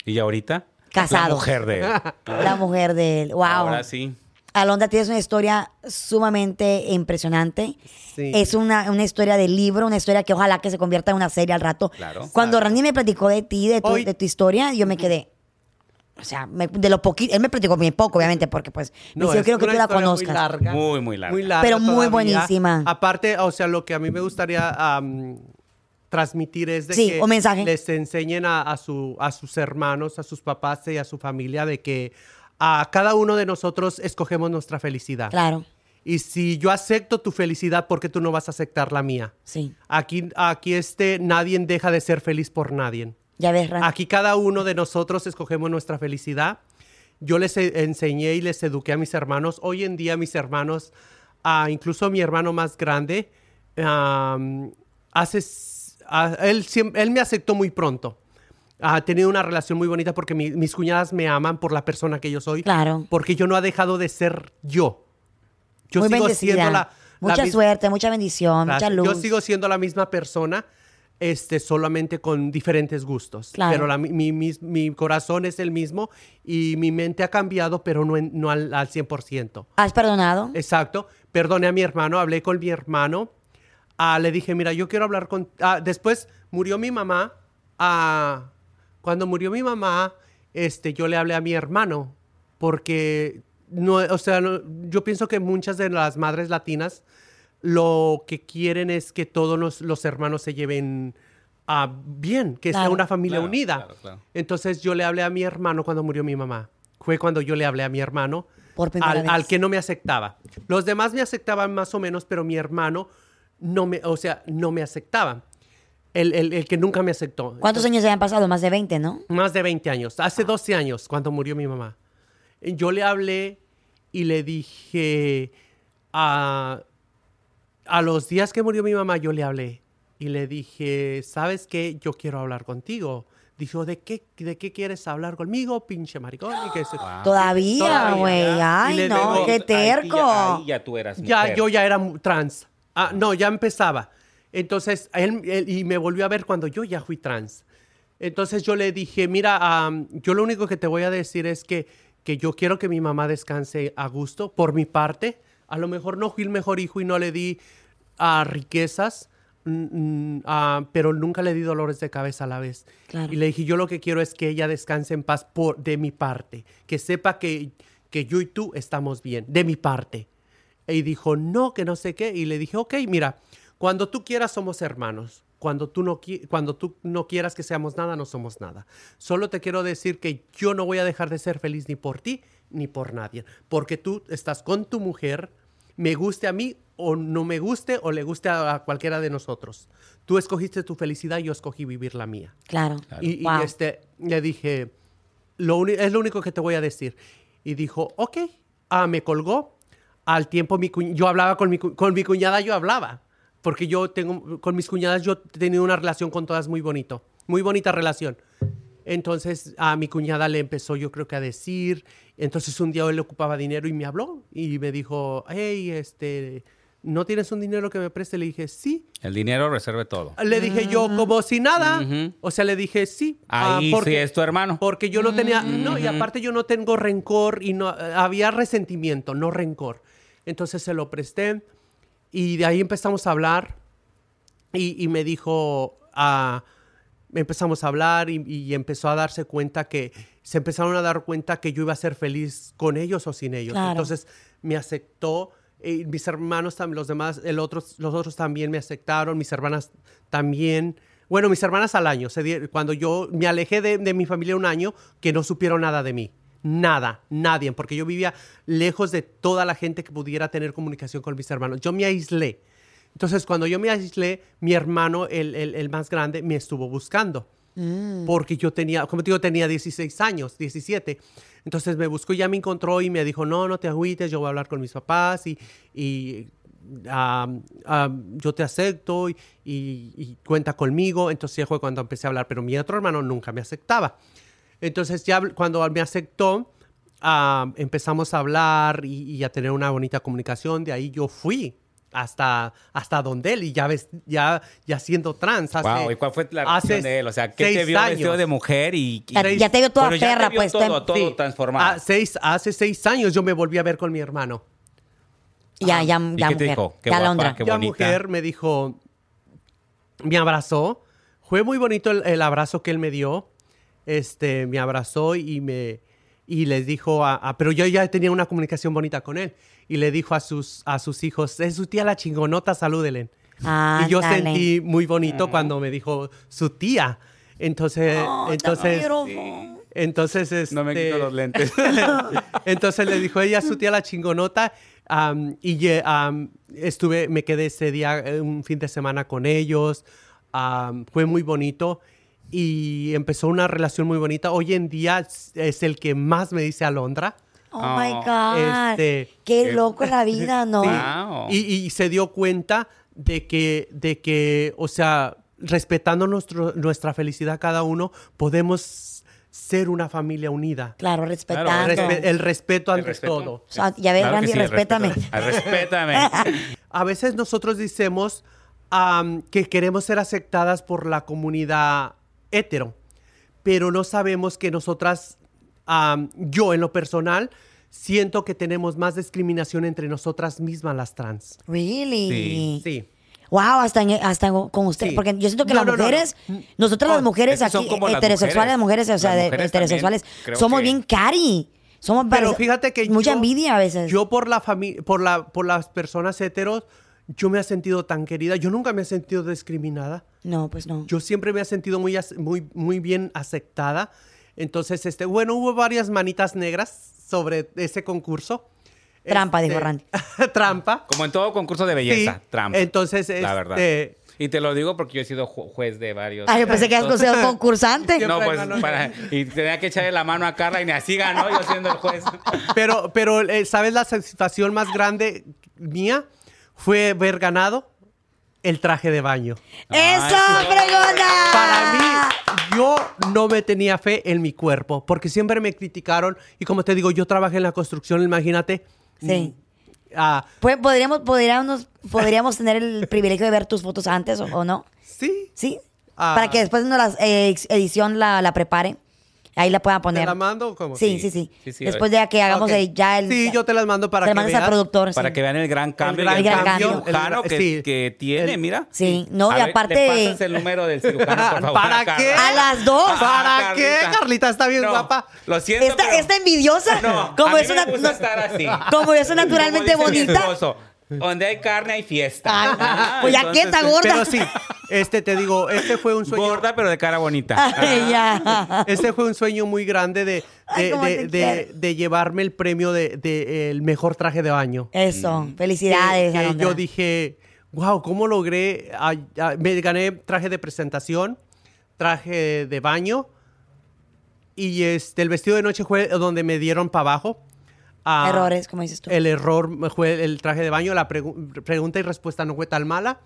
Speaker 3: ¿Y ya ahorita?
Speaker 1: Casado.
Speaker 3: La mujer de él.
Speaker 1: la mujer de él. Wow.
Speaker 3: Ahora sí.
Speaker 1: Alondra, tienes una historia sumamente impresionante.
Speaker 2: Sí.
Speaker 1: Es una, una historia de libro, una historia que ojalá que se convierta en una serie al rato.
Speaker 3: Claro.
Speaker 1: Cuando Randy me platicó de ti, de tu,
Speaker 2: Hoy-
Speaker 1: de tu historia, yo me quedé. O sea, me- de lo poquito. Él me platicó bien poco, obviamente, porque pues. me dice, yo
Speaker 2: es
Speaker 1: quiero que
Speaker 2: una
Speaker 1: tú la
Speaker 2: historia muy
Speaker 1: conozcas.
Speaker 2: larga.
Speaker 3: Muy, muy larga.
Speaker 2: Muy larga
Speaker 1: Pero muy
Speaker 2: todavía.
Speaker 1: buenísima.
Speaker 2: Aparte, o sea, lo que a mí me gustaría am, transmitir es de
Speaker 1: Sí,
Speaker 2: que
Speaker 1: un mensaje.
Speaker 2: les enseñen a, a su, a sus hermanos, a sus papás y a su familia de que a cada uno de nosotros escogemos nuestra felicidad.
Speaker 1: Claro,
Speaker 2: Y si yo acepto tu felicidad, ¿por qué tú no vas a aceptar la mía?
Speaker 1: sí.
Speaker 2: Aquí, aquí este, nadie deja de ser feliz por nadie.
Speaker 1: Ya ves, Randy.
Speaker 2: Aquí cada uno de nosotros escogemos nuestra felicidad. Yo les e- enseñé y les eduqué a mis hermanos. Hoy en día mis hermanos, ah, incluso mi hermano más grande, am, hace, s- ah, él, siem- él me aceptó muy pronto. Ha tenido una relación muy bonita porque mi- mis cuñadas me aman por la persona que yo soy.
Speaker 1: Claro.
Speaker 2: Porque yo no ha dejado de ser yo. Yo
Speaker 1: Muy
Speaker 2: sigo
Speaker 1: bendecida.
Speaker 2: siendo la, la
Speaker 1: mucha
Speaker 2: mis-
Speaker 1: suerte, mucha bendición, mucha
Speaker 2: Gracias.
Speaker 1: luz.
Speaker 2: Yo sigo siendo la misma persona, este, solamente con diferentes gustos.
Speaker 1: Claro.
Speaker 2: Pero la- mi, mi- mi corazón es el mismo y mi mente ha cambiado, pero no, en- no al, al 100%.
Speaker 1: ¿Has perdonado?
Speaker 2: Exacto. Perdoné a mi hermano, hablé con mi hermano. Ah, le dije, mira, yo quiero hablar con... ah, después murió mi mamá. Ah, cuando murió mi mamá, este, yo le hablé a mi hermano porque, no, o sea, no- yo pienso que muchas de las madres latinas lo que quieren es que todos los, los hermanos se lleven ah, bien, que sea
Speaker 1: Claro.
Speaker 2: una familia
Speaker 3: Claro,
Speaker 2: unida.
Speaker 3: claro, claro.
Speaker 2: Entonces yo le hablé a mi hermano cuando murió mi mamá. Fue cuando yo le hablé a mi hermano
Speaker 1: Por primera
Speaker 2: al,
Speaker 1: vez.
Speaker 2: al que no me aceptaba. Los demás me aceptaban más o menos, pero mi hermano no me, o sea, no me aceptaba. El, el- el que nunca me aceptó.
Speaker 1: ¿Cuántos años habían pasado? Más de 20, ¿no?
Speaker 2: Más de 20 años. Hace 12 años, cuando murió mi mamá. Yo le hablé y le dije a, a los días que murió mi mamá, yo le hablé y le dije, ¿sabes qué? Yo quiero hablar contigo. Dijo, ¿de qué, ¿de qué quieres hablar conmigo, pinche maricón? Y que se-
Speaker 1: Todavía,
Speaker 2: pues, Todavía,
Speaker 1: güey.
Speaker 2: ya. Y
Speaker 1: Ay,
Speaker 2: le
Speaker 1: no,
Speaker 2: digo,
Speaker 1: qué
Speaker 3: Ahí tú ya-
Speaker 1: terco.
Speaker 3: ahí ya tú eras
Speaker 2: Ya,
Speaker 3: mujer.
Speaker 2: yo ya era mu- trans. Ah, no, ya empezaba. Entonces, él, él- y me volvió a ver cuando yo ya fui trans. Entonces yo le dije, mira, am, yo lo único que te voy a decir es que, que yo quiero que mi mamá descanse a gusto, por mi parte. A lo mejor no fui el mejor hijo y no le di ah, riquezas, mm, mm, ah, pero nunca le di dolores de cabeza a la vez.
Speaker 1: Claro.
Speaker 2: Y le dije, yo lo que quiero es que ella descanse en paz por, de mi parte, que sepa que, que yo y tú estamos bien, de mi parte. Y dijo, no, que no sé qué. Y le dije, ok, mira, cuando tú quieras somos hermanos. Cuando tú, no qui- cuando tú no quieras que seamos nada, no somos nada. Solo te quiero decir que yo no voy a dejar de ser feliz ni por ti ni por nadie. Porque tú estás con tu mujer, me guste a mí o no me guste o le guste a, a cualquiera de nosotros. Tú escogiste tu felicidad, yo escogí vivir la mía.
Speaker 1: Claro.
Speaker 2: Y, y,
Speaker 1: Wow.
Speaker 2: este, le dije, lo uni- es lo único que te voy a decir. Y dijo, ok. Ah, me colgó. Al tiempo mi cu- yo hablaba con mi, cu- con mi cuñada, yo hablaba. Porque yo tengo, con mis cuñadas yo he tenido una relación con todas muy bonito. Muy bonita relación. Entonces a mi cuñada le empezó yo creo que a decir. Entonces un día él le ocupaba dinero y me habló. Y me dijo, hey, este, ¿no tienes un dinero que me preste? Le dije, sí.
Speaker 3: El dinero reserve todo.
Speaker 2: Le dije yo como si nada. O sea, le dije sí. ah,
Speaker 3: Ahí sí es tu hermano.
Speaker 2: Porque yo no tenía... No, y aparte yo no tengo rencor y no... eh, Había resentimiento, no rencor. Entonces se lo presté y de ahí empezamos a hablar y, y me dijo... ah, empezamos a hablar y, y empezó a darse cuenta que... Se empezaron a dar cuenta que yo iba a ser feliz con ellos o sin ellos.
Speaker 1: Claro.
Speaker 2: Entonces me aceptó. eh, mis hermanos también, los demás, el otros, los otros también me aceptaron, mis hermanas también. Bueno, mis hermanas al año, se di- cuando yo me alejé de, de mi familia un año, que no supieron nada de mí. Nada, nadie, porque yo vivía lejos de toda la gente que pudiera tener comunicación con mis hermanos. Yo me aislé. Entonces, cuando yo me aislé, mi hermano, el, el- el más grande, me estuvo buscando. Porque yo tenía, como te digo, tenía 16 años, 17. Entonces me buscó y ya me encontró y me dijo, no, no te agüites, yo voy a hablar con mis papás y, y am, am, yo te acepto y, y- y cuenta conmigo. Entonces ya fue cuando empecé a hablar, pero mi otro hermano nunca me aceptaba. Entonces ya habl- cuando me aceptó, ah, empezamos a hablar y, y a tener una bonita comunicación. De ahí yo fui hasta, hasta donde él y ya, ves, ya, ya siendo trans. hace-
Speaker 3: Wow, ¿y cuál fue la reacción
Speaker 2: hace
Speaker 3: de él? O sea, ¿qué te
Speaker 2: seis
Speaker 3: vio
Speaker 2: años.
Speaker 3: vestido de mujer y, y-
Speaker 1: Ya-
Speaker 2: seis-
Speaker 1: ya te vio toda
Speaker 3: Pero ya te
Speaker 1: perra,
Speaker 3: vio
Speaker 1: pues. tú
Speaker 3: todo,
Speaker 1: em-
Speaker 3: todo
Speaker 2: Sí.
Speaker 3: transformado?
Speaker 2: Ah, seis, hace seis años yo me volví a ver con mi hermano. ah,
Speaker 1: Ya, ya, ya,
Speaker 3: ¿Y
Speaker 1: mujer.
Speaker 3: qué te dijo? Qué
Speaker 1: ya,
Speaker 3: guapa,
Speaker 1: Alondra.
Speaker 3: qué
Speaker 2: La
Speaker 3: bonita.
Speaker 2: mujer me dijo, me abrazó. Fue muy bonito el, el abrazo que él me dio. Este, me abrazó y me y les dijo a, a- pero yo ya tenía una comunicación bonita con él y le dijo a sus a sus hijos, "Es su tía la chingonota, salúdelen."
Speaker 1: Ah,
Speaker 2: y yo
Speaker 1: Ándale.
Speaker 2: sentí muy bonito
Speaker 3: Mm.
Speaker 2: cuando me dijo su tía. Entonces,
Speaker 1: Oh,
Speaker 2: eh, entonces
Speaker 1: tan beautiful.
Speaker 2: entonces este,
Speaker 3: No me quito los lentes.
Speaker 2: Entonces le dijo ella a su tía la chingonota am, y ye- am, estuve, me quedé ese día eh, un fin de semana con ellos. am, fue muy bonito y empezó una relación muy bonita. Hoy en día es- es el que más me dice Alondra.
Speaker 1: Oh, my God.
Speaker 2: Este,
Speaker 1: qué
Speaker 3: qué-
Speaker 1: loco la vida, ¿no?
Speaker 2: Sí.
Speaker 3: Wow.
Speaker 2: Y, y se dio cuenta de que, de que o sea, respetando nuestro, nuestra felicidad cada uno, podemos ser una familia unida.
Speaker 1: Claro, respetando.
Speaker 2: Respe- el respeto
Speaker 3: ¿El
Speaker 2: ante
Speaker 3: respeto?
Speaker 2: todo.
Speaker 1: O sea, ya ves,
Speaker 3: Claro que
Speaker 1: Randy,
Speaker 3: sí, el respeto.
Speaker 1: respétame.
Speaker 3: Ah, Respétame.
Speaker 2: A veces nosotros decimos am, que queremos ser aceptadas por la comunidad hetero, pero no sabemos que nosotras, am, yo en lo personal, siento que tenemos más discriminación entre nosotras mismas las trans.
Speaker 1: Really.
Speaker 3: Sí,
Speaker 2: Sí.
Speaker 1: Wow, hasta, en- hasta con usted.
Speaker 2: Sí.
Speaker 1: Porque yo siento que
Speaker 2: No,
Speaker 1: las
Speaker 2: no, no,
Speaker 1: mujeres,
Speaker 2: no.
Speaker 1: nosotras las
Speaker 2: Oh,
Speaker 1: mujeres
Speaker 3: es que son
Speaker 1: aquí,
Speaker 3: como las
Speaker 1: heterosexuales, las mujeres,
Speaker 3: mujeres.
Speaker 1: o sea,
Speaker 3: Las
Speaker 1: de-
Speaker 3: mujeres
Speaker 1: heterosexuales,
Speaker 3: también, creo
Speaker 1: somos
Speaker 3: que-
Speaker 1: bien cari. Somos
Speaker 2: Pero
Speaker 1: parece-
Speaker 2: fíjate que
Speaker 1: Mucha
Speaker 2: yo-
Speaker 1: envidia a veces.
Speaker 2: Yo por la familia, por la, por las personas heteros, yo me he sentido tan querida. Yo nunca me he sentido discriminada.
Speaker 1: no, pues no.
Speaker 2: Yo siempre me he sentido muy, ace- muy, muy bien aceptada. Entonces, este, bueno, hubo varias manitas negras sobre ese concurso.
Speaker 1: Trampa,
Speaker 2: Este,
Speaker 1: dijo Randy.
Speaker 2: Trampa.
Speaker 3: Como en todo concurso de belleza,
Speaker 2: Sí.
Speaker 3: trampa.
Speaker 2: Entonces,
Speaker 3: la verdad.
Speaker 2: este-
Speaker 3: Y te lo digo porque yo he sido ju- juez de varios.
Speaker 1: Ay, yo pensé que eras
Speaker 3: Entonces-
Speaker 1: sido concursante.
Speaker 2: Siempre
Speaker 3: No, pues,
Speaker 2: ganó.
Speaker 3: para- y tenía que echarle la mano a Carla y ni así ganó yo siendo el juez.
Speaker 2: Pero, pero eh, ¿sabes la satisfacción más grande mía? Fue haber ganado el traje de baño.
Speaker 1: ¡Eso,
Speaker 3: Ay,
Speaker 1: fregona!
Speaker 2: Para
Speaker 1: Ah.
Speaker 2: mí, yo no me tenía fe en mi cuerpo, porque siempre me criticaron. Y como te digo, yo trabajé en la construcción, imagínate.
Speaker 1: Sí.
Speaker 2: mm, ah,
Speaker 1: Pues, ¿podríamos, podríamos, podríamos tener el privilegio de ver tus fotos antes o, o no.
Speaker 2: sí.
Speaker 1: ¿Sí?
Speaker 2: Ah.
Speaker 1: Para que después no las eh, ex- edición la, la prepare. Ahí la puedan poner.
Speaker 2: la mando o cómo?
Speaker 1: Sí, sí,
Speaker 3: Sí.
Speaker 1: sí.
Speaker 3: Sí, sí,
Speaker 1: después de que hagamos
Speaker 2: Ok.
Speaker 1: eh, ya el.
Speaker 2: Sí, yo te las mando para
Speaker 1: se la
Speaker 2: que
Speaker 1: mandas al
Speaker 2: veas.
Speaker 1: productor.
Speaker 3: Para
Speaker 1: sí.
Speaker 3: que vean el gran cambio,
Speaker 1: gran
Speaker 3: y el gran
Speaker 1: cambio.
Speaker 3: cirujano
Speaker 2: El-
Speaker 3: que,
Speaker 2: sí.
Speaker 3: que tiene,
Speaker 2: El-
Speaker 3: mira.
Speaker 1: Sí, no,
Speaker 3: A
Speaker 1: y
Speaker 3: ver,
Speaker 1: aparte
Speaker 3: ¿le
Speaker 1: de-
Speaker 3: pasas el número del cirujano, por favor.
Speaker 2: ¿Para
Speaker 3: Carla? Ah,
Speaker 2: qué?
Speaker 1: A las dos.
Speaker 2: ¿Para qué? Carlita está bien
Speaker 3: No,
Speaker 2: guapa.
Speaker 3: Lo siento.
Speaker 1: Esta,
Speaker 3: pero-
Speaker 1: esta envidiosa,
Speaker 3: No,
Speaker 1: como,
Speaker 3: a
Speaker 1: es
Speaker 3: mí
Speaker 1: una,
Speaker 3: me gusta estar así.
Speaker 1: como es naturalmente
Speaker 3: Como dice mi
Speaker 1: bonita.
Speaker 3: esposo, Donde hay carne hay fiesta.
Speaker 1: Ay,
Speaker 3: Ah,
Speaker 1: pues ya
Speaker 3: entonces,
Speaker 1: quieta, gorda.
Speaker 2: Pero sí, este te digo, este fue un sueño.
Speaker 3: Gorda, pero de cara bonita.
Speaker 1: Ay, ya.
Speaker 2: Este fue un sueño muy grande de, de,
Speaker 1: Ay, cómo
Speaker 2: de-
Speaker 1: te
Speaker 2: de-
Speaker 1: quiero.
Speaker 2: de llevarme el premio del de, el mejor traje de baño.
Speaker 1: Eso,
Speaker 2: Que-
Speaker 1: felicidades.
Speaker 2: que
Speaker 1: Alondra.
Speaker 2: Eh, yo dije, wow, ¿cómo logré? Ah, ah, me gané traje de presentación, traje de baño y este, el vestido de noche fue donde me dieron para abajo. Ah,
Speaker 1: Errores, como dices tú.
Speaker 2: El error fue el traje de baño, la pregu- pregunta y respuesta no fue tan mala,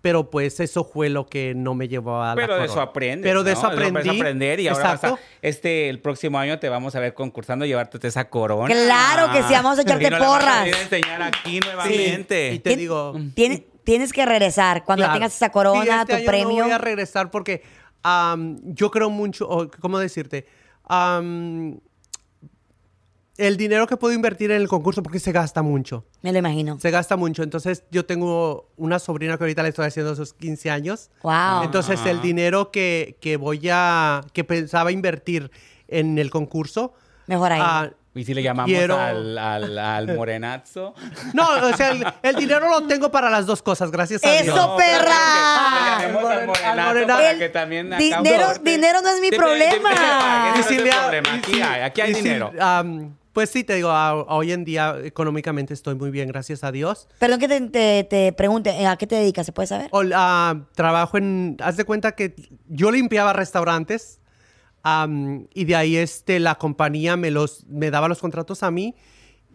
Speaker 2: pero pues eso fue lo que no me llevó a la
Speaker 3: Pero de eso
Speaker 2: corona.
Speaker 3: aprendes.
Speaker 2: Pero de
Speaker 3: ¿no?
Speaker 2: eso
Speaker 3: Lo puedes
Speaker 2: aprendí.
Speaker 3: aprender y ahora vas a-
Speaker 2: Exacto.
Speaker 3: este, el próximo año te vamos a ver concursando y llevarte esa corona.
Speaker 1: Claro que sí, vamos a echarte
Speaker 3: Y nos la vas
Speaker 1: porras.
Speaker 3: venir a enseñar aquí nuevamente.
Speaker 2: Y te
Speaker 1: Tien-
Speaker 2: digo...
Speaker 1: Tienes, tienes que regresar cuando
Speaker 2: Claro.
Speaker 1: tengas esa
Speaker 2: Sí,
Speaker 1: corona,
Speaker 2: este
Speaker 1: tu
Speaker 2: año
Speaker 1: premio.
Speaker 2: No voy a regresar porque am, yo creo mucho, o, ¿cómo decirte? Am, el dinero que puedo invertir en el concurso porque se gasta mucho.
Speaker 1: Me lo imagino.
Speaker 2: Se gasta mucho. Entonces, yo tengo una sobrina que ahorita le estoy haciendo sus 15 años.
Speaker 1: Wow.
Speaker 2: Entonces, el dinero que, que voy a. que pensaba invertir en el concurso.
Speaker 1: Mejor ahí.
Speaker 2: ah,
Speaker 3: Y si le llamamos
Speaker 2: Quiero-
Speaker 3: al, al, al morenazo.
Speaker 2: no, o sea, el, el dinero lo tengo para las dos cosas, gracias a
Speaker 1: Eso,
Speaker 2: Dios.
Speaker 1: No, perra!
Speaker 3: Le llamemos al morenazo
Speaker 2: Al morenazo.
Speaker 3: para
Speaker 1: El
Speaker 3: que también acá
Speaker 1: dinero-
Speaker 3: corte.
Speaker 1: dinero no es mi
Speaker 3: Te- te-
Speaker 1: problema.
Speaker 3: te- te-
Speaker 2: Y
Speaker 3: te-
Speaker 2: si
Speaker 3: no
Speaker 2: le
Speaker 3: es
Speaker 2: ha-
Speaker 3: problema.
Speaker 2: y
Speaker 3: Aquí
Speaker 2: si-
Speaker 3: hay, aquí hay
Speaker 2: y si,
Speaker 3: dinero.
Speaker 2: am, pues sí, te digo, a- hoy en día económicamente estoy muy bien, gracias a Dios.
Speaker 1: Perdón que te, te- te pregunte, ¿eh, ¿a qué te dedicas? ¿Se puede saber?
Speaker 2: Ol- ah, trabajo en, haz de cuenta que yo limpiaba restaurantes am, y de ahí este, la compañía me, los, me daba los contratos a mí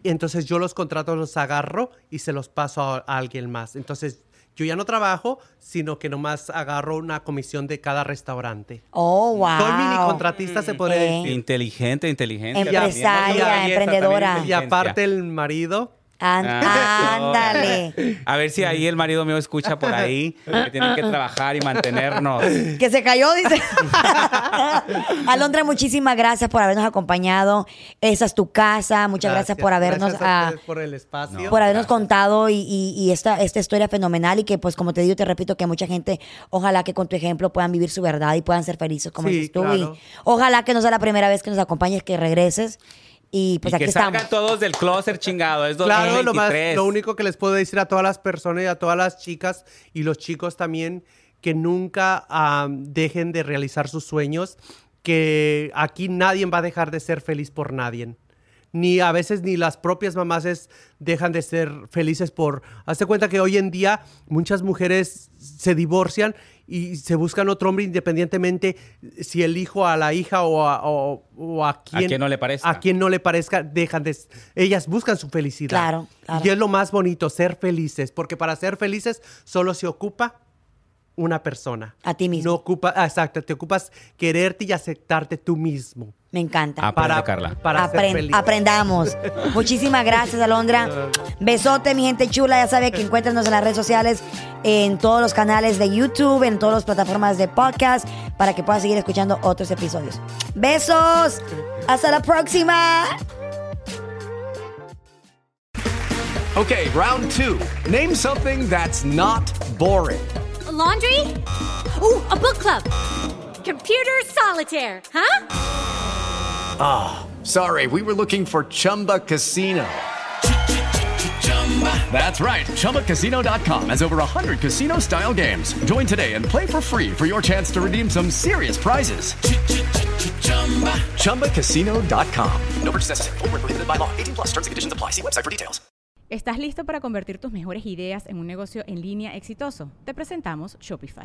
Speaker 2: y entonces yo los contratos los agarro y se los paso a, a alguien más. Entonces yo ya no trabajo, sino que nomás agarro una comisión de cada restaurante.
Speaker 1: Oh, wow.
Speaker 2: Soy mini contratista, se podría
Speaker 1: Eh.
Speaker 2: decir.
Speaker 3: Inteligente, inteligencia.
Speaker 1: Empresaria,
Speaker 3: también, ¿no? Belleza,
Speaker 1: emprendedora.
Speaker 3: también
Speaker 2: Y
Speaker 3: inteligencia.
Speaker 2: aparte el marido...
Speaker 1: An-
Speaker 3: Ah, no.
Speaker 1: ándale.
Speaker 3: A ver si ahí el marido mío escucha por ahí que tienen que trabajar y mantenernos.
Speaker 1: Que se cayó, dice. Alondra, muchísimas gracias por habernos acompañado. Esa es tu casa. Muchas gracias, por habernos
Speaker 2: gracias a
Speaker 1: ah,
Speaker 2: ustedes por el espacio.
Speaker 1: por habernos
Speaker 3: Gracias.
Speaker 1: contado y, y- y esta, esta historia fenomenal y que pues como te digo, te repito que mucha gente, ojalá que con tu ejemplo puedan vivir su verdad y puedan ser felices como
Speaker 2: Sí,
Speaker 1: dices tú.
Speaker 2: claro.
Speaker 1: Y ojalá que no sea la primera vez que nos acompañes, que regreses. Y pues
Speaker 3: y
Speaker 1: aquí
Speaker 3: que
Speaker 1: estamos.
Speaker 3: salgan todos del closet chingado. Es
Speaker 2: Claro, lo, más,
Speaker 3: 2023.
Speaker 2: lo único que les puedo decir a todas las personas y a todas las chicas y los chicos también, que nunca ah, dejen de realizar sus sueños, que aquí nadie va a dejar de ser feliz por nadie. Ni a veces ni las propias mamás es- dejan de ser felices por... Hazte cuenta que hoy en día muchas mujeres se divorcian y se buscan otro hombre independientemente si el hijo a la hija o a, o- o a quien...
Speaker 3: quien no le parezca.
Speaker 2: A quien no le parezca, dejan de... Ellas buscan su felicidad.
Speaker 1: Claro, claro.
Speaker 2: Y es lo más bonito, ser felices, porque para ser felices solo se ocupa una persona.
Speaker 1: A ti mismo.
Speaker 2: No ocupa, ah, exacto, te ocupas quererte y aceptarte tú mismo.
Speaker 1: Me encanta.
Speaker 3: Ah, Aprende,
Speaker 2: Para,
Speaker 3: Carla.
Speaker 2: para ser
Speaker 1: Apren-
Speaker 2: feliz.
Speaker 1: Aprendamos. Muchísimas gracias, Alondra. Besote, mi gente chula. Ya sabe que encuéntranos en las redes sociales, en todos los canales de YouTube, en todas las plataformas de podcast, para que puedas seguir escuchando otros episodios. Besos. Hasta la próxima.
Speaker 4: Okay, round two. Name something that's not boring.
Speaker 5: A laundry? Ooh, a book club. Computer solitaire, huh?
Speaker 4: Sorry, we were looking for Chumba Casino. That's right, ChumbaCasino.com has over 100 casino style games. Join today and play for free for your chance to redeem some serious prizes. ChumbaCasino.com. No purchase necessary, forward, prohibited by law, 18 plus terms and conditions apply. See website for details.
Speaker 6: ¿Estás listo para convertir tus mejores ideas en un negocio en línea exitoso? Te presentamos Shopify.